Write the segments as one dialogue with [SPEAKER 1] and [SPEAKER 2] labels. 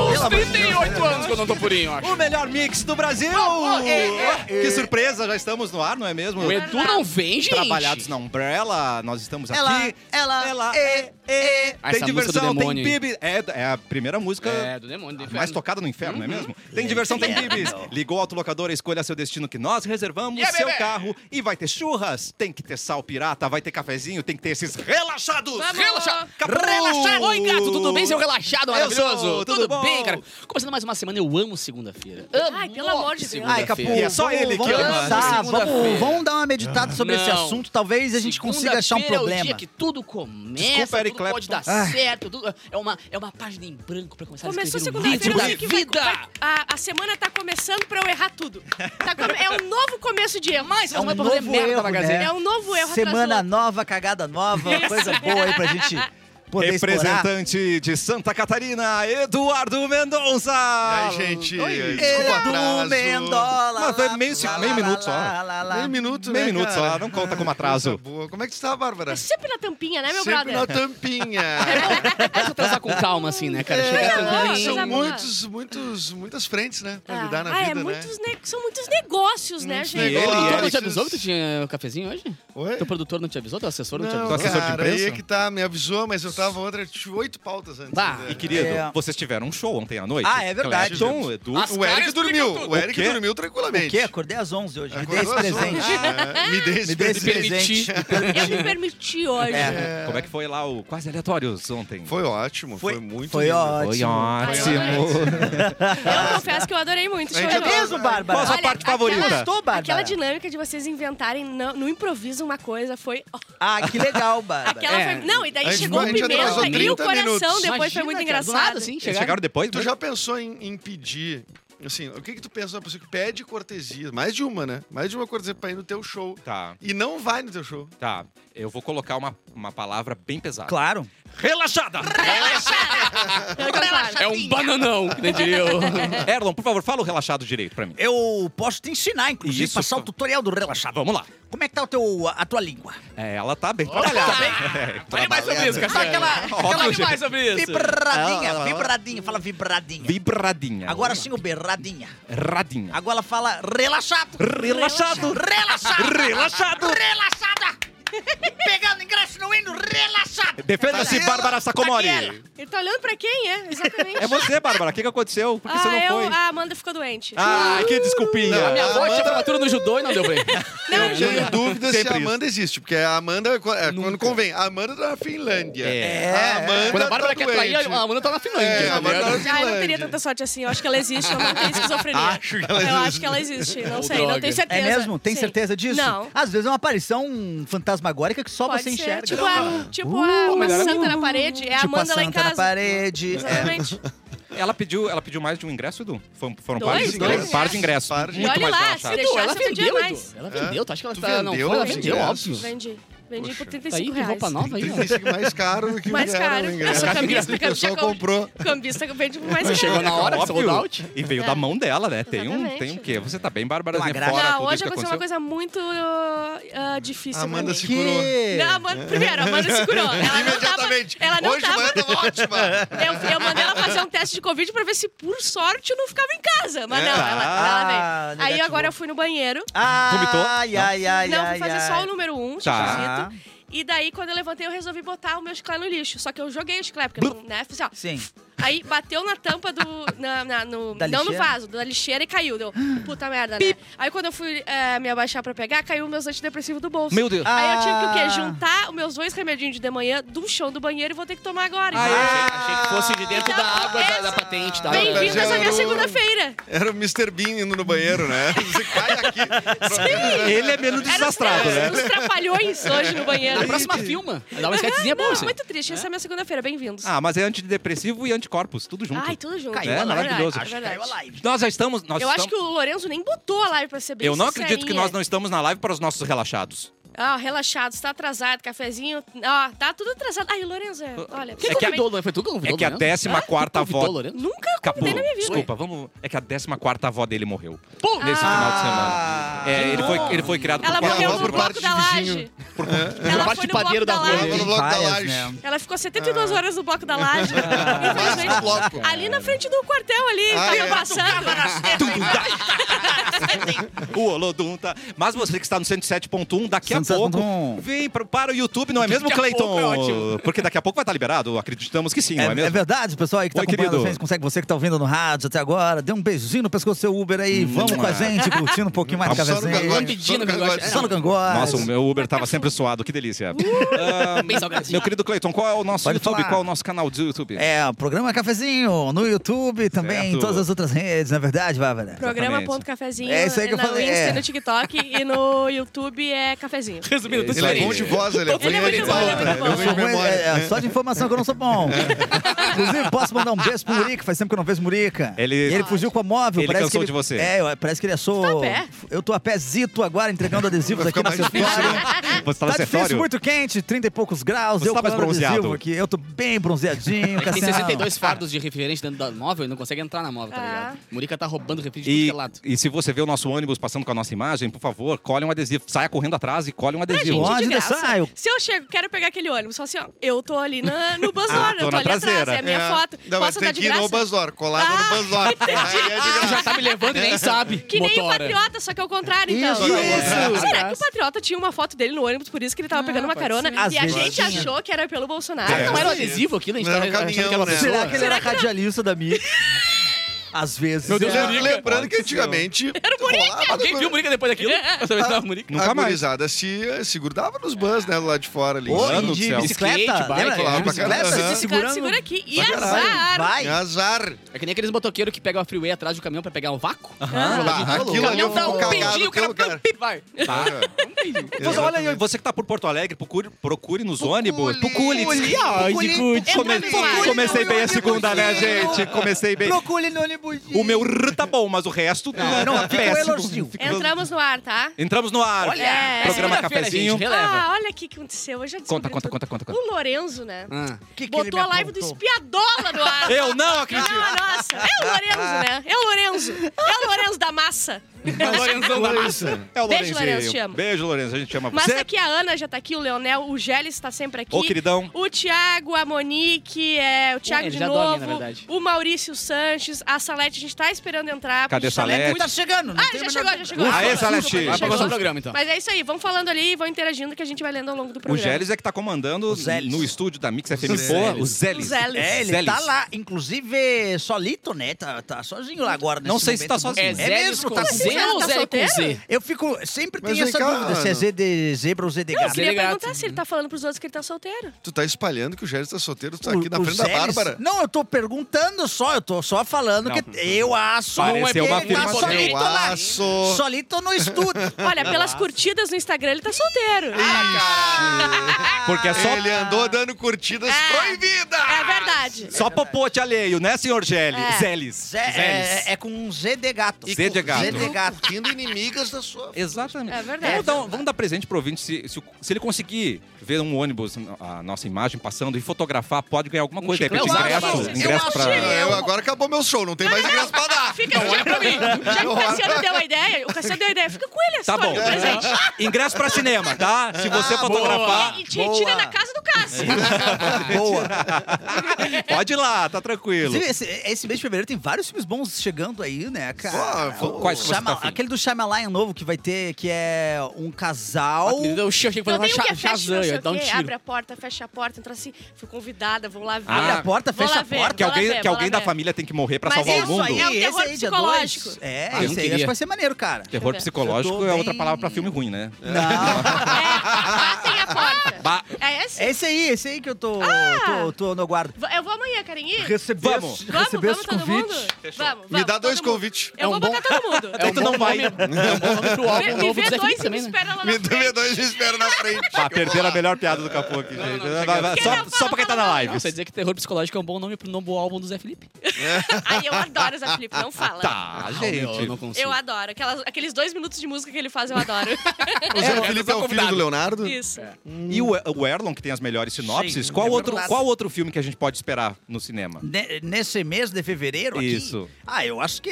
[SPEAKER 1] uns 38 anos que eu não tô purinho, eu acho.
[SPEAKER 2] O melhor mix do Brasil! Que surpresa, já estamos no ar, não é mesmo?
[SPEAKER 1] é. O Edu não vem, gente.
[SPEAKER 2] Trabalhados na Umbrella, nós estamos
[SPEAKER 3] Ela,
[SPEAKER 2] Tá aqui.
[SPEAKER 3] ela, é,
[SPEAKER 2] ela, é,
[SPEAKER 3] e, e.
[SPEAKER 1] Ah,
[SPEAKER 2] Tem
[SPEAKER 1] essa música
[SPEAKER 2] diversão,
[SPEAKER 1] do
[SPEAKER 2] tem
[SPEAKER 1] demônio, hein?
[SPEAKER 2] PIB. É, é a primeira música
[SPEAKER 1] É, do demônio. do
[SPEAKER 2] a
[SPEAKER 1] inferno. Uhum.
[SPEAKER 2] mais tocada no inferno, não é mesmo? Tem diversão, tem PIBs. Ligou a autolocadora, escolha seu destino que nós reservamos,
[SPEAKER 1] Yeah,
[SPEAKER 2] seu
[SPEAKER 1] bebê.
[SPEAKER 2] carro. E vai ter churras, tem que ter sal pirata, vai ter cafezinho, tem que ter esses relaxados.
[SPEAKER 4] Vamos.
[SPEAKER 1] Relaxa,
[SPEAKER 2] Capu!
[SPEAKER 1] relaxado. Oi, gato, tudo bem, seu relaxado
[SPEAKER 2] Eu
[SPEAKER 1] maravilhoso?
[SPEAKER 2] sou, tudo
[SPEAKER 1] tudo
[SPEAKER 2] bom?
[SPEAKER 1] bem, cara? Começando mais uma semana, eu amo segunda-feira. Amo
[SPEAKER 4] Ai, pelo amor de Deus.
[SPEAKER 3] Ai, Capu,
[SPEAKER 1] segunda-feira.
[SPEAKER 2] E é só
[SPEAKER 3] vamos-
[SPEAKER 2] ele que
[SPEAKER 3] vamos
[SPEAKER 2] ama. né?
[SPEAKER 3] pensar,
[SPEAKER 1] Segunda-feira.
[SPEAKER 3] vamos, vamos dar uma meditada sobre esse
[SPEAKER 1] Não.
[SPEAKER 3] assunto, talvez a gente consiga achar um
[SPEAKER 1] Segunda-feira É o
[SPEAKER 3] problema.
[SPEAKER 1] dia que tudo começa,
[SPEAKER 2] Desculpa, Eric
[SPEAKER 1] tudo pode dar
[SPEAKER 2] Clapton.
[SPEAKER 1] certo. tudo- é, uma, é uma página em branco pra começar
[SPEAKER 4] Começou
[SPEAKER 1] a escrever um livro
[SPEAKER 4] segunda-feira, eu
[SPEAKER 1] da
[SPEAKER 4] sei que vai-
[SPEAKER 1] vida.
[SPEAKER 4] vai- a, a semana tá começando pra eu errar tudo. Tá come- é um novo começo de erro. Mais
[SPEAKER 3] É um
[SPEAKER 1] Mas pra
[SPEAKER 3] novo
[SPEAKER 1] fazer merda
[SPEAKER 3] erro,
[SPEAKER 1] pra fazer.
[SPEAKER 3] né?
[SPEAKER 4] É um novo erro
[SPEAKER 3] Semana
[SPEAKER 4] atrás do
[SPEAKER 3] nova, cagada nova, coisa boa aí pra gente poder explorar.
[SPEAKER 2] Representante de Santa Catarina, Eduardo Mendonça.
[SPEAKER 5] Ai, gente,
[SPEAKER 4] é
[SPEAKER 5] desculpa
[SPEAKER 3] Edu
[SPEAKER 5] o atraso.
[SPEAKER 3] Mendola.
[SPEAKER 2] Mas foi meio se-
[SPEAKER 3] lá,
[SPEAKER 2] meio
[SPEAKER 3] lá,
[SPEAKER 2] minuto só.
[SPEAKER 3] lá, lá, lá.
[SPEAKER 5] Meio minuto,
[SPEAKER 2] Meio
[SPEAKER 5] né,
[SPEAKER 2] minuto
[SPEAKER 5] cara?
[SPEAKER 2] só, não conta como
[SPEAKER 5] Ah,
[SPEAKER 2] atraso.
[SPEAKER 5] coisa boa. Como é que tu tá, Bárbara?
[SPEAKER 4] É sempre na tampinha, né, meu
[SPEAKER 5] Sempre na
[SPEAKER 4] brother? É
[SPEAKER 5] tampinha.
[SPEAKER 1] Mas atrasar com calma, assim, né, cara? Chega
[SPEAKER 4] Coisa boa,
[SPEAKER 5] É,
[SPEAKER 1] tranquilinho.
[SPEAKER 4] coisa
[SPEAKER 5] são
[SPEAKER 4] boa.
[SPEAKER 5] muitos, muitos, muitas frentes, né? Pra
[SPEAKER 4] Ah,
[SPEAKER 5] lidar na
[SPEAKER 4] ah, é
[SPEAKER 5] vida, né?
[SPEAKER 4] muitos ne- São muitos negócios, né,
[SPEAKER 5] Muitos
[SPEAKER 4] gente?
[SPEAKER 2] negócios.
[SPEAKER 1] O
[SPEAKER 2] Ele
[SPEAKER 1] produtor
[SPEAKER 2] é
[SPEAKER 1] não te
[SPEAKER 5] esses-
[SPEAKER 1] avisou que tu tinha cafezinho hoje?
[SPEAKER 5] Oi?
[SPEAKER 1] Teu produtor não te avisou? Teu assessor não, te
[SPEAKER 5] Não,
[SPEAKER 1] avisou?
[SPEAKER 2] assessor de
[SPEAKER 5] cara, aí
[SPEAKER 2] imprensa?
[SPEAKER 5] é que tá, me avisou, mas eu tava outra, tinha oito pautas antes.
[SPEAKER 1] Bah,
[SPEAKER 5] né?
[SPEAKER 2] E querido,
[SPEAKER 3] É.
[SPEAKER 2] vocês tiveram um show ontem à noite.
[SPEAKER 3] Ah, é verdade.
[SPEAKER 2] Clayton, Edu.
[SPEAKER 1] As
[SPEAKER 5] O Eric
[SPEAKER 1] caras
[SPEAKER 5] dormiu,
[SPEAKER 1] explicam tudo.
[SPEAKER 5] o Eric
[SPEAKER 2] O quê?
[SPEAKER 5] dormiu
[SPEAKER 3] O
[SPEAKER 5] tranquilamente.
[SPEAKER 3] quê? Acordei às 11 hoje. Me dê
[SPEAKER 5] Acordou
[SPEAKER 3] esse
[SPEAKER 5] às onze.
[SPEAKER 3] presente.
[SPEAKER 5] É, Me dê
[SPEAKER 3] Me
[SPEAKER 5] esse
[SPEAKER 3] dê esse
[SPEAKER 5] presente.
[SPEAKER 3] presente.
[SPEAKER 4] Eu me permiti hoje.
[SPEAKER 3] É.
[SPEAKER 2] Como é que foi lá o Quase Aleatórios ontem?
[SPEAKER 5] Foi ótimo, foi, muito
[SPEAKER 3] Foi
[SPEAKER 5] lindo.
[SPEAKER 2] Foi
[SPEAKER 3] ótimo.
[SPEAKER 2] ótimo.
[SPEAKER 4] Eu confesso que eu adorei muito. o show
[SPEAKER 5] É
[SPEAKER 4] de
[SPEAKER 3] É
[SPEAKER 4] hoje.
[SPEAKER 3] mesmo, Bárbara?
[SPEAKER 2] Qual a sua
[SPEAKER 4] Olha,
[SPEAKER 2] parte
[SPEAKER 4] aquela-
[SPEAKER 2] favorita?
[SPEAKER 3] Gostou, Bárbara?
[SPEAKER 4] Aquela dinâmica de vocês inventarem no, no improviso uma coisa foi.
[SPEAKER 3] Ah, que legal, Bárbara.
[SPEAKER 4] Aquela
[SPEAKER 1] É.
[SPEAKER 4] foi. Não, e daí
[SPEAKER 5] A gente-
[SPEAKER 4] chegou
[SPEAKER 5] a
[SPEAKER 4] o
[SPEAKER 5] gente
[SPEAKER 4] primeiro,
[SPEAKER 5] atrasou
[SPEAKER 4] abriu o
[SPEAKER 5] 30
[SPEAKER 4] coração, depois
[SPEAKER 5] minutos.
[SPEAKER 4] foi
[SPEAKER 1] Imagina,
[SPEAKER 4] muito
[SPEAKER 1] cara, do
[SPEAKER 4] engraçado.
[SPEAKER 1] nada, assim,
[SPEAKER 2] Eles
[SPEAKER 1] chegaram.
[SPEAKER 2] chegaram depois? né?
[SPEAKER 5] Tu já pensou em, em pedir? Assim, o que que tu pensa numa pessoa que pede cortesia? Mais de uma, né? Mais de uma cortesia pra ir no teu show.
[SPEAKER 2] Tá,
[SPEAKER 5] E não vai no teu show.
[SPEAKER 2] tá. Eu vou colocar uma, uma palavra bem pesada.
[SPEAKER 3] Claro.
[SPEAKER 2] Relaxada!
[SPEAKER 1] É um bananão, que nem diria eu.
[SPEAKER 2] Erlon, por favor, fala o relaxado direito pra mim.
[SPEAKER 3] Eu posso te ensinar, inclusive,
[SPEAKER 2] Isso.
[SPEAKER 3] passar o tutorial do relaxado.
[SPEAKER 2] Vamos lá.
[SPEAKER 3] Como é que tá o teu, a tua língua?
[SPEAKER 2] É, ela tá bem trabalhada.
[SPEAKER 1] Fale mais sobre isso,
[SPEAKER 3] Tá
[SPEAKER 2] É,
[SPEAKER 1] Cassiano.
[SPEAKER 3] aquela,
[SPEAKER 1] Fale
[SPEAKER 3] aquela
[SPEAKER 1] mais sobre isso.
[SPEAKER 2] Ah,
[SPEAKER 3] vibradinha, vibradinha, fala vibradinha.
[SPEAKER 2] Vibradinha.
[SPEAKER 3] Agora sim o B, radinha.
[SPEAKER 2] Radinha.
[SPEAKER 3] Agora ela fala relaxado.
[SPEAKER 2] Relaxado.
[SPEAKER 3] Relaxado.
[SPEAKER 2] Relaxado.
[SPEAKER 3] Relaxada. Pegando ingresso no hino, relaxado.
[SPEAKER 2] Defenda-se, Bárbara Sacomori.
[SPEAKER 3] Daniela.
[SPEAKER 4] Ele tá olhando pra quem, é? Exatamente.
[SPEAKER 2] É você, Bárbara. O que, que aconteceu? Por que você
[SPEAKER 4] ah,
[SPEAKER 2] não
[SPEAKER 4] eu,
[SPEAKER 2] foi?
[SPEAKER 4] a Amanda ficou doente.
[SPEAKER 2] Ah, que
[SPEAKER 5] Não,
[SPEAKER 2] desculpinha.
[SPEAKER 5] a
[SPEAKER 1] Minha avó tinha
[SPEAKER 5] Amanda-
[SPEAKER 1] formatura no judô e não deu bem.
[SPEAKER 5] Eu
[SPEAKER 4] é.
[SPEAKER 5] tenho dúvida se
[SPEAKER 2] Sempre
[SPEAKER 5] a Amanda existe, porque a Amanda, é quando convém, a Amanda tá na Finlândia.
[SPEAKER 2] É.
[SPEAKER 5] A Amanda
[SPEAKER 1] Quando a Bárbara
[SPEAKER 5] tá
[SPEAKER 1] quer
[SPEAKER 5] doente.
[SPEAKER 1] trair, a Amanda tá na Finlândia.
[SPEAKER 5] É,
[SPEAKER 1] tá
[SPEAKER 5] a Amanda
[SPEAKER 1] ligado?
[SPEAKER 5] tá na
[SPEAKER 4] Ah, eu não teria
[SPEAKER 5] Finlândia.
[SPEAKER 4] tanta sorte assim. Eu acho que ela existe, eu não tenho esquizofrenia.
[SPEAKER 5] Acho que ela
[SPEAKER 4] Eu
[SPEAKER 5] existe.
[SPEAKER 4] acho que ela existe. Não
[SPEAKER 1] Ou
[SPEAKER 4] sei,
[SPEAKER 1] droga.
[SPEAKER 4] não tenho
[SPEAKER 3] É
[SPEAKER 4] certeza.
[SPEAKER 3] mesmo? Tem
[SPEAKER 4] Sim.
[SPEAKER 3] certeza disso?
[SPEAKER 6] Ah,
[SPEAKER 4] Não.
[SPEAKER 3] Às vezes é uma aparição fantasmagórica que só
[SPEAKER 4] Pode
[SPEAKER 3] você
[SPEAKER 4] ser.
[SPEAKER 3] enxerga.
[SPEAKER 4] Tipo, a, tipo a, uma santa na parede. É a
[SPEAKER 3] Tipo a
[SPEAKER 4] Amanda lá em
[SPEAKER 3] santa na
[SPEAKER 4] casa.
[SPEAKER 3] parede. é.
[SPEAKER 4] Exatamente.
[SPEAKER 2] Ela pediu, ela pediu mais de um ingresso, Edu? Foram, foram
[SPEAKER 4] Dois,
[SPEAKER 2] vários
[SPEAKER 5] dois
[SPEAKER 2] ingressos. Par de ingressos.
[SPEAKER 5] Par de
[SPEAKER 2] Muito
[SPEAKER 4] ingressos.
[SPEAKER 2] mais
[SPEAKER 4] E
[SPEAKER 2] relaxado.
[SPEAKER 4] olha lá, se
[SPEAKER 1] Edu, ela
[SPEAKER 4] deixasse, eu
[SPEAKER 1] vendeu,
[SPEAKER 4] vendia
[SPEAKER 1] Edu.
[SPEAKER 4] mais.
[SPEAKER 1] Ela vendeu, tu acha que ela
[SPEAKER 5] Tu
[SPEAKER 1] tá... Não foi,
[SPEAKER 5] vendeu
[SPEAKER 1] ela
[SPEAKER 5] os
[SPEAKER 1] vendeu, óbvio.
[SPEAKER 5] ingressos?
[SPEAKER 4] Vendi. Vendi por
[SPEAKER 1] Tá
[SPEAKER 4] 35
[SPEAKER 1] aí,
[SPEAKER 4] reais.
[SPEAKER 1] levou pra nova aí, ó.
[SPEAKER 5] 35 mais caro do que
[SPEAKER 4] Mais
[SPEAKER 5] o que era
[SPEAKER 4] caro.
[SPEAKER 5] o
[SPEAKER 4] Eu
[SPEAKER 5] ingresso.
[SPEAKER 4] sou cambista,
[SPEAKER 5] O
[SPEAKER 4] cambista
[SPEAKER 5] pessoal
[SPEAKER 4] com-
[SPEAKER 5] comprou.
[SPEAKER 4] Cambista vende por mais
[SPEAKER 1] Mas
[SPEAKER 4] caro.
[SPEAKER 1] chegou na hora, sold out.
[SPEAKER 2] E veio da mão dela, né? Tem um,
[SPEAKER 4] É. Exatamente.
[SPEAKER 2] tem um quê? Você tá bem, Bárbara,
[SPEAKER 3] Uma
[SPEAKER 2] né?
[SPEAKER 3] graça.
[SPEAKER 2] Fora
[SPEAKER 4] Não,
[SPEAKER 2] tudo isso
[SPEAKER 4] hoje
[SPEAKER 2] que
[SPEAKER 4] aconteceu uma
[SPEAKER 2] aconteceu.
[SPEAKER 4] coisa muito ah, difícil pra
[SPEAKER 5] Amanda
[SPEAKER 4] mim.
[SPEAKER 5] se curou.
[SPEAKER 3] Que...
[SPEAKER 4] Não, Amanda, primeiro, a Amanda se curou. Ela não tava,
[SPEAKER 5] Imediatamente.
[SPEAKER 4] ela não
[SPEAKER 5] Hoje
[SPEAKER 4] tava
[SPEAKER 5] Amanda tava ótima.
[SPEAKER 4] Eu, eu mandei ela fazer um teste de Covid pra ver se, por sorte, eu não ficava em casa. Mas não,
[SPEAKER 5] É.
[SPEAKER 4] ela, ela
[SPEAKER 3] Ah,
[SPEAKER 4] veio. Aí
[SPEAKER 3] negativou.
[SPEAKER 4] agora eu fui no banheiro.
[SPEAKER 3] Ah,
[SPEAKER 2] Vomitou?
[SPEAKER 3] Ai,
[SPEAKER 2] Não.
[SPEAKER 3] ai, ai,
[SPEAKER 4] não,
[SPEAKER 3] ai,
[SPEAKER 4] fui fazer
[SPEAKER 3] ai.
[SPEAKER 4] só o número um,
[SPEAKER 2] Tá.
[SPEAKER 4] xixizito. E daí, quando eu levantei, eu resolvi botar o meu chiclete no lixo. Só que eu joguei o chiclete, porque eu não, né? Fiz, ó.
[SPEAKER 3] Sim.
[SPEAKER 4] Aí bateu na tampa do. na- na- no,
[SPEAKER 3] Da
[SPEAKER 4] não no
[SPEAKER 3] lixeira?
[SPEAKER 4] vaso, da lixeira e caiu. Deu, puta merda, né? Aí quando eu fui eh, me abaixar pra pegar, caiu meus antidepressivos do bolso.
[SPEAKER 2] Meu Deus.
[SPEAKER 4] Aí eu tive que o
[SPEAKER 3] Ah.
[SPEAKER 4] quê? Juntar os meus dois remedinhos de manhã do chão do banheiro e vou ter que tomar agora.
[SPEAKER 1] Achei,
[SPEAKER 4] entendeu?
[SPEAKER 1] achei que fosse de dentro da água da, da patente.
[SPEAKER 2] tá,
[SPEAKER 1] Da água.
[SPEAKER 5] Bem-vindo.
[SPEAKER 4] Bem-vindas à minha
[SPEAKER 5] Gerou-
[SPEAKER 4] segunda-feira.
[SPEAKER 5] Era o Mr. Bean indo no banheiro, né? Você cai aqui.
[SPEAKER 2] Ele é menos
[SPEAKER 4] assim. Era um os, tra
[SPEAKER 2] desastrado, né?
[SPEAKER 4] os trapalhões hoje no banheiro.
[SPEAKER 1] Na próxima filma. Dá uma esquetezinha
[SPEAKER 4] Não,
[SPEAKER 1] boa, assim.
[SPEAKER 4] muito triste. Essa é a minha segunda-feira. Bem-vindos.
[SPEAKER 2] Ah, mas é antidepressivo e anticorpos, tudo junto.
[SPEAKER 4] Ai, tudo junto.
[SPEAKER 2] Caiu
[SPEAKER 4] É
[SPEAKER 2] a live.
[SPEAKER 3] Acho
[SPEAKER 2] maravilhoso.
[SPEAKER 4] verdade, é
[SPEAKER 3] que caiu a
[SPEAKER 4] verdade.
[SPEAKER 3] live.
[SPEAKER 2] Nós já estamos... Nós
[SPEAKER 4] Eu
[SPEAKER 2] estamos...
[SPEAKER 4] acho que o Lourenço nem botou a live pra ser bem
[SPEAKER 2] Eu não acredito que
[SPEAKER 4] sincerinha.
[SPEAKER 2] nós não estamos na live para os nossos relaxados.
[SPEAKER 4] Ah, relaxado, está atrasado, cafezinho. Ó, tá tudo atrasado. Ai, Lourenço, é, olha.
[SPEAKER 1] Quem
[SPEAKER 2] É que a-
[SPEAKER 1] convidou o Lorena? Foi tu que tá convidou
[SPEAKER 2] É que a
[SPEAKER 1] Lorena?
[SPEAKER 2] 14
[SPEAKER 1] Hã? Tu
[SPEAKER 2] quarta
[SPEAKER 1] convidou,
[SPEAKER 2] avó...
[SPEAKER 1] Lorena?
[SPEAKER 4] Nunca
[SPEAKER 2] Capu,
[SPEAKER 4] convidei na minha vida.
[SPEAKER 2] desculpa, vamos... É que a 14 quarta avó dele morreu.
[SPEAKER 1] Pum!
[SPEAKER 2] Nesse final de semana.
[SPEAKER 6] Ah,
[SPEAKER 2] É, ele, foi, ele foi criado por
[SPEAKER 4] Ela
[SPEAKER 2] quatro-
[SPEAKER 5] lá
[SPEAKER 4] morreu
[SPEAKER 5] por
[SPEAKER 4] no bloco
[SPEAKER 5] parte
[SPEAKER 4] da
[SPEAKER 5] de vizinho.
[SPEAKER 4] laje. Ela
[SPEAKER 1] parte
[SPEAKER 4] foi
[SPEAKER 1] de
[SPEAKER 4] no
[SPEAKER 1] padeiro
[SPEAKER 4] bloco da
[SPEAKER 1] da rua,
[SPEAKER 4] laje.
[SPEAKER 5] Tava no
[SPEAKER 6] Tem
[SPEAKER 5] bloco da
[SPEAKER 6] várias,
[SPEAKER 5] laje.
[SPEAKER 6] né?
[SPEAKER 4] Ela ficou 72 horas no bloco da laje. Infelizmente.
[SPEAKER 5] Mas no bloco.
[SPEAKER 4] Ali na frente do quartel ali,
[SPEAKER 5] Ah,
[SPEAKER 4] tava
[SPEAKER 5] é.
[SPEAKER 4] passando.
[SPEAKER 2] O Olodum tá. Mas você que está no 107.1, daqui a
[SPEAKER 6] 107.1.
[SPEAKER 2] pouco vem pra, para o YouTube, não é mesmo,
[SPEAKER 1] Daqui a
[SPEAKER 2] Cleiton?
[SPEAKER 1] pouco é ótimo.
[SPEAKER 2] Porque daqui a pouco vai estar liberado, acreditamos que sim,
[SPEAKER 6] É,
[SPEAKER 2] não é
[SPEAKER 6] é
[SPEAKER 2] mesmo?
[SPEAKER 6] verdade, pessoal aí que tá
[SPEAKER 2] Oi,
[SPEAKER 6] acompanhando
[SPEAKER 2] querido.
[SPEAKER 6] a gente, consegue você que tá ouvindo no rádio até agora, dê um beijinho no pescoço do seu Uber aí,
[SPEAKER 2] Hum,
[SPEAKER 6] vamos
[SPEAKER 2] é.
[SPEAKER 6] com a gente, curtindo um pouquinho mais de
[SPEAKER 5] Só no
[SPEAKER 6] cafezinho.
[SPEAKER 5] cangote.
[SPEAKER 1] Rapidinho,
[SPEAKER 5] Só no
[SPEAKER 1] meu
[SPEAKER 5] cangote.
[SPEAKER 1] negócio.
[SPEAKER 6] Só no cangote.
[SPEAKER 2] Nossa, o meu Uber tava sempre suado, que delícia. Ah,
[SPEAKER 1] Bem salgadinho.
[SPEAKER 2] meu querido Cleiton, qual é o nosso
[SPEAKER 6] Pode
[SPEAKER 2] YouTube?
[SPEAKER 6] falar.
[SPEAKER 2] Qual é o nosso canal do YouTube?
[SPEAKER 6] É, o programa Cafezinho, no YouTube, também, em
[SPEAKER 2] Certo.
[SPEAKER 6] todas as outras redes, não é verdade, Bárbara?
[SPEAKER 4] Programa
[SPEAKER 2] Exatamente.
[SPEAKER 4] ponto cafezinho.
[SPEAKER 6] É isso aí que eu
[SPEAKER 4] no
[SPEAKER 6] falei,
[SPEAKER 4] Insta,
[SPEAKER 6] é.
[SPEAKER 4] no TikTok e no YouTube é cafezinho.
[SPEAKER 1] Resumindo, tudo
[SPEAKER 5] Ele é
[SPEAKER 1] diferente.
[SPEAKER 5] bom de voz, ele é bom
[SPEAKER 4] Ele é muito
[SPEAKER 5] de
[SPEAKER 4] bom, ele é muito bom.
[SPEAKER 5] Eu
[SPEAKER 6] Sou
[SPEAKER 5] vejo
[SPEAKER 6] ruim,
[SPEAKER 5] memória.
[SPEAKER 6] é, é,
[SPEAKER 5] né?
[SPEAKER 6] só de informação que eu não sou bom. Inclusive, posso mandar um beijo pro Murica, faz tempo que eu não vejo o Murica.
[SPEAKER 2] É. Ele-
[SPEAKER 6] E ele fugiu com a móvel.
[SPEAKER 2] Ele
[SPEAKER 6] parece
[SPEAKER 2] cansou
[SPEAKER 6] que ele,
[SPEAKER 2] de você.
[SPEAKER 6] É, eu- parece que ele achou...
[SPEAKER 4] Você tá a pé?
[SPEAKER 6] Eu tô a pézito agora, entregando adesivos
[SPEAKER 5] Vai
[SPEAKER 6] aqui
[SPEAKER 5] ficar
[SPEAKER 6] na
[SPEAKER 5] mais difícil,
[SPEAKER 6] Sertório.
[SPEAKER 5] né?
[SPEAKER 2] Você
[SPEAKER 6] Tá
[SPEAKER 2] tá no
[SPEAKER 6] difícil,
[SPEAKER 2] Sertório?
[SPEAKER 6] muito quente, 30 e poucos graus.
[SPEAKER 2] Você
[SPEAKER 6] eu
[SPEAKER 2] tá mais
[SPEAKER 6] colando adesivo
[SPEAKER 2] bronzeado?
[SPEAKER 6] Aqui. Eu tô bem
[SPEAKER 4] É
[SPEAKER 6] bronzeadinho,
[SPEAKER 1] Ele tem
[SPEAKER 6] Cassiano.
[SPEAKER 1] 62 fardos de refrigerante dentro do móvel e não consegue entrar na móvel, tá
[SPEAKER 4] Ah.
[SPEAKER 1] ligado? Murica tá roubando refri de tudo que
[SPEAKER 2] E,
[SPEAKER 1] é lado.
[SPEAKER 2] e se você vê o nosso ônibus passando com a nossa imagem, por favor, colhe um adesivo. Saia correndo atrás e colhe um adesivo.
[SPEAKER 6] gente,
[SPEAKER 4] Gente,
[SPEAKER 6] Pode
[SPEAKER 4] de graça.
[SPEAKER 6] deixar, eu-
[SPEAKER 4] Se eu chego, quero pegar aquele ônibus, só assim, ó, eu tô ali na- no Buzz
[SPEAKER 2] Ah,
[SPEAKER 4] Door,
[SPEAKER 2] tô
[SPEAKER 4] eu tô
[SPEAKER 2] na
[SPEAKER 4] ali atrás,
[SPEAKER 2] traseira.
[SPEAKER 4] é a minha
[SPEAKER 5] É.
[SPEAKER 4] foto.
[SPEAKER 5] Não, mas
[SPEAKER 4] Posso
[SPEAKER 5] tem
[SPEAKER 4] dar de
[SPEAKER 5] que ir
[SPEAKER 4] graça? Ah,
[SPEAKER 5] no Bazor, colado no Bazor. Aí é de
[SPEAKER 1] Tu já
[SPEAKER 5] graça.
[SPEAKER 1] tá me levando e nem sabe,
[SPEAKER 4] Que nem o
[SPEAKER 1] motora.
[SPEAKER 4] Patriota, só que é o contrário, então.
[SPEAKER 6] Isso, Ah,
[SPEAKER 5] isso.
[SPEAKER 4] Será que o Patriota tinha uma foto dele no ônibus, por isso que ele tava pegando uma carona?
[SPEAKER 6] Às
[SPEAKER 4] E a
[SPEAKER 6] vezes
[SPEAKER 4] gente
[SPEAKER 6] tinha.
[SPEAKER 4] achou que era pelo Bolsonaro.
[SPEAKER 1] Será que não
[SPEAKER 5] É.
[SPEAKER 1] era um adesivo aquilo? A gente
[SPEAKER 5] Não,
[SPEAKER 1] tava
[SPEAKER 5] era um
[SPEAKER 1] achando que era
[SPEAKER 5] caminhão,
[SPEAKER 1] uma
[SPEAKER 5] né?
[SPEAKER 1] pessoa.
[SPEAKER 6] Será que ele era radialista da mídia? Às vezes.
[SPEAKER 1] Meu Deus,
[SPEAKER 6] é.
[SPEAKER 1] Murica.
[SPEAKER 5] Lembrando que antigamente. Era um
[SPEAKER 1] Alguém viu o Murica depois
[SPEAKER 4] É,
[SPEAKER 1] daquilo? Eu também tava o um Murica.
[SPEAKER 2] Nunca
[SPEAKER 5] a
[SPEAKER 2] mais.
[SPEAKER 5] gurizada se, se grudava nos bans, né? Lá de fora ali.
[SPEAKER 6] Oi,
[SPEAKER 2] Mano do
[SPEAKER 6] de
[SPEAKER 2] céu.
[SPEAKER 6] bicicleta,
[SPEAKER 1] Skate, bike,
[SPEAKER 6] lembra? De
[SPEAKER 5] claro, pra caralho.
[SPEAKER 6] bicicleta,
[SPEAKER 5] Aham.
[SPEAKER 6] se
[SPEAKER 5] Esse
[SPEAKER 4] Segura,
[SPEAKER 6] segurando.
[SPEAKER 4] segura aqui. E
[SPEAKER 5] Pra caralho.
[SPEAKER 4] azar.
[SPEAKER 6] Vai.
[SPEAKER 5] É azar.
[SPEAKER 1] É que nem aqueles motoqueiros que pegam a freeway atrás do caminhão pra pegar o vácuo.
[SPEAKER 4] Ah.
[SPEAKER 5] Bah, aquilo ali
[SPEAKER 6] é
[SPEAKER 1] caminhão
[SPEAKER 5] eu
[SPEAKER 1] dá
[SPEAKER 5] vou
[SPEAKER 1] um
[SPEAKER 5] cagar
[SPEAKER 1] pendinho,
[SPEAKER 5] no
[SPEAKER 1] o cara
[SPEAKER 5] teu
[SPEAKER 1] pum,
[SPEAKER 5] cara.
[SPEAKER 1] pip, vai.
[SPEAKER 4] É.
[SPEAKER 2] Mas olha aí, você que tá por Porto Alegre, procure, procure nos ônibus. Procure. Ah, é Come-
[SPEAKER 4] Entra no ar.
[SPEAKER 2] Comecei bem a segunda, né, gente? Comecei bem.
[SPEAKER 6] Procure no ônibus.
[SPEAKER 2] O meu r tá bom, mas o resto não,
[SPEAKER 6] não,
[SPEAKER 2] tá
[SPEAKER 6] ficou elogio.
[SPEAKER 2] péssimo.
[SPEAKER 4] Entramos no ar, tá?
[SPEAKER 2] Entramos no ar.
[SPEAKER 1] Olha,
[SPEAKER 4] É.
[SPEAKER 2] Programa
[SPEAKER 1] segunda-feira,
[SPEAKER 2] Cafezinho.
[SPEAKER 1] gente, releva.
[SPEAKER 4] Ah, olha o que aconteceu. Eu já
[SPEAKER 2] Conta,
[SPEAKER 4] descobri
[SPEAKER 2] conta,
[SPEAKER 4] tudo.
[SPEAKER 2] conta, conta, conta.
[SPEAKER 4] O Lorenzo, né?
[SPEAKER 1] Ah.
[SPEAKER 6] Hum, Que que ele
[SPEAKER 4] botou
[SPEAKER 6] me
[SPEAKER 4] a live do
[SPEAKER 6] aprontou?
[SPEAKER 4] espiadola no ar.
[SPEAKER 2] Eu não acredito.
[SPEAKER 4] Não, nossa. É o Lorenzo, né? É o Lorenzo. É o Lorenzo da massa.
[SPEAKER 1] Lorenzão da massa.
[SPEAKER 2] É o
[SPEAKER 4] Beijo,
[SPEAKER 2] Lorenzinho.
[SPEAKER 4] Lorenzo, te amo.
[SPEAKER 2] Beijo, Lorenzo. A gente ama
[SPEAKER 4] Mas
[SPEAKER 2] você.
[SPEAKER 4] aqui a Ana já tá aqui, o Leonel, o Gélis tá sempre aqui.
[SPEAKER 2] Ô, queridão.
[SPEAKER 4] O Thiago, a Monique, é, o Thiago
[SPEAKER 1] eles
[SPEAKER 4] de
[SPEAKER 1] já
[SPEAKER 4] novo.
[SPEAKER 1] dormem, na verdade.
[SPEAKER 4] O Maurício Sanches, a Salete, a gente tá esperando entrar.
[SPEAKER 2] Cadê
[SPEAKER 4] porque
[SPEAKER 2] a Salete?
[SPEAKER 6] Tá chegou, não
[SPEAKER 4] Ah,
[SPEAKER 6] tem
[SPEAKER 4] já
[SPEAKER 6] o menor
[SPEAKER 4] chegou, já chegou.
[SPEAKER 2] Ufa,
[SPEAKER 4] Desculpa,
[SPEAKER 2] Aê, Salete.
[SPEAKER 4] desculpa,
[SPEAKER 1] Vai
[SPEAKER 4] já
[SPEAKER 1] pro
[SPEAKER 4] chegou.
[SPEAKER 1] nosso programa, então.
[SPEAKER 4] Mas é isso aí, vão falando ali e vão interagindo que a gente vai lendo ao longo do
[SPEAKER 2] O
[SPEAKER 4] programa.
[SPEAKER 2] Gélis é que tá comandando
[SPEAKER 6] Gélis.
[SPEAKER 2] no estúdio da Mix FM.
[SPEAKER 5] Zélis.
[SPEAKER 2] Boa, o Zélis.
[SPEAKER 4] O Zélis.
[SPEAKER 6] É, ele
[SPEAKER 2] Zélis.
[SPEAKER 6] tá lá, inclusive solito, né? Tá, tá sozinho lá agora.
[SPEAKER 2] Não
[SPEAKER 6] nesse
[SPEAKER 2] sei se tá
[SPEAKER 6] momento.
[SPEAKER 2] sozinho.
[SPEAKER 1] É
[SPEAKER 2] É
[SPEAKER 1] Zé
[SPEAKER 6] mesmo,
[SPEAKER 1] com
[SPEAKER 6] tá com
[SPEAKER 1] Z ou
[SPEAKER 4] tá
[SPEAKER 1] Zé com
[SPEAKER 4] solteiro?
[SPEAKER 1] Z?
[SPEAKER 6] Eu fico. Sempre
[SPEAKER 5] Mas
[SPEAKER 6] tem
[SPEAKER 5] vem
[SPEAKER 6] essa
[SPEAKER 5] cá,
[SPEAKER 6] dúvida se é
[SPEAKER 5] Ana.
[SPEAKER 6] Z de zebra ou Z de
[SPEAKER 4] Eu
[SPEAKER 6] gato.
[SPEAKER 1] Zé de
[SPEAKER 4] queria
[SPEAKER 1] é gato.
[SPEAKER 4] perguntar se ele tá falando pros outros que ele tá solteiro.
[SPEAKER 5] Tu tá espalhando que o Gélis tá solteiro, tu tá
[SPEAKER 6] O-
[SPEAKER 5] aqui na
[SPEAKER 6] o
[SPEAKER 5] frente
[SPEAKER 6] Zélis-
[SPEAKER 5] da Bárbara.
[SPEAKER 6] Não, eu tô perguntando só, eu tô só falando
[SPEAKER 2] Não.
[SPEAKER 6] que eu acho
[SPEAKER 2] Pareceu
[SPEAKER 6] que
[SPEAKER 2] uma
[SPEAKER 6] ele tá
[SPEAKER 2] afirmação.
[SPEAKER 6] solito
[SPEAKER 5] Eu
[SPEAKER 6] lá.
[SPEAKER 5] acho.
[SPEAKER 6] Solito no estúdio.
[SPEAKER 2] Ah,
[SPEAKER 4] Olha, pelas curtidas no Instagram, ele tá solteiro.
[SPEAKER 2] Porque é só,
[SPEAKER 5] Ele andou dando curtidas
[SPEAKER 4] É.
[SPEAKER 5] proibidas!
[SPEAKER 4] É verdade.
[SPEAKER 2] só popote alheio, né, senhor Gélis?
[SPEAKER 4] É.
[SPEAKER 2] Zélis.
[SPEAKER 6] Zé, é, é com um Z de gato.
[SPEAKER 2] Z de gato.
[SPEAKER 6] Z de gato.
[SPEAKER 5] Curtindo inimigas da sua.
[SPEAKER 2] Exatamente.
[SPEAKER 4] É verdade.
[SPEAKER 2] Vamos dar, um- vamos dar presente pro ouvinte. Se, se, o- se ele conseguir ver um ônibus, a nossa imagem passando e fotografar, pode ganhar alguma
[SPEAKER 1] Um
[SPEAKER 2] coisa. de
[SPEAKER 1] chiclete,
[SPEAKER 2] repente,
[SPEAKER 1] um
[SPEAKER 2] ingresso,
[SPEAKER 1] abraço.
[SPEAKER 4] é
[SPEAKER 2] ingresso
[SPEAKER 6] Eu
[SPEAKER 2] pra... Tá
[SPEAKER 6] achei.
[SPEAKER 5] Ah, eu- agora acabou meu show, não tem mais ingresso pra dar.
[SPEAKER 4] Fica assim,
[SPEAKER 2] é
[SPEAKER 4] já pra mim. Já que o Cassiano deu a ideia, o Cassiano deu a ideia, fica com ele a
[SPEAKER 2] Tá
[SPEAKER 4] história
[SPEAKER 2] bom.
[SPEAKER 4] do presente.
[SPEAKER 2] Ingresso pra cinema, tá? Se você
[SPEAKER 1] é
[SPEAKER 2] fotografar,
[SPEAKER 4] E te tira da casa do Cássio.
[SPEAKER 6] Boa.
[SPEAKER 2] pode ir lá, tá tranquilo.
[SPEAKER 6] Inclusive, esse, é, esse mês de fevereiro tem vários filmes bons chegando aí, né, cara?
[SPEAKER 5] Pô,
[SPEAKER 2] quais que você
[SPEAKER 6] Shyama-
[SPEAKER 2] tá afim?
[SPEAKER 6] aquele do Shyamalan novo que vai ter, que é um casal...
[SPEAKER 1] Eu achei um que
[SPEAKER 4] Não
[SPEAKER 1] foi
[SPEAKER 4] tem o que
[SPEAKER 1] uma
[SPEAKER 4] é fecha,
[SPEAKER 1] Shazam,
[SPEAKER 4] não
[SPEAKER 1] eu
[SPEAKER 4] sei
[SPEAKER 1] ia
[SPEAKER 4] É o
[SPEAKER 1] dar um
[SPEAKER 4] quê. Abre
[SPEAKER 1] tiro.
[SPEAKER 4] a porta, fecha a porta, entra assim. Fui convidada, vou lá ver.
[SPEAKER 6] Abre a porta,
[SPEAKER 4] Vou
[SPEAKER 6] fecha
[SPEAKER 4] lá
[SPEAKER 6] a
[SPEAKER 4] ver,
[SPEAKER 6] porta.
[SPEAKER 2] Que
[SPEAKER 4] vou lá
[SPEAKER 2] alguém,
[SPEAKER 4] ver,
[SPEAKER 2] que
[SPEAKER 4] vou
[SPEAKER 2] alguém
[SPEAKER 4] lá
[SPEAKER 2] da
[SPEAKER 4] ver.
[SPEAKER 2] família tem que morrer pra
[SPEAKER 4] Mas
[SPEAKER 2] salvar
[SPEAKER 4] isso
[SPEAKER 2] o mundo.
[SPEAKER 4] aí, É o terror
[SPEAKER 6] esse aí, dia dois.
[SPEAKER 4] psicológico.
[SPEAKER 6] É,
[SPEAKER 1] Ah,
[SPEAKER 6] esse
[SPEAKER 1] eu
[SPEAKER 6] aí
[SPEAKER 1] queria.
[SPEAKER 6] acho que vai ser maneiro, cara.
[SPEAKER 2] Terror
[SPEAKER 4] ver.
[SPEAKER 6] Eu
[SPEAKER 2] psicológico
[SPEAKER 6] tô
[SPEAKER 2] é outra
[SPEAKER 6] bem-
[SPEAKER 2] palavra pra filme ruim, né?
[SPEAKER 6] Não.
[SPEAKER 4] É, batem a porta.
[SPEAKER 2] Ba-
[SPEAKER 4] É esse?
[SPEAKER 6] É esse aí, esse aí que eu tô,
[SPEAKER 4] Ah!
[SPEAKER 6] tô, tô no guarda.
[SPEAKER 4] V- Eu vou amanhã, querem ir?
[SPEAKER 6] Receber
[SPEAKER 2] Vamos.
[SPEAKER 6] esse-
[SPEAKER 4] Vamos,
[SPEAKER 6] receber
[SPEAKER 4] vamos
[SPEAKER 6] esse
[SPEAKER 4] todo mundo?
[SPEAKER 6] convite.
[SPEAKER 4] Vamos, vamos.
[SPEAKER 5] Me dá
[SPEAKER 4] todo
[SPEAKER 5] dois
[SPEAKER 4] mundo.
[SPEAKER 5] convites.
[SPEAKER 4] Eu
[SPEAKER 1] É um
[SPEAKER 4] vou
[SPEAKER 1] bom-
[SPEAKER 4] botar todo mundo.
[SPEAKER 1] É um bom nome, é um bom nome pro álbum
[SPEAKER 4] Me
[SPEAKER 1] novo do
[SPEAKER 4] vê
[SPEAKER 1] Zé
[SPEAKER 4] dois
[SPEAKER 1] Felipe
[SPEAKER 4] e me
[SPEAKER 1] também, né?
[SPEAKER 4] espera lá na
[SPEAKER 5] Me dê
[SPEAKER 7] um
[SPEAKER 4] frente.
[SPEAKER 5] dois e espera na frente.
[SPEAKER 2] Ah, perderam a melhor piada do capô aqui, gente. Vai, vai, vai.
[SPEAKER 4] Quem
[SPEAKER 2] Só,
[SPEAKER 4] não
[SPEAKER 2] só
[SPEAKER 4] fala,
[SPEAKER 2] pra quem tá
[SPEAKER 4] fala
[SPEAKER 2] na
[SPEAKER 4] não.
[SPEAKER 2] live.
[SPEAKER 1] Não, você dizer que terror psicológico é um bom nome pro novo álbum do Zé Felipe.
[SPEAKER 4] Ai, eu adoro essa Felipe, não fala.
[SPEAKER 2] Tá,
[SPEAKER 1] meu,
[SPEAKER 2] gente.
[SPEAKER 1] eu não consigo.
[SPEAKER 4] Eu adoro. Aquelas- aqueles dois minutos de música que ele faz, eu adoro.
[SPEAKER 5] O Zé Felipe
[SPEAKER 1] tá
[SPEAKER 5] é o filho do Leonardo?
[SPEAKER 4] Isso.
[SPEAKER 2] E o, o Erlon, que tem as melhores sinopses,
[SPEAKER 6] Sim,
[SPEAKER 2] qual,
[SPEAKER 6] é
[SPEAKER 2] outro,
[SPEAKER 6] verdade.
[SPEAKER 2] qual outro filme que a gente pode esperar no cinema?
[SPEAKER 6] Ne- Nesse mês de fevereiro aqui?
[SPEAKER 2] Isso.
[SPEAKER 6] Ah, eu acho que.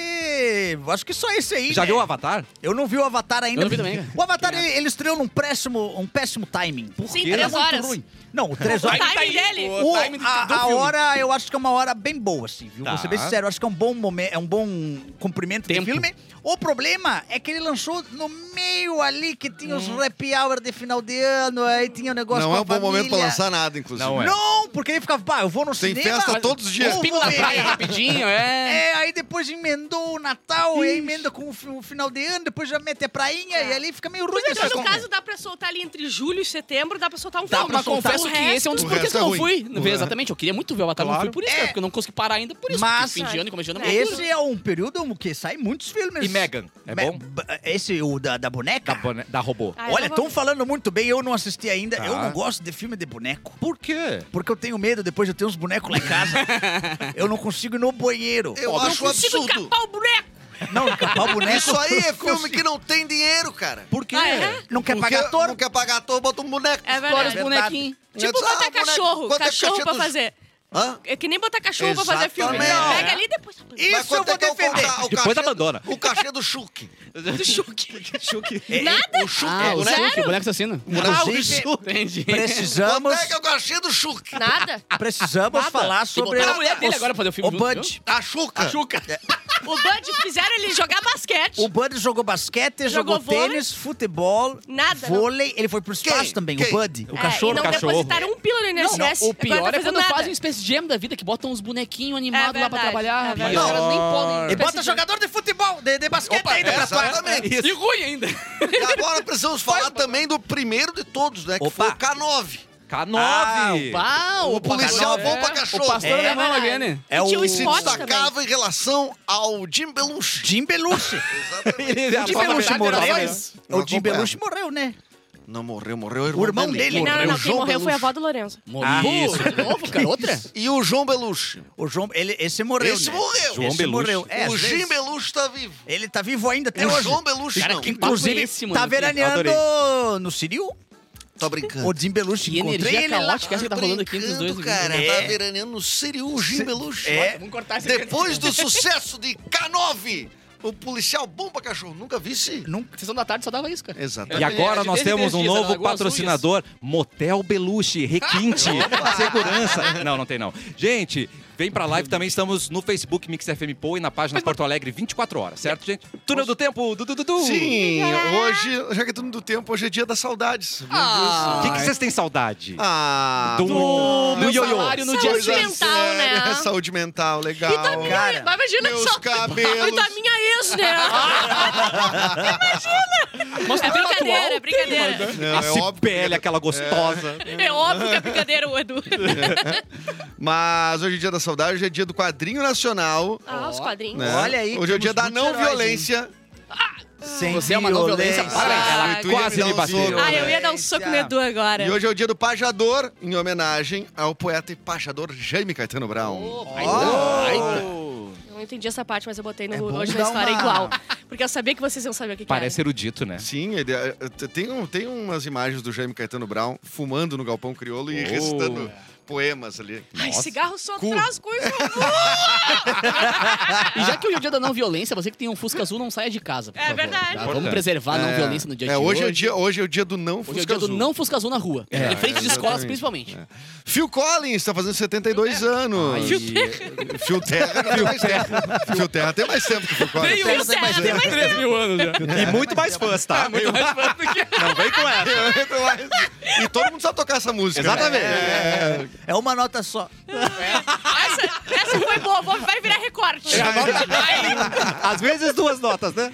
[SPEAKER 6] eu Acho que só esse aí,
[SPEAKER 2] Já viu o Avatar?
[SPEAKER 6] Eu não vi o Avatar ainda.
[SPEAKER 1] Eu não vi também.
[SPEAKER 6] O Avatar, ele, ele estreou num péssimo, um péssimo timing. Por
[SPEAKER 4] Sim,
[SPEAKER 6] quê?
[SPEAKER 4] três
[SPEAKER 2] é
[SPEAKER 6] Era muito
[SPEAKER 4] horas.
[SPEAKER 6] ruim. Não, três horas.
[SPEAKER 4] timing dele.
[SPEAKER 1] O,
[SPEAKER 6] O-
[SPEAKER 1] time do,
[SPEAKER 6] a,
[SPEAKER 1] do
[SPEAKER 6] a
[SPEAKER 1] filme.
[SPEAKER 6] hora, eu acho que é uma hora bem boa, assim, viu?
[SPEAKER 2] Tá.
[SPEAKER 6] Vou ser bem sincero, eu acho que é um bom momento, é um bom cumprimento
[SPEAKER 1] Tempo.
[SPEAKER 6] do filme. O problema é que ele lançou no meio ali que tinha os rap hour de final de ano, aí tinha o negócio
[SPEAKER 5] Não
[SPEAKER 6] com
[SPEAKER 5] é
[SPEAKER 6] a
[SPEAKER 5] um bom momento pra
[SPEAKER 6] família.
[SPEAKER 5] lançar nada, inclusive.
[SPEAKER 2] Não é.
[SPEAKER 6] Não, porque ele ficava, pá, eu vou no
[SPEAKER 5] Tem
[SPEAKER 6] cinema.
[SPEAKER 5] festa todos os dias.
[SPEAKER 6] eu
[SPEAKER 1] Pingo
[SPEAKER 6] vou
[SPEAKER 1] na
[SPEAKER 6] ver.
[SPEAKER 1] praia rapidinho, é.
[SPEAKER 6] É, aí depois emendou o Natal, e aí emenda com o, fi- o final de ano, depois já mete a prainha e ali fica meio ruim.
[SPEAKER 4] Mas
[SPEAKER 6] essa
[SPEAKER 4] então, no
[SPEAKER 6] conta.
[SPEAKER 4] caso, dá pra soltar ali entre julho e setembro, dá pra soltar um
[SPEAKER 6] é, Dá
[SPEAKER 1] Tá,
[SPEAKER 4] filme.
[SPEAKER 6] pra
[SPEAKER 1] mas
[SPEAKER 6] soltar.
[SPEAKER 1] confesso
[SPEAKER 4] O
[SPEAKER 1] que esse é um dos
[SPEAKER 5] O
[SPEAKER 1] porquês que
[SPEAKER 5] resto é
[SPEAKER 1] eu não
[SPEAKER 5] ruim.
[SPEAKER 1] fui.
[SPEAKER 5] O resto-
[SPEAKER 1] Exatamente, eu queria muito ver o Avatar, não
[SPEAKER 5] Claro.
[SPEAKER 1] fui por isso,
[SPEAKER 6] É.
[SPEAKER 1] cara, porque eu não consegui parar ainda por isso.
[SPEAKER 6] Mas-
[SPEAKER 1] porque fim de ano, e começo de ano, é muito
[SPEAKER 6] Esse é um período que sai muitos filmes.
[SPEAKER 2] E Megan, é
[SPEAKER 6] Me-
[SPEAKER 2] bom?
[SPEAKER 6] b- Esse, o da, da boneca?
[SPEAKER 2] Da, bone- da robô.
[SPEAKER 4] Ah, eu
[SPEAKER 6] Olha,
[SPEAKER 4] vou
[SPEAKER 6] estão
[SPEAKER 4] ver.
[SPEAKER 6] falando muito bem, eu não assisti ainda.
[SPEAKER 2] Tá.
[SPEAKER 6] Eu não gosto de filme de boneco.
[SPEAKER 2] Por quê?
[SPEAKER 6] Porque eu tenho medo depois de eu ter uns bonecos lá em casa. eu não consigo ir no banheiro.
[SPEAKER 5] Eu
[SPEAKER 6] Ó,
[SPEAKER 5] acho um
[SPEAKER 4] Consigo
[SPEAKER 5] absurdo.
[SPEAKER 4] encapar o boneco.
[SPEAKER 6] Não, encapar o boneco.
[SPEAKER 7] Isso aí é filme que não tem dinheiro, cara.
[SPEAKER 2] Por quê?
[SPEAKER 4] Ah, é?
[SPEAKER 6] Não quer
[SPEAKER 7] Porque
[SPEAKER 6] pagar touro?
[SPEAKER 7] Não quer pagar à toa, bota um boneco.
[SPEAKER 4] É
[SPEAKER 1] Fora os
[SPEAKER 4] verdade.
[SPEAKER 1] bonequinhos.
[SPEAKER 4] Tipo,
[SPEAKER 7] Ah,
[SPEAKER 4] botar
[SPEAKER 7] boneco.
[SPEAKER 4] cachorro.
[SPEAKER 7] Quanto é que
[SPEAKER 4] Cachorro pra
[SPEAKER 7] cachorro-
[SPEAKER 4] fazer.
[SPEAKER 7] Hã?
[SPEAKER 4] É que nem botar cachorro pra fazer filme.
[SPEAKER 7] Exatamente.
[SPEAKER 4] Pega ali e depois...
[SPEAKER 7] Mas
[SPEAKER 6] Isso eu
[SPEAKER 7] quanto é
[SPEAKER 6] vou
[SPEAKER 7] que é o
[SPEAKER 6] defender.
[SPEAKER 7] cachê- o
[SPEAKER 2] Depois
[SPEAKER 7] cachê-
[SPEAKER 2] abandona.
[SPEAKER 7] O cachê do Chuck.
[SPEAKER 4] Do Chuck.
[SPEAKER 6] É,
[SPEAKER 4] Nada?
[SPEAKER 1] Ah, o
[SPEAKER 4] Sério?
[SPEAKER 1] Chuck, o boneco assassino.
[SPEAKER 6] Ah, o
[SPEAKER 1] Entendi.
[SPEAKER 7] Quanto
[SPEAKER 6] Precisamos,
[SPEAKER 7] é que é o cachê do Chuck?
[SPEAKER 4] Nada.
[SPEAKER 6] precisamos falar sobre...
[SPEAKER 1] Tem que botar a mulher dele agora pra fazer o filme
[SPEAKER 6] O
[SPEAKER 1] junto,
[SPEAKER 6] Bud.
[SPEAKER 7] A É. Chuca.
[SPEAKER 1] Chuca.
[SPEAKER 4] O Bud fizeram ele jogar basquete.
[SPEAKER 6] O Bud jogou basquete, jogou,
[SPEAKER 4] Jogou vôlei.
[SPEAKER 6] tênis, futebol,
[SPEAKER 4] Nada, não.
[SPEAKER 6] vôlei. Ele foi pro espaço
[SPEAKER 7] Quem?
[SPEAKER 6] também, o
[SPEAKER 7] Quem?
[SPEAKER 6] Bud.
[SPEAKER 4] É,
[SPEAKER 6] O cachorro.
[SPEAKER 4] e não
[SPEAKER 2] o cachorro.
[SPEAKER 4] depositaram um pila no
[SPEAKER 1] Não,
[SPEAKER 4] INSS.
[SPEAKER 1] não, o
[SPEAKER 4] agora não
[SPEAKER 1] pior
[SPEAKER 4] tá
[SPEAKER 1] é quando
[SPEAKER 4] fazendo nada.
[SPEAKER 1] fazem um espécie de gem da vida, que botam uns bonequinhos animados lá pra
[SPEAKER 4] verdade, é
[SPEAKER 1] trabalhar. Mas
[SPEAKER 4] verdade.
[SPEAKER 1] os caras nem podem.
[SPEAKER 6] E bota jogador de futebol, de, de basquete
[SPEAKER 7] Opa,
[SPEAKER 6] ainda pra fora.
[SPEAKER 7] exatamente.
[SPEAKER 1] E ruim ainda.
[SPEAKER 7] E agora precisamos falar também do primeiro de todos, né? Que
[SPEAKER 6] Opa.
[SPEAKER 7] foi o K9.
[SPEAKER 1] Ah,
[SPEAKER 2] K9.
[SPEAKER 1] Pau,
[SPEAKER 7] O policial é bom pra
[SPEAKER 1] O
[SPEAKER 7] cachorro.
[SPEAKER 1] pastor
[SPEAKER 6] É.
[SPEAKER 1] alemão aqui, né?
[SPEAKER 6] É
[SPEAKER 4] E tinha
[SPEAKER 6] o-
[SPEAKER 4] o
[SPEAKER 7] Se
[SPEAKER 4] Spot também.
[SPEAKER 7] destacava em relação ao Jim Belushi.
[SPEAKER 6] Jim Belushi.
[SPEAKER 2] Ele
[SPEAKER 6] O Jim
[SPEAKER 1] Só na
[SPEAKER 6] Belushi
[SPEAKER 1] verdade
[SPEAKER 6] morreu.
[SPEAKER 1] era
[SPEAKER 6] né?
[SPEAKER 1] só
[SPEAKER 6] O Jim Belushi morreu, né?
[SPEAKER 7] Não morreu, morreu o irmão,
[SPEAKER 6] O irmão dele.
[SPEAKER 4] Não, não,
[SPEAKER 1] Morreu
[SPEAKER 4] não.
[SPEAKER 1] o
[SPEAKER 4] Quem
[SPEAKER 1] João
[SPEAKER 4] morreu foi a
[SPEAKER 1] Belushi.
[SPEAKER 4] avó do Lourenço.
[SPEAKER 1] Morreu.
[SPEAKER 2] isso.
[SPEAKER 1] De novo, cara, outra?
[SPEAKER 7] E o João Belushi.
[SPEAKER 6] O João, ele, esse morreu.
[SPEAKER 7] Esse
[SPEAKER 6] né?
[SPEAKER 7] morreu.
[SPEAKER 2] João
[SPEAKER 6] esse
[SPEAKER 2] Belushi.
[SPEAKER 6] morreu. É,
[SPEAKER 7] o
[SPEAKER 6] às
[SPEAKER 7] Jim
[SPEAKER 6] vezes-
[SPEAKER 7] Belushi tá vivo.
[SPEAKER 6] Ele tá vivo ainda até
[SPEAKER 7] O
[SPEAKER 6] hoje.
[SPEAKER 7] João Belushi
[SPEAKER 1] Cara,
[SPEAKER 7] não.
[SPEAKER 1] que-
[SPEAKER 6] Inclusive,
[SPEAKER 1] Papo esse, mano,
[SPEAKER 6] tá
[SPEAKER 1] aqui.
[SPEAKER 6] veraneando no Ciril.
[SPEAKER 7] Tá
[SPEAKER 5] Ah.
[SPEAKER 7] brincando.
[SPEAKER 6] O Jim Belushi.
[SPEAKER 1] Que
[SPEAKER 6] Encontrei
[SPEAKER 1] energia
[SPEAKER 6] ele lá.
[SPEAKER 1] caótica essa que tá rolando aqui entre os dois.
[SPEAKER 7] Brincando, cara.
[SPEAKER 6] É.
[SPEAKER 7] Tá veraneando no Siriu, o Jim Belushi.
[SPEAKER 6] É.
[SPEAKER 1] Vamos cortar esse
[SPEAKER 7] Depois do sucesso de K9, o policial bom pra cachorro. Nunca vi se...
[SPEAKER 6] Nunca.
[SPEAKER 1] Sessão da tarde só dava isso, cara.
[SPEAKER 2] E
[SPEAKER 7] Exatamente.
[SPEAKER 2] agora nós
[SPEAKER 1] Desde
[SPEAKER 2] temos
[SPEAKER 1] três
[SPEAKER 2] um
[SPEAKER 1] dias,
[SPEAKER 2] novo
[SPEAKER 1] Alagoas,
[SPEAKER 2] patrocinador, Motel Belushi, requinte, segurança. Não, não tem não. Gente, vem pra live também, estamos no Facebook Mix FM Poa e na página Porto Alegre 24 horas, certo, gente? Túnel do Tempo, Dudu Dudu.
[SPEAKER 5] Sim, hoje, já que é tudo do tempo, hoje é dia das saudades.
[SPEAKER 1] Ah.
[SPEAKER 2] O que que vocês têm saudade?
[SPEAKER 7] Ah, é.
[SPEAKER 2] do do
[SPEAKER 1] meu
[SPEAKER 2] ioiô.
[SPEAKER 1] salário no dia
[SPEAKER 4] Saúde
[SPEAKER 2] é.
[SPEAKER 5] Coisa
[SPEAKER 1] seguinte.
[SPEAKER 4] mental,
[SPEAKER 5] séria,
[SPEAKER 4] né?
[SPEAKER 5] Saúde mental, legal.
[SPEAKER 1] tá
[SPEAKER 6] Cara,
[SPEAKER 4] tá Mas imagina
[SPEAKER 5] meus
[SPEAKER 4] só...
[SPEAKER 5] cabelos.
[SPEAKER 4] Vitamina ex, né?
[SPEAKER 1] Mas
[SPEAKER 4] É
[SPEAKER 1] tu tem um
[SPEAKER 4] brincadeira, é
[SPEAKER 1] atual?
[SPEAKER 4] brincadeira.
[SPEAKER 5] Não,
[SPEAKER 2] A
[SPEAKER 5] é óbvio.
[SPEAKER 2] Cibele, aquela gostosa.
[SPEAKER 4] É óbvio que é brincadeira, o Edu.
[SPEAKER 5] Mas hoje é dia da saudade, hoje é dia do quadrinho nacional.
[SPEAKER 4] Ah, os quadrinhos.
[SPEAKER 5] né?
[SPEAKER 6] Olha aí,
[SPEAKER 5] Hoje é o
[SPEAKER 6] temos
[SPEAKER 5] dia da
[SPEAKER 6] muitos
[SPEAKER 5] não
[SPEAKER 6] heróis,
[SPEAKER 5] violência.
[SPEAKER 6] sem
[SPEAKER 1] Você é uma não violência, parabéns.
[SPEAKER 4] Ah,
[SPEAKER 5] Tu ia
[SPEAKER 2] Quase
[SPEAKER 5] dar
[SPEAKER 2] me
[SPEAKER 5] um
[SPEAKER 2] bateu.
[SPEAKER 5] soco.
[SPEAKER 4] Ah, eu ia dar um soco no Edu agora.
[SPEAKER 5] E hoje é o dia do Pajador, em homenagem ao poeta e pajador Jaime Caetano Brown. Ah,
[SPEAKER 2] Ah.
[SPEAKER 4] Eu não entendi essa parte, mas eu botei no
[SPEAKER 6] É bom
[SPEAKER 4] hoje na
[SPEAKER 6] dar
[SPEAKER 4] história
[SPEAKER 6] uma-
[SPEAKER 4] igual. Porque eu sabia que vocês iam saber o que, que era.
[SPEAKER 2] Parece erudito, né?
[SPEAKER 5] Sim, ele, eh, t- tem, um- tem umas imagens do Jaime Caetano Brown fumando no galpão crioulo e
[SPEAKER 2] Oh.
[SPEAKER 5] recitando poemas ali.
[SPEAKER 4] Ai, cigarro só
[SPEAKER 5] Cu.
[SPEAKER 4] traz coisa boa.
[SPEAKER 1] E já que hoje é o dia da não violência, você que tem um Fusca azul, não saia de casa. por
[SPEAKER 4] É
[SPEAKER 1] favor,
[SPEAKER 4] verdade.
[SPEAKER 1] tá? Vamos preservar a não violência no dia
[SPEAKER 5] É,
[SPEAKER 1] de
[SPEAKER 5] hoje,
[SPEAKER 1] hoje.
[SPEAKER 5] É o dia, hoje é o dia do
[SPEAKER 1] Hoje
[SPEAKER 5] não
[SPEAKER 1] é o
[SPEAKER 5] Fusca
[SPEAKER 1] dia do
[SPEAKER 5] Azul.
[SPEAKER 1] não Fusca azul É, na rua. em frente de escolas,
[SPEAKER 5] exatamente.
[SPEAKER 1] principalmente.
[SPEAKER 5] Phil Collins está fazendo 72 anos. Phil Terra. Phil Terra tem mais tempo. Phil Terra tem mais tempo que Phil Collins.
[SPEAKER 4] é, Tem mais tempo.
[SPEAKER 1] 3 mil anos já.
[SPEAKER 2] E muito mais fãs, tá?
[SPEAKER 1] Muito mais fácil do que...
[SPEAKER 2] Não vem com essa.
[SPEAKER 5] e todo mundo sabe tocar essa música. né?
[SPEAKER 2] Exatamente.
[SPEAKER 5] É.
[SPEAKER 6] É uma nota só.
[SPEAKER 4] Essa, essa foi boa, vou- vai virar recorte.
[SPEAKER 2] Às vezes duas notas, né?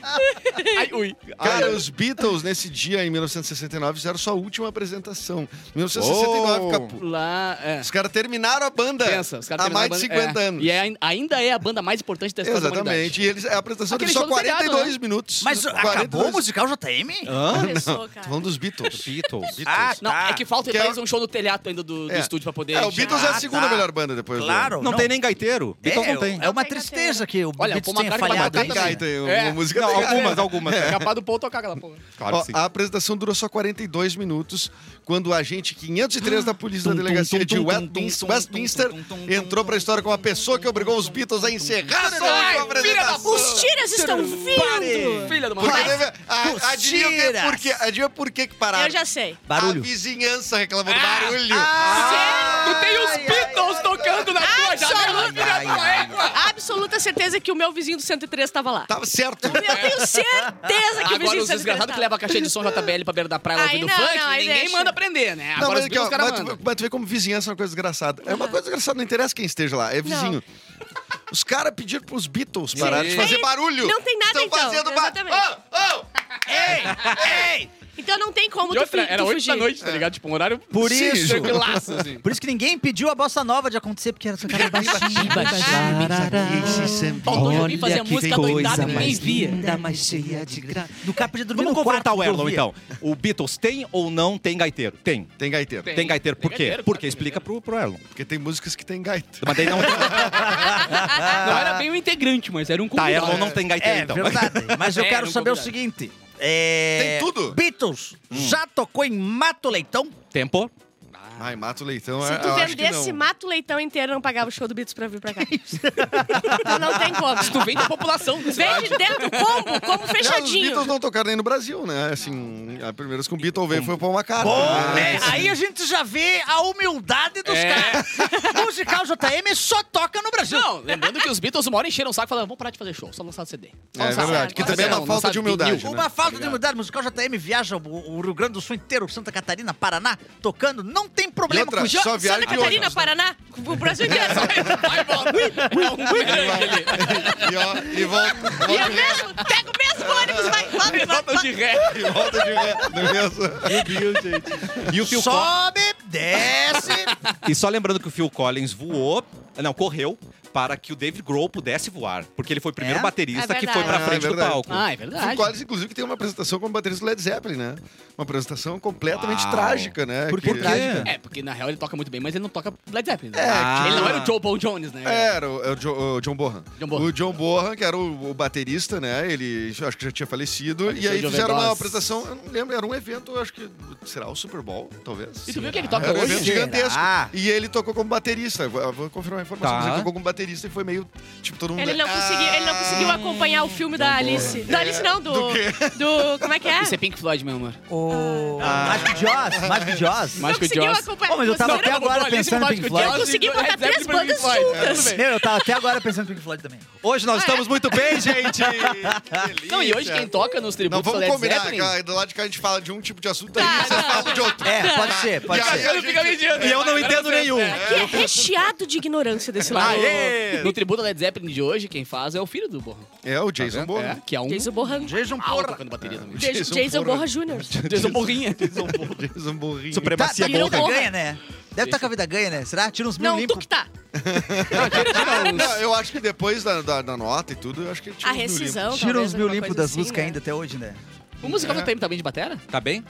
[SPEAKER 1] Ai, ui.
[SPEAKER 5] Cara, os Beatles, nesse dia, em 1969, fizeram sua última apresentação. 1969,
[SPEAKER 2] Oh.
[SPEAKER 5] Capu.
[SPEAKER 1] Lá, é.
[SPEAKER 5] Os caras terminaram a banda
[SPEAKER 1] Pensa, os caras
[SPEAKER 5] há mais de
[SPEAKER 1] terminaram a
[SPEAKER 5] 50
[SPEAKER 1] banda- é.
[SPEAKER 5] anos.
[SPEAKER 1] E é ai- ainda é a banda mais importante da história da humanidade.
[SPEAKER 5] Exatamente. E eles, a apresentação
[SPEAKER 1] Aquele
[SPEAKER 5] teve só
[SPEAKER 1] show do feriado,
[SPEAKER 5] 42 minutos.
[SPEAKER 6] Mas acabou o
[SPEAKER 5] 42.
[SPEAKER 6] musical JM?
[SPEAKER 4] Começou,
[SPEAKER 5] Tô
[SPEAKER 4] cara.
[SPEAKER 5] falando dos Beatles.
[SPEAKER 2] Beatles. Ah,
[SPEAKER 6] Ah,
[SPEAKER 1] Não, é que falta
[SPEAKER 6] tá.
[SPEAKER 5] Que é-
[SPEAKER 1] talvez um show no telhado ainda do, do
[SPEAKER 5] É.
[SPEAKER 1] estúdio pra poder
[SPEAKER 2] gente.
[SPEAKER 5] É, o Beatles é a
[SPEAKER 6] Ah,
[SPEAKER 5] segunda
[SPEAKER 6] tá.
[SPEAKER 5] melhor banda depois do-
[SPEAKER 6] Claro.
[SPEAKER 2] Não, tem nem gaiteiro.
[SPEAKER 6] É,
[SPEAKER 2] Beatles não tem.
[SPEAKER 6] é uma
[SPEAKER 4] Tem
[SPEAKER 6] tristeza
[SPEAKER 4] gaiteiro.
[SPEAKER 6] que o
[SPEAKER 1] Olha,
[SPEAKER 6] Beatles
[SPEAKER 1] o Paul
[SPEAKER 6] tenha
[SPEAKER 1] McCartney
[SPEAKER 6] falhado.
[SPEAKER 1] vai
[SPEAKER 5] Ah, Tem
[SPEAKER 1] matar
[SPEAKER 6] hein?
[SPEAKER 1] também.
[SPEAKER 5] gaita, tem uma
[SPEAKER 1] É.
[SPEAKER 5] música
[SPEAKER 2] Não,
[SPEAKER 5] tem gaita.
[SPEAKER 2] algumas, algumas.
[SPEAKER 1] Capaz do Paul tocar aquela porra.
[SPEAKER 5] Ó, a apresentação durou só 42 minutos, quando o agente 503 da polícia da delegacia de Westminster, Westminster entrou pra história como a pessoa que obrigou os Beatles a encerrar sua última apresentação.
[SPEAKER 4] Os tiras estão vindo!
[SPEAKER 1] Filha de uma...
[SPEAKER 5] Porque teve- a-
[SPEAKER 6] Os
[SPEAKER 5] Adivinha o que- é
[SPEAKER 6] tiras.
[SPEAKER 5] por quê? Adivinha por que que pararam?
[SPEAKER 4] Eu já sei. Ah,
[SPEAKER 7] A
[SPEAKER 6] Barulho.
[SPEAKER 7] vizinhança reclamou do barulho.
[SPEAKER 1] Tu tem os Beatles tocando na tua janela,
[SPEAKER 4] Absoluta,
[SPEAKER 1] filha é, da égua!
[SPEAKER 4] absoluta certeza que o meu vizinho do 103 estava lá.
[SPEAKER 5] Tá.
[SPEAKER 7] Tava certo.
[SPEAKER 4] Eu tenho certeza que o
[SPEAKER 1] É. Agora
[SPEAKER 4] vizinho
[SPEAKER 1] os
[SPEAKER 4] do 103
[SPEAKER 1] desgraçados que
[SPEAKER 4] tava.
[SPEAKER 1] levam a caixa de som JBL pra beira da praia
[SPEAKER 4] Aí
[SPEAKER 1] ouvindo
[SPEAKER 4] não,
[SPEAKER 1] funk,
[SPEAKER 4] não, aí
[SPEAKER 1] ninguém
[SPEAKER 4] deixa.
[SPEAKER 1] manda prender, né?
[SPEAKER 5] Não,
[SPEAKER 1] Agora
[SPEAKER 5] mas,
[SPEAKER 1] os
[SPEAKER 5] aqui,
[SPEAKER 1] Beatles,
[SPEAKER 5] ó,
[SPEAKER 1] os caras
[SPEAKER 5] mas,
[SPEAKER 1] mandam.
[SPEAKER 5] tu, mas tu vê como vizinhança é uma coisa engraçada. É uma coisa engraçada, não interessa quem esteja lá, é vizinho. Os caras pediram pros Beatles pararem de
[SPEAKER 4] Sim.
[SPEAKER 5] fazer
[SPEAKER 4] Aí,
[SPEAKER 5] barulho.
[SPEAKER 4] não tem nada,
[SPEAKER 5] Estão
[SPEAKER 4] então,
[SPEAKER 5] fazendo barulho.
[SPEAKER 4] exatamente.
[SPEAKER 3] Ei! Ei!
[SPEAKER 4] Então não tem como
[SPEAKER 1] E
[SPEAKER 4] tu,
[SPEAKER 1] outra,
[SPEAKER 4] fi- tu
[SPEAKER 1] era 8
[SPEAKER 4] fugir.
[SPEAKER 1] da noite, tá ligado? Tipo, um horário...
[SPEAKER 6] Por
[SPEAKER 1] Sim,
[SPEAKER 6] isso.
[SPEAKER 1] tranquilaço, assim.
[SPEAKER 6] Por isso que ninguém pediu a bossa nova de acontecer, porque era tocada baixinho, baixinho.
[SPEAKER 1] Faltou de ouvir fazer a
[SPEAKER 6] que
[SPEAKER 1] música doidada e ninguém via.
[SPEAKER 6] mais cheia de graça. No cara podia dormir
[SPEAKER 2] Vamos
[SPEAKER 6] no quarto.
[SPEAKER 2] confrontar o
[SPEAKER 6] que
[SPEAKER 2] Erlon,
[SPEAKER 6] ouvia.
[SPEAKER 2] então. O Beatles tem ou não tem gaiteiro? Tem.
[SPEAKER 5] Tem gaiteiro.
[SPEAKER 2] Tem,
[SPEAKER 1] Tem.
[SPEAKER 2] gaiteiro. Por
[SPEAKER 1] Tem
[SPEAKER 2] quê?
[SPEAKER 1] gaiteiro,
[SPEAKER 2] Porque
[SPEAKER 1] claro que
[SPEAKER 2] explica pro, pro Erlon.
[SPEAKER 5] Porque tem músicas que tem gaita.
[SPEAKER 2] Mas daí não tem.
[SPEAKER 4] Ah,
[SPEAKER 5] é,
[SPEAKER 1] Não era bem um integrante, mas era um
[SPEAKER 2] Tá,
[SPEAKER 1] convidado.
[SPEAKER 2] Erlon não tem gaiteiro,
[SPEAKER 6] É
[SPEAKER 2] então.
[SPEAKER 6] verdade, mas eu
[SPEAKER 1] É,
[SPEAKER 6] quero
[SPEAKER 1] não
[SPEAKER 6] saber o
[SPEAKER 1] convidado.
[SPEAKER 6] seguinte. é,
[SPEAKER 5] Tem tudo? Hum.
[SPEAKER 6] Beatles já tocou em Mato Leitão?
[SPEAKER 2] Tempo.
[SPEAKER 5] Ai, Mato Leitão é.
[SPEAKER 4] Se tu
[SPEAKER 5] eu acho que
[SPEAKER 4] vendesse
[SPEAKER 5] não.
[SPEAKER 4] mato leitão inteiro, não pagava o show do Beatles pra vir pra cá. então não tem como.
[SPEAKER 1] Tu vem da população. do estado.
[SPEAKER 4] Vende dentro do combo, como
[SPEAKER 5] Aliás, os
[SPEAKER 4] fechadinho.
[SPEAKER 5] Beatles não tocaram nem no Brasil, né? Assim, a primeira vez que o Beatle veio foi o Paul McCartney.
[SPEAKER 6] Bom,
[SPEAKER 5] né?
[SPEAKER 6] é, aí a gente já vê a humildade dos caras. Musical JM só toca no Brasil.
[SPEAKER 1] É. Não, lembrando que os Beatles uma hora encheram o saco e falaram, vamos parar de fazer show, só lançar CD. Só
[SPEAKER 5] É
[SPEAKER 1] lançar CD.
[SPEAKER 5] verdade, que também é uma
[SPEAKER 1] Não,
[SPEAKER 5] falta
[SPEAKER 1] lançar
[SPEAKER 5] de humildade.
[SPEAKER 1] vinil.
[SPEAKER 5] né?
[SPEAKER 6] Uma falta de humildade musical, JM viaja o, o Rio Grande do Sul inteiro, Santa Catarina, Paraná, tocando, não tem
[SPEAKER 5] E
[SPEAKER 6] problema
[SPEAKER 5] outra,
[SPEAKER 6] com
[SPEAKER 5] só
[SPEAKER 6] isso.
[SPEAKER 5] viagem
[SPEAKER 4] Santa
[SPEAKER 5] que outra.
[SPEAKER 4] Catarina, Paraná, o Brasil inteiro.
[SPEAKER 1] Vai, volta. É um grande ali.
[SPEAKER 5] E, ó, e volta,
[SPEAKER 4] E eu mesmo, pega o mesmo ônibus, vai, vai, vai,
[SPEAKER 1] Voltam de
[SPEAKER 4] vai.
[SPEAKER 1] ré.
[SPEAKER 5] e volta de ré. Não é mesmo?
[SPEAKER 2] E o Phil Collins.
[SPEAKER 6] Sobe, desce.
[SPEAKER 2] E só lembrando que o Phil Collins voou, não, correu, para que o David Grohl pudesse voar. Porque ele foi o primeiro
[SPEAKER 6] É?
[SPEAKER 2] baterista
[SPEAKER 4] É
[SPEAKER 2] que foi pra
[SPEAKER 5] verdade.
[SPEAKER 2] frente
[SPEAKER 5] Ah, é
[SPEAKER 2] do
[SPEAKER 5] verdade.
[SPEAKER 2] palco.
[SPEAKER 1] Ah, é
[SPEAKER 5] Phil
[SPEAKER 1] verdade.
[SPEAKER 5] Collins, inclusive, que tem uma apresentação como baterista do Led Zeppelin, né? Uma apresentação completamente
[SPEAKER 2] Uau.
[SPEAKER 5] trágica, né?
[SPEAKER 2] Por
[SPEAKER 5] Que-
[SPEAKER 2] quê?
[SPEAKER 1] É, porque na real ele toca muito bem, mas ele não toca Led Zeppelin. né?
[SPEAKER 2] É,
[SPEAKER 1] Ele
[SPEAKER 2] que-
[SPEAKER 1] não era o Joe Paul Jones, né?
[SPEAKER 5] Era o, é o Jo- o John Bohan.
[SPEAKER 1] John Bonham.
[SPEAKER 5] O John Bohan, que era o, o baterista, né? Ele já- acho que já tinha falecido.
[SPEAKER 1] Faleceu
[SPEAKER 5] e aí
[SPEAKER 1] de
[SPEAKER 5] fizeram
[SPEAKER 1] overdose.
[SPEAKER 5] uma apresentação, eu não lembro, era um evento, eu acho que. Será o Super Bowl, talvez?
[SPEAKER 1] E tu viu que ele
[SPEAKER 5] Era
[SPEAKER 1] toca
[SPEAKER 5] um evento
[SPEAKER 1] hoje?
[SPEAKER 6] Será?
[SPEAKER 5] gigantesco. E ele tocou como baterista. Eu Vou, eu vou confirmar a informação,
[SPEAKER 2] Tá.
[SPEAKER 5] mas ele tocou como baterista e foi meio. Tipo, todo mundo.
[SPEAKER 4] Ele não,
[SPEAKER 5] "Ah,
[SPEAKER 4] conseguiu, ele não conseguiu acompanhar o filme da Alice. Da Alice não, do...
[SPEAKER 5] Tá Do quê?
[SPEAKER 4] do como é que é?
[SPEAKER 1] Isso é Pink Floyd, meu amor.
[SPEAKER 6] O...
[SPEAKER 5] Ah.
[SPEAKER 6] Mágico de Oz, Mágico de Oz.
[SPEAKER 1] Mas-
[SPEAKER 4] não
[SPEAKER 1] Mágico de
[SPEAKER 4] conseguiu
[SPEAKER 1] Oz.
[SPEAKER 4] acompanhar.
[SPEAKER 6] Pô, mas eu tava
[SPEAKER 4] Você
[SPEAKER 6] até
[SPEAKER 4] não-
[SPEAKER 6] agora pensando em Pink Floyd.
[SPEAKER 4] assim, Eu consegui botar
[SPEAKER 1] Led
[SPEAKER 4] três
[SPEAKER 1] Zeppelin pra Pink
[SPEAKER 4] bandas
[SPEAKER 1] Floyd.
[SPEAKER 4] juntas.
[SPEAKER 1] É, tudo bem.
[SPEAKER 6] Meu, eu tava até agora pensando em Pink Floyd também.
[SPEAKER 2] Hoje nós estamos muito bem, gente!
[SPEAKER 5] que
[SPEAKER 1] Não, e hoje quem toca nos
[SPEAKER 5] Não,
[SPEAKER 1] tributos ao
[SPEAKER 5] vamos
[SPEAKER 1] Led
[SPEAKER 5] combinar.
[SPEAKER 1] Zeppelin...
[SPEAKER 5] cara. Do lado de cá a gente fala de um tipo de assunto,
[SPEAKER 4] Tá,
[SPEAKER 5] aí vocês
[SPEAKER 4] não.
[SPEAKER 5] falam de outro.
[SPEAKER 6] É, pode ser,
[SPEAKER 5] E
[SPEAKER 6] pode
[SPEAKER 5] aí
[SPEAKER 6] ser.
[SPEAKER 5] a gente-
[SPEAKER 2] E eu não entendo nenhum.
[SPEAKER 1] né?
[SPEAKER 4] Aqui é recheado de ignorância desse
[SPEAKER 1] Ah,
[SPEAKER 4] lado.
[SPEAKER 1] é?
[SPEAKER 2] Aê!
[SPEAKER 1] No tributo ao Led Zeppelin de hoje, quem faz é o filho do Borra.
[SPEAKER 5] É o Jason Bohan.
[SPEAKER 1] É, que é um...
[SPEAKER 4] Jason Borran.
[SPEAKER 6] Jason
[SPEAKER 1] pau
[SPEAKER 6] Porra.
[SPEAKER 1] tocando bateria também.
[SPEAKER 4] Jason,
[SPEAKER 5] Jason
[SPEAKER 4] Jason
[SPEAKER 5] Borra.
[SPEAKER 4] Borra Jr.
[SPEAKER 1] Jason Borrinha.
[SPEAKER 5] Jason Borrinho.
[SPEAKER 6] Tá,
[SPEAKER 2] Supremacia
[SPEAKER 6] tá com vida
[SPEAKER 2] Golden.
[SPEAKER 4] Porra.
[SPEAKER 6] ganha, né? Deve estar com a vida ganha, né? Será? Tira uns mil
[SPEAKER 4] Não, tu
[SPEAKER 6] limpos.
[SPEAKER 4] que tá.
[SPEAKER 5] Tá, Não, eu acho que depois da, da- da nota e tudo, eu acho que ele tinha
[SPEAKER 4] A
[SPEAKER 5] um uns mil limpos.
[SPEAKER 4] rescisão,
[SPEAKER 6] Tira
[SPEAKER 4] talvez,
[SPEAKER 6] uns mil
[SPEAKER 4] alguma
[SPEAKER 6] limpos
[SPEAKER 4] coisa
[SPEAKER 6] das
[SPEAKER 4] assim,
[SPEAKER 6] músicas
[SPEAKER 4] né?
[SPEAKER 1] é.
[SPEAKER 6] ainda até hoje, né?
[SPEAKER 1] O musical do tempo também de batera?
[SPEAKER 2] Tá bem?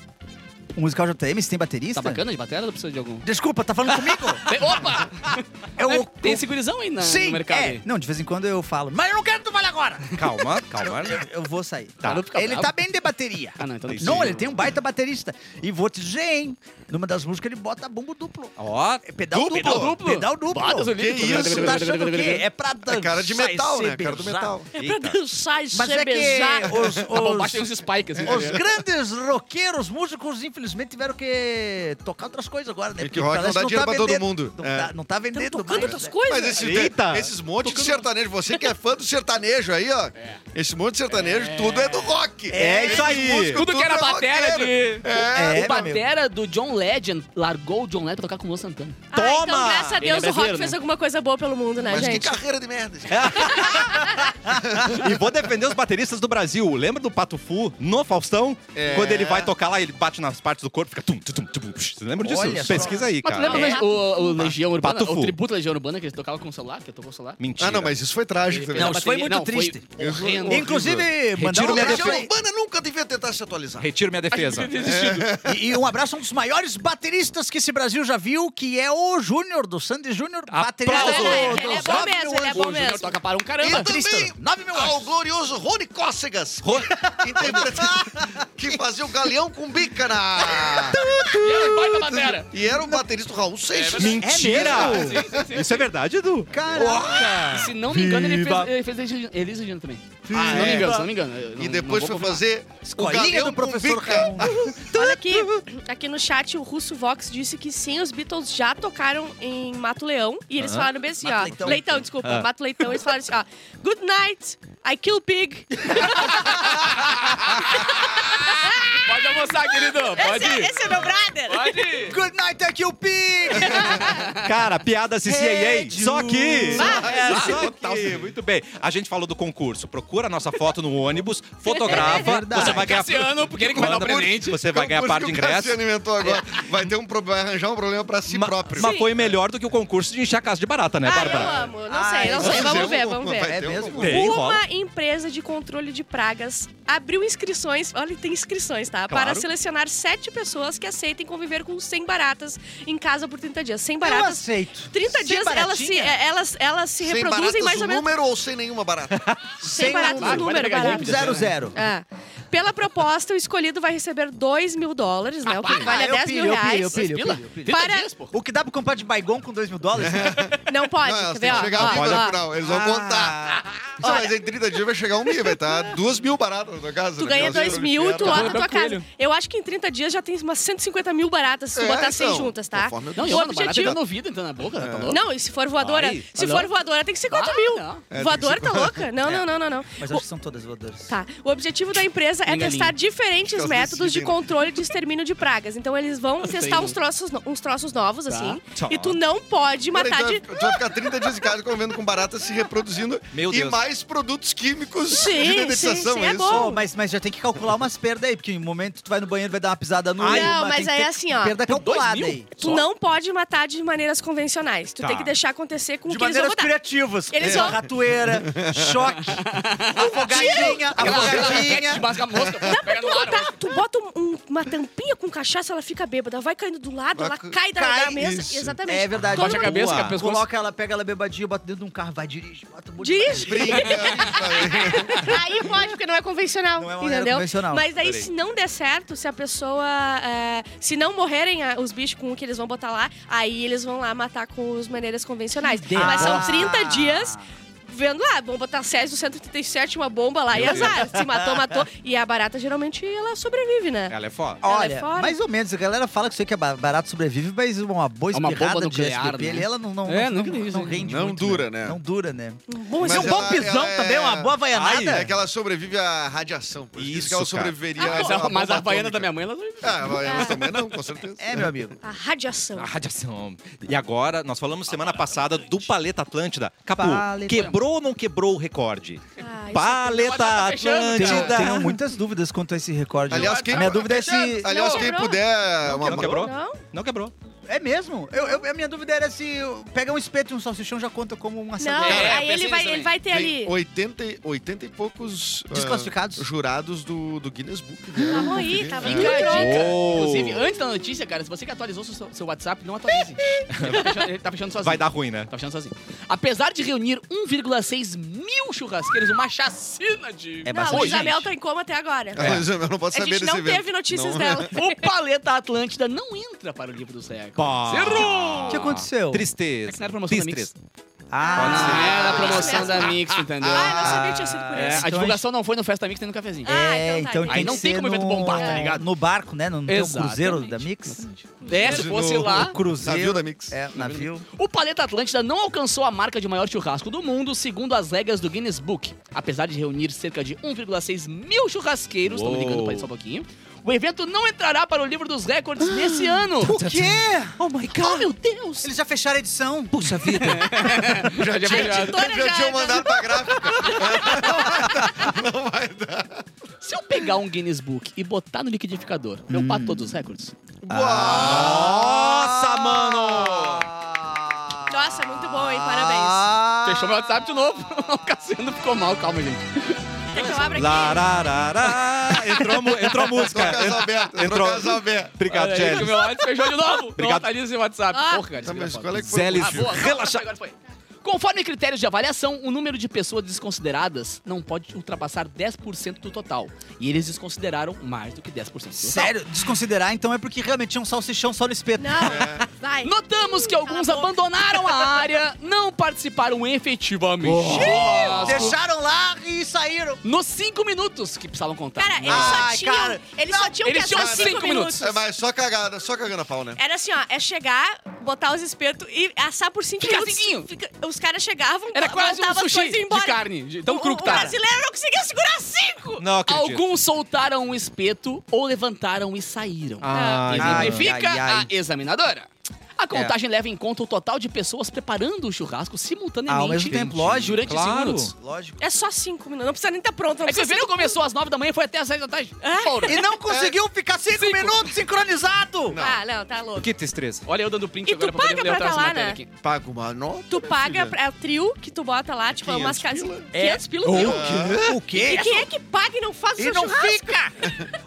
[SPEAKER 6] O musical JM, se tem baterista?
[SPEAKER 1] Tá bacana de batera ou precisa de algum?
[SPEAKER 6] Desculpa, tá falando comigo?
[SPEAKER 1] Tem- Opa! Né?
[SPEAKER 6] Eu, eu,
[SPEAKER 1] Tem esse gurizão aí na-
[SPEAKER 6] é Sim,
[SPEAKER 1] no mercado
[SPEAKER 6] é.
[SPEAKER 1] aí.
[SPEAKER 6] Não, de vez em quando eu falo, mas eu não quero que tu fale agora.
[SPEAKER 2] Calma, calma.
[SPEAKER 6] Eu vou sair.
[SPEAKER 1] Tá. Não fica
[SPEAKER 6] Ele
[SPEAKER 1] bravo.
[SPEAKER 6] tá bem de bateria.
[SPEAKER 1] Ah, não, então não
[SPEAKER 6] Não,
[SPEAKER 1] precisa.
[SPEAKER 6] ele tem um baita baterista. E vou te dizer, hein? Numa das músicas ele bota bumbo duplo.
[SPEAKER 2] Ó,
[SPEAKER 6] É pedal duplo.
[SPEAKER 1] pedal duplo?
[SPEAKER 6] Pedal duplo.
[SPEAKER 1] Bota os olhinhos.
[SPEAKER 6] Que isso? Tá achando o quê? É pra dançar.
[SPEAKER 5] É cara de metal,
[SPEAKER 6] e se
[SPEAKER 5] né? Cara do
[SPEAKER 6] beijar.
[SPEAKER 5] metal.
[SPEAKER 4] É pra dançar e
[SPEAKER 6] Mas
[SPEAKER 4] se
[SPEAKER 6] é
[SPEAKER 4] beijar.
[SPEAKER 6] que os,
[SPEAKER 1] A bombacha tem uns
[SPEAKER 6] os,
[SPEAKER 1] spikes. assim, tá
[SPEAKER 6] os
[SPEAKER 1] ligado?
[SPEAKER 6] grandes roqueiros, músicos, infelizmente, tiveram que tocar outras coisas agora, né?
[SPEAKER 5] E que rock não
[SPEAKER 6] parece
[SPEAKER 5] dá
[SPEAKER 6] que
[SPEAKER 5] dinheiro pra todo
[SPEAKER 6] vendendo-
[SPEAKER 5] mundo.
[SPEAKER 6] Não,
[SPEAKER 5] É.
[SPEAKER 6] tá, não tá vendendo
[SPEAKER 4] Tão
[SPEAKER 6] mais,
[SPEAKER 4] tocando outras
[SPEAKER 6] né?
[SPEAKER 4] coisas.
[SPEAKER 5] Mas esse,
[SPEAKER 2] Eita.
[SPEAKER 5] esses montes de sertanejo, você que é fã do sertanejo aí, ó. Esse monte de sertanejo, tudo é do rock.
[SPEAKER 6] É
[SPEAKER 5] Esses
[SPEAKER 6] isso aí.
[SPEAKER 5] músicos,
[SPEAKER 1] Tudo que era
[SPEAKER 5] é
[SPEAKER 1] batera
[SPEAKER 5] roqueiro.
[SPEAKER 1] de...
[SPEAKER 6] É,
[SPEAKER 1] o
[SPEAKER 6] meu amigo.
[SPEAKER 1] batera do John Legend largou o John Legend pra tocar com o Luan Santana.
[SPEAKER 4] Ah, então
[SPEAKER 2] Toma!
[SPEAKER 4] graças a
[SPEAKER 1] Ele
[SPEAKER 4] Deus
[SPEAKER 1] é
[SPEAKER 4] o rock
[SPEAKER 1] brasileiro,
[SPEAKER 4] fez
[SPEAKER 1] né?
[SPEAKER 4] alguma coisa boa pelo mundo, né,
[SPEAKER 7] Mas que
[SPEAKER 4] gente?
[SPEAKER 7] carreira de merda, gente.
[SPEAKER 2] E vou defender os bateristas do
[SPEAKER 5] É.
[SPEAKER 2] Brasil. Lembra do Pato Fu no Faustão? Quando ele vai tocar lá, ele bate nas partes do corpo, fica tum, tum, tum, tum, Vocês lembram disso?
[SPEAKER 6] Olha só.
[SPEAKER 2] Pesquisa aí,
[SPEAKER 1] Mas tu
[SPEAKER 2] cara.
[SPEAKER 1] lembra
[SPEAKER 4] É.
[SPEAKER 1] o, o- o Legião Urbana,
[SPEAKER 2] Pato
[SPEAKER 1] o
[SPEAKER 2] Fu.
[SPEAKER 1] tributo da Legião Urbana que eles tocavam com o celular, que tocou o celular?
[SPEAKER 2] Mentira.
[SPEAKER 5] Ah, não, mas isso foi trágico também.
[SPEAKER 1] Não,
[SPEAKER 6] Não, isso foi muito triste.
[SPEAKER 1] Horrendo.
[SPEAKER 6] Inclusive, mandar
[SPEAKER 2] Retiro
[SPEAKER 6] um
[SPEAKER 2] minha
[SPEAKER 6] abraço
[SPEAKER 7] A
[SPEAKER 2] defesa.
[SPEAKER 6] aí.
[SPEAKER 7] Urbana nunca devia tentar se atualizar.
[SPEAKER 2] Retiro minha defesa. É.
[SPEAKER 6] E, e um abraço a um dos maiores bateristas que esse Brasil já viu, que é o Júnior, do Sandy Júnior, baterista
[SPEAKER 2] Aplausos!
[SPEAKER 6] do,
[SPEAKER 4] Ele é- ele é
[SPEAKER 6] dos
[SPEAKER 4] bom
[SPEAKER 6] Nove
[SPEAKER 4] mesmo,
[SPEAKER 6] Mil
[SPEAKER 4] ele é
[SPEAKER 6] Anjos.
[SPEAKER 4] bom
[SPEAKER 1] O Júnior
[SPEAKER 4] mesmo.
[SPEAKER 1] toca para um
[SPEAKER 7] E
[SPEAKER 1] caramba.
[SPEAKER 7] também
[SPEAKER 6] Tristão, nove mil
[SPEAKER 7] ao
[SPEAKER 6] anos.
[SPEAKER 7] glorioso Rony Cócegas, interpretando- que fazia o galeão com bica na...
[SPEAKER 1] Vai na madeira.
[SPEAKER 7] E era o baterista do Raul Seixas.
[SPEAKER 2] Mentira!
[SPEAKER 6] É
[SPEAKER 2] Isso é verdade, Edu?
[SPEAKER 1] E se não me engano, ele fez,
[SPEAKER 2] Viva.
[SPEAKER 1] ele fez Elisa- Elisa Regina também.
[SPEAKER 7] Ah,
[SPEAKER 1] se não
[SPEAKER 7] é?
[SPEAKER 1] me engano, se não me engano. eu não-
[SPEAKER 7] E depois
[SPEAKER 1] não vou
[SPEAKER 7] foi fazer o
[SPEAKER 6] Escolinha
[SPEAKER 7] galeão
[SPEAKER 6] do
[SPEAKER 7] com
[SPEAKER 6] professor
[SPEAKER 7] bica.
[SPEAKER 6] Raimundo.
[SPEAKER 4] Olha aqui, aqui no chat o Russo Vox disse que sim, os Beatles já tocaram em Mato Leão. E eles falaram bem assim,
[SPEAKER 6] Mato
[SPEAKER 4] ó.
[SPEAKER 6] Leitão.
[SPEAKER 4] Leitão, desculpa, Mato Leitão. Eles falaram assim, ó. Good night, I kill pig.
[SPEAKER 1] confirmar. Pode almoçar, querido. Pode
[SPEAKER 4] Esse, é-
[SPEAKER 1] ir.
[SPEAKER 4] esse é meu brother.
[SPEAKER 1] Pode ir.
[SPEAKER 6] Good night, aqui o Pi!
[SPEAKER 2] Cara, piada CCAA,
[SPEAKER 6] Rédio.
[SPEAKER 2] só aqui!
[SPEAKER 4] Vá,
[SPEAKER 2] É, só aqui! Muito bem. A gente falou do concurso. Procura a nossa foto no ônibus, fotografa,
[SPEAKER 6] Verdade.
[SPEAKER 2] você vai ganhar...
[SPEAKER 1] Cassiano, porque ele que vai dar o
[SPEAKER 2] Manda-
[SPEAKER 1] presente.
[SPEAKER 2] Você vai ganhar
[SPEAKER 5] Então,
[SPEAKER 2] par
[SPEAKER 5] Por
[SPEAKER 2] de
[SPEAKER 5] isso que O
[SPEAKER 2] ingresso. É.
[SPEAKER 5] Cassiano inventou agora. Vai ter um problema, vai arranjar um problema pra si
[SPEAKER 2] Ma-
[SPEAKER 5] próprio.
[SPEAKER 2] Mas foi melhor do que o concurso de encher a casa de barata, né,
[SPEAKER 4] Ah, eu
[SPEAKER 2] Bárbara?
[SPEAKER 4] amo. Não sei, não
[SPEAKER 6] Ah,
[SPEAKER 4] sei.
[SPEAKER 5] Vai ter
[SPEAKER 4] Vamos ver,
[SPEAKER 5] um-
[SPEAKER 4] vamos ver.
[SPEAKER 5] vai ter um-
[SPEAKER 6] É mesmo?
[SPEAKER 2] Tem,
[SPEAKER 4] Uma
[SPEAKER 2] rola.
[SPEAKER 4] empresa de controle de pragas abriu inscrições, olha, tem inscrições, tá?
[SPEAKER 2] Claro.
[SPEAKER 4] Para selecionar sete pessoas que aceitem conviver com 100 baratas em casa por 30 dias. 100
[SPEAKER 6] Eu
[SPEAKER 4] baratas.
[SPEAKER 6] aceito.
[SPEAKER 4] 30
[SPEAKER 6] Sem
[SPEAKER 4] dias elas se,
[SPEAKER 6] baratinha?
[SPEAKER 4] é, elas, elas se
[SPEAKER 7] Sem
[SPEAKER 4] reproduzem mais
[SPEAKER 7] baratas o
[SPEAKER 4] ou menos
[SPEAKER 5] é
[SPEAKER 7] número ou sem nenhuma barata?
[SPEAKER 4] sem baratas
[SPEAKER 1] número.
[SPEAKER 4] o número,
[SPEAKER 1] Claro, vai pegar
[SPEAKER 4] barato.
[SPEAKER 1] gente,
[SPEAKER 6] Zero, zero.
[SPEAKER 4] É. Pela proposta, o escolhido vai receber 2 mil dólares, né? O que vale a
[SPEAKER 6] eu
[SPEAKER 4] 10
[SPEAKER 6] pilho, eu
[SPEAKER 4] mil reais.
[SPEAKER 6] pilho, eu pilho, eu
[SPEAKER 1] Pila?
[SPEAKER 6] pilho, eu pilho.
[SPEAKER 1] 30
[SPEAKER 4] Para-
[SPEAKER 1] dias, pô.
[SPEAKER 6] O que dá pra comprar de baigon com 2 mil dólares?
[SPEAKER 4] Não pode,
[SPEAKER 5] Não, elas
[SPEAKER 4] quer ver?
[SPEAKER 5] têm que
[SPEAKER 4] Ó, Ah.
[SPEAKER 5] chegar viva
[SPEAKER 4] ó,
[SPEAKER 5] no
[SPEAKER 4] ó.
[SPEAKER 5] final. Eles vão contar. Só, mas em 30 dias vai chegar um mil, vai estar duas mil baratas na tua casa.
[SPEAKER 4] Tu
[SPEAKER 5] né,
[SPEAKER 4] ganha
[SPEAKER 5] aquelas
[SPEAKER 4] 2
[SPEAKER 5] que
[SPEAKER 4] mil e tu
[SPEAKER 5] vieram.
[SPEAKER 4] lota
[SPEAKER 1] Meu
[SPEAKER 4] a tua casa.
[SPEAKER 1] coelho.
[SPEAKER 4] Eu acho que em 30 dias já tem umas 150 mil baratas se tu
[SPEAKER 5] É,
[SPEAKER 4] botar 100
[SPEAKER 5] então,
[SPEAKER 4] juntas, tá?
[SPEAKER 5] conforme eu
[SPEAKER 1] Não, e
[SPEAKER 4] o
[SPEAKER 1] olha, barata
[SPEAKER 4] objetivo...
[SPEAKER 1] dando ouvido, então, na boca, tá louco?
[SPEAKER 4] Não, e se for voadora?
[SPEAKER 2] Aí,
[SPEAKER 4] se
[SPEAKER 1] alô?
[SPEAKER 4] for voadora, tem que ser 4
[SPEAKER 1] Ah,
[SPEAKER 4] mil.
[SPEAKER 1] não.
[SPEAKER 5] É, tem
[SPEAKER 4] voadora
[SPEAKER 5] que ser-
[SPEAKER 4] tá louca? Não, não, não, não, não.
[SPEAKER 6] Mas acho que são todas voadoras.
[SPEAKER 4] Tá. O objetivo da empresa é
[SPEAKER 1] Minha
[SPEAKER 4] testar
[SPEAKER 1] linha.
[SPEAKER 4] diferentes
[SPEAKER 5] Elas
[SPEAKER 4] métodos de
[SPEAKER 5] decidem, né?
[SPEAKER 4] controle de extermínio de pragas. Então eles vão
[SPEAKER 1] Eu
[SPEAKER 4] testar
[SPEAKER 1] tenho.
[SPEAKER 4] uns troços, no- uns troços novos, assim.
[SPEAKER 2] Tá.
[SPEAKER 4] E tu não pode
[SPEAKER 5] Peraí,
[SPEAKER 4] matar
[SPEAKER 5] então é tu, vai,
[SPEAKER 4] de.
[SPEAKER 5] tu vai ficar 30 dias em casa convivendo com baratas se reproduzindo
[SPEAKER 2] Meu
[SPEAKER 5] e
[SPEAKER 2] Deus.
[SPEAKER 5] mais produtos químicos
[SPEAKER 4] Sim,
[SPEAKER 5] de
[SPEAKER 4] sim,
[SPEAKER 5] dedetização,
[SPEAKER 4] sim,
[SPEAKER 5] é
[SPEAKER 4] é
[SPEAKER 5] isso?
[SPEAKER 4] bom.
[SPEAKER 6] Pô, mas, mas já tem que calcular umas perdas aí, porque em um momento tu vai no banheiro vai dar uma pisada no.
[SPEAKER 4] Ai,
[SPEAKER 6] olho,
[SPEAKER 4] não,
[SPEAKER 6] tem
[SPEAKER 4] mas
[SPEAKER 6] que
[SPEAKER 4] aí
[SPEAKER 6] ter
[SPEAKER 4] é assim, ó.
[SPEAKER 6] Perda
[SPEAKER 1] Por dois
[SPEAKER 6] calculada
[SPEAKER 1] mil?
[SPEAKER 6] aí.
[SPEAKER 4] Tu não pode matar de maneiras convencionais. Tu
[SPEAKER 2] Tá.
[SPEAKER 4] tem que deixar acontecer com o
[SPEAKER 6] De
[SPEAKER 4] que eles vão
[SPEAKER 6] maneiras
[SPEAKER 4] matar.
[SPEAKER 6] criativas.
[SPEAKER 4] Eles Um
[SPEAKER 6] É.
[SPEAKER 4] vão-
[SPEAKER 6] Ratoeira, choque, afogadinha, afogadinha.
[SPEAKER 1] Masca a mosca.
[SPEAKER 4] Dá pra
[SPEAKER 1] pega
[SPEAKER 4] tu
[SPEAKER 1] no ar,
[SPEAKER 4] botar. Tu bota um- um- uma tampinha com cachaça, ela fica bêbada. Vai caindo do lado,
[SPEAKER 5] Vai
[SPEAKER 4] ela
[SPEAKER 5] ca-
[SPEAKER 4] cai da,
[SPEAKER 6] cai,
[SPEAKER 4] da mesa.
[SPEAKER 5] isso.
[SPEAKER 4] Exatamente.
[SPEAKER 6] É verdade.
[SPEAKER 4] Todo
[SPEAKER 1] Bate a
[SPEAKER 4] mundo-
[SPEAKER 1] cabeça,
[SPEAKER 6] Boa.
[SPEAKER 1] que a pescoço-
[SPEAKER 6] Coloca ela, pega ela bebadinha, bota dentro de um carro, vai, dirige, bota o bolo de
[SPEAKER 4] Dirige.
[SPEAKER 5] Brinca.
[SPEAKER 4] Aí pode, porque não é convencional.
[SPEAKER 6] Não é uma maneira
[SPEAKER 4] entendeu?
[SPEAKER 6] convencional.
[SPEAKER 4] Mas daí,
[SPEAKER 2] Peraí.
[SPEAKER 4] se não der certo, se a pessoa. é, se não morrerem ah, os bichos com o que eles vão botar lá, aí eles vão lá matar com as maneiras convencionais.
[SPEAKER 6] Que
[SPEAKER 4] Mas são
[SPEAKER 6] bosta.
[SPEAKER 4] 30 dias. Vendo lá, vão botar Césio 137, uma bomba lá e é azar. Se matou, matou. E a barata geralmente ela sobrevive, né?
[SPEAKER 2] Ela é foda.
[SPEAKER 4] Ela é
[SPEAKER 6] Olha,
[SPEAKER 4] fora.
[SPEAKER 6] mais ou menos. A galera fala que isso aí que é ba- barato sobrevive, mas uma boa
[SPEAKER 1] É uma
[SPEAKER 6] espirrada
[SPEAKER 1] bomba
[SPEAKER 6] de
[SPEAKER 1] nuclear,
[SPEAKER 6] SPP,
[SPEAKER 1] né?
[SPEAKER 6] ela não, não,
[SPEAKER 1] É,
[SPEAKER 6] não,
[SPEAKER 1] nunca
[SPEAKER 6] não,
[SPEAKER 1] diz,
[SPEAKER 6] não
[SPEAKER 1] né?
[SPEAKER 6] rende
[SPEAKER 5] Não
[SPEAKER 6] muito,
[SPEAKER 5] dura, né?
[SPEAKER 6] Não dura, né?
[SPEAKER 4] Um bom
[SPEAKER 5] Mas
[SPEAKER 6] Mas um
[SPEAKER 4] exemplo.
[SPEAKER 5] ela-
[SPEAKER 6] bom pisão
[SPEAKER 5] ela é-
[SPEAKER 6] também, uma boa vaianada.
[SPEAKER 5] É que ela sobrevive à radiação, por isso,
[SPEAKER 2] Isso,
[SPEAKER 5] que ela
[SPEAKER 2] cara.
[SPEAKER 5] sobreviveria
[SPEAKER 4] Ah,
[SPEAKER 1] Mas, a-
[SPEAKER 5] à- à
[SPEAKER 1] mas a
[SPEAKER 5] bomba
[SPEAKER 1] Havaiana da
[SPEAKER 5] atômica.
[SPEAKER 1] minha mãe, ela...
[SPEAKER 5] Ah, a Havaiana também não, com certeza.
[SPEAKER 6] É, meu amigo.
[SPEAKER 4] A radiação.
[SPEAKER 2] A radiação. Ah, E agora, nós falamos semana passada do Paleta Atlântida. Capu,
[SPEAKER 6] Paleta.
[SPEAKER 2] quebrou ou não quebrou o recorde?
[SPEAKER 4] Ah, isso
[SPEAKER 2] Paleta
[SPEAKER 1] Tá fechando,
[SPEAKER 6] Tenho,
[SPEAKER 2] Atlântida.
[SPEAKER 6] tenho muitas dúvidas quanto a esse recorde.
[SPEAKER 5] Aliás, quem-
[SPEAKER 6] a minha dúvida é se.
[SPEAKER 5] Aliás,
[SPEAKER 4] Não,
[SPEAKER 5] quem
[SPEAKER 4] quebrou?
[SPEAKER 5] puder... Uma,
[SPEAKER 2] Não quebrou?
[SPEAKER 4] Não.
[SPEAKER 2] Não quebrou.
[SPEAKER 6] É mesmo? Eu, eu- a minha dúvida era se pegar um espeto e um salsichão já conta como um
[SPEAKER 4] Não,
[SPEAKER 6] assadero.
[SPEAKER 1] Cara,
[SPEAKER 4] aí
[SPEAKER 1] eu
[SPEAKER 4] ele
[SPEAKER 1] pensei
[SPEAKER 4] vai,
[SPEAKER 1] nisso
[SPEAKER 4] ele vai ter
[SPEAKER 5] Tem
[SPEAKER 4] ali.
[SPEAKER 5] 80, e- 80 e poucos... ah,
[SPEAKER 6] Desclassificados.
[SPEAKER 5] jurados do, do Guinness Book. vieram
[SPEAKER 4] Tava Tá aí,
[SPEAKER 5] conferir.
[SPEAKER 4] tava
[SPEAKER 5] É.
[SPEAKER 4] aí. Quebrou.
[SPEAKER 2] Uou.
[SPEAKER 1] Inclusive, antes da notícia, cara, se você que atualizou seu, seu WhatsApp, não atualize. ele, tá fechando, ele tá fechando sozinho.
[SPEAKER 2] Vai dar ruim, né?
[SPEAKER 1] Tá fechando sozinho. Apesar de reunir 1,6 mil churrasqueiros, uma chacina de...
[SPEAKER 6] É
[SPEAKER 4] Não,
[SPEAKER 6] bastante
[SPEAKER 4] a
[SPEAKER 1] Pô, gente,
[SPEAKER 4] Isabel tá em coma até agora.
[SPEAKER 5] Ah, mas Eu não posso
[SPEAKER 4] A
[SPEAKER 5] saber
[SPEAKER 4] gente
[SPEAKER 5] desse
[SPEAKER 4] não
[SPEAKER 5] evento.
[SPEAKER 4] teve notícias
[SPEAKER 5] Não.
[SPEAKER 4] dela.
[SPEAKER 1] O Paleta Atlântida não entra para o livro do É século.
[SPEAKER 2] Pá.
[SPEAKER 6] O que
[SPEAKER 2] Então,
[SPEAKER 6] aconteceu?
[SPEAKER 2] Tristeza.
[SPEAKER 1] É que não era promoção da Mix.
[SPEAKER 2] Tristeza.
[SPEAKER 1] Não
[SPEAKER 6] Ah,
[SPEAKER 1] era a
[SPEAKER 4] isso
[SPEAKER 1] promoção
[SPEAKER 4] mesmo.
[SPEAKER 1] da Mix, entendeu?
[SPEAKER 4] Ah, eu não sabia que tinha sido por
[SPEAKER 1] É,
[SPEAKER 4] isso.
[SPEAKER 1] a divulgação não foi no Festa Mix nem no cafezinho.
[SPEAKER 4] Ah,
[SPEAKER 6] é,
[SPEAKER 4] então
[SPEAKER 6] então
[SPEAKER 4] tá, então.
[SPEAKER 1] Aí não
[SPEAKER 6] que
[SPEAKER 1] tem
[SPEAKER 6] ser
[SPEAKER 1] como o evento
[SPEAKER 6] no-
[SPEAKER 1] bombar, tá ligado?
[SPEAKER 6] No barco, né? Não tem o
[SPEAKER 1] Exatamente.
[SPEAKER 6] cruzeiro da Mix?
[SPEAKER 1] É, se fosse
[SPEAKER 5] No-
[SPEAKER 1] lá.
[SPEAKER 5] Navio
[SPEAKER 6] Cruzeiro.
[SPEAKER 5] da Mix.
[SPEAKER 6] É, navio.
[SPEAKER 1] O Paleta Atlântida não alcançou a marca de maior churrasco do mundo, segundo as regras do Guinness Book. Apesar de reunir cerca de 1,6 mil churrasqueiros, estamos ligando para isso só um pouquinho, o evento não entrará para o livro dos recordes nesse ano.
[SPEAKER 6] O quê?
[SPEAKER 1] Oh my god! Oh meu Deus!
[SPEAKER 6] Eles já fecharam a edição.
[SPEAKER 2] Puxa vida.
[SPEAKER 1] Já, já,
[SPEAKER 4] A
[SPEAKER 1] já.
[SPEAKER 4] editora
[SPEAKER 5] Já
[SPEAKER 4] já-
[SPEAKER 5] tinha mandado
[SPEAKER 2] tá
[SPEAKER 5] pra gráfica.
[SPEAKER 1] Se eu pegar um Guinness Book e botar no liquidificador, eu bato todos os recordes?
[SPEAKER 2] Nossa, mano!
[SPEAKER 6] Ah.
[SPEAKER 4] Nossa, muito bom, hein? Parabéns.
[SPEAKER 1] Fechou meu WhatsApp de novo. o Cassiano ficou mal, calma, gente.
[SPEAKER 4] Quer que eu abra aqui?
[SPEAKER 2] Lararará. Entrou, a mu- entrou a música.
[SPEAKER 5] Entrou o Casalberto, entrou
[SPEAKER 2] Entrou.
[SPEAKER 5] o Casalberto.
[SPEAKER 2] Obrigado,
[SPEAKER 1] Olha aí que
[SPEAKER 2] Jelly.
[SPEAKER 1] o meu WhatsApp fechou de novo.
[SPEAKER 2] Obrigado.
[SPEAKER 1] Obrigado. Atualiza seu WhatsApp.
[SPEAKER 4] Ah.
[SPEAKER 1] Porra, cara.
[SPEAKER 5] Tá,
[SPEAKER 1] desculpa.
[SPEAKER 5] mas qual é que foi?
[SPEAKER 2] Zélis,
[SPEAKER 1] Ah, boa.
[SPEAKER 2] relaxa.
[SPEAKER 1] Agora foi. Conforme critérios de avaliação, o número de pessoas desconsideradas não pode ultrapassar 10% do total. E eles desconsideraram mais do que 10% do total.
[SPEAKER 6] Sério? Desconsiderar, então, é porque realmente tinha um salsichão só no espeto.
[SPEAKER 4] Não, vai.
[SPEAKER 1] Notamos que alguns
[SPEAKER 4] Cala a boca.
[SPEAKER 1] abandonaram a área, não participaram efetivamente.
[SPEAKER 6] Oh. Deixaram lá e saíram.
[SPEAKER 1] Nos 5 minutos que precisavam contar.
[SPEAKER 4] Cara, eles
[SPEAKER 6] Ai,
[SPEAKER 4] só tinham.
[SPEAKER 6] cara.
[SPEAKER 4] Eles só tinham
[SPEAKER 1] Eles
[SPEAKER 4] que
[SPEAKER 1] tinham
[SPEAKER 4] achar
[SPEAKER 1] cinco
[SPEAKER 4] cinco
[SPEAKER 1] minutos.
[SPEAKER 4] minutos.
[SPEAKER 5] É, mas só cagada, só cagando a pau, né?
[SPEAKER 4] Era assim, ó, é chegar, botar os espertos e assar por cinco
[SPEAKER 1] Fica
[SPEAKER 4] minutos.
[SPEAKER 1] cinquinho.
[SPEAKER 4] Fica- os caras chegavam,
[SPEAKER 1] Era quase um
[SPEAKER 4] botavam as
[SPEAKER 1] sushi
[SPEAKER 4] coisas e ia embora.
[SPEAKER 1] de carne, de tão
[SPEAKER 4] O-
[SPEAKER 1] cru que
[SPEAKER 4] O
[SPEAKER 1] tava.
[SPEAKER 4] brasileiro não conseguia segurar cinco!
[SPEAKER 2] Não acredito.
[SPEAKER 1] Alguns soltaram um espeto ou levantaram e saíram.
[SPEAKER 4] Ah,
[SPEAKER 2] Ai, Ah, ai,
[SPEAKER 1] Exemplifica
[SPEAKER 6] ai, ai.
[SPEAKER 1] a examinadora. A contagem leva em conta o total de pessoas preparando o churrasco simultaneamente.
[SPEAKER 6] Ao mesmo tempo, lógico,
[SPEAKER 1] Durante
[SPEAKER 2] claro.
[SPEAKER 1] cinco minutos.
[SPEAKER 6] Lógico.
[SPEAKER 4] É só cinco minutos, não precisa nem estar pronto. Não
[SPEAKER 1] É que
[SPEAKER 4] precisa
[SPEAKER 1] você viu, começou às nove da manhã e foi até às seis da tarde. Porra.
[SPEAKER 6] E não conseguiu ficar cinco,
[SPEAKER 1] É. Cinco.
[SPEAKER 6] minutos sincronizado.
[SPEAKER 4] ser- Ah, não, tá louco.
[SPEAKER 2] Que tristeza.
[SPEAKER 1] Olha eu dando print
[SPEAKER 4] E
[SPEAKER 1] agora
[SPEAKER 4] tu
[SPEAKER 1] pra poder
[SPEAKER 4] paga pra
[SPEAKER 1] levantar
[SPEAKER 4] tá
[SPEAKER 1] essa
[SPEAKER 4] lá,
[SPEAKER 1] matéria
[SPEAKER 4] né?
[SPEAKER 1] aqui.
[SPEAKER 5] Paga uma nota.
[SPEAKER 4] Tu paga,
[SPEAKER 5] filha.
[SPEAKER 4] pra- é o trio que tu bota lá, tipo, é umas
[SPEAKER 5] 500
[SPEAKER 4] casas.
[SPEAKER 5] pila.
[SPEAKER 4] 500 pila o
[SPEAKER 2] O
[SPEAKER 4] trio.
[SPEAKER 2] quê? O quê?
[SPEAKER 4] E quem é que paga e não faz o
[SPEAKER 6] E
[SPEAKER 4] seu
[SPEAKER 6] não
[SPEAKER 4] churrasco?
[SPEAKER 6] fica.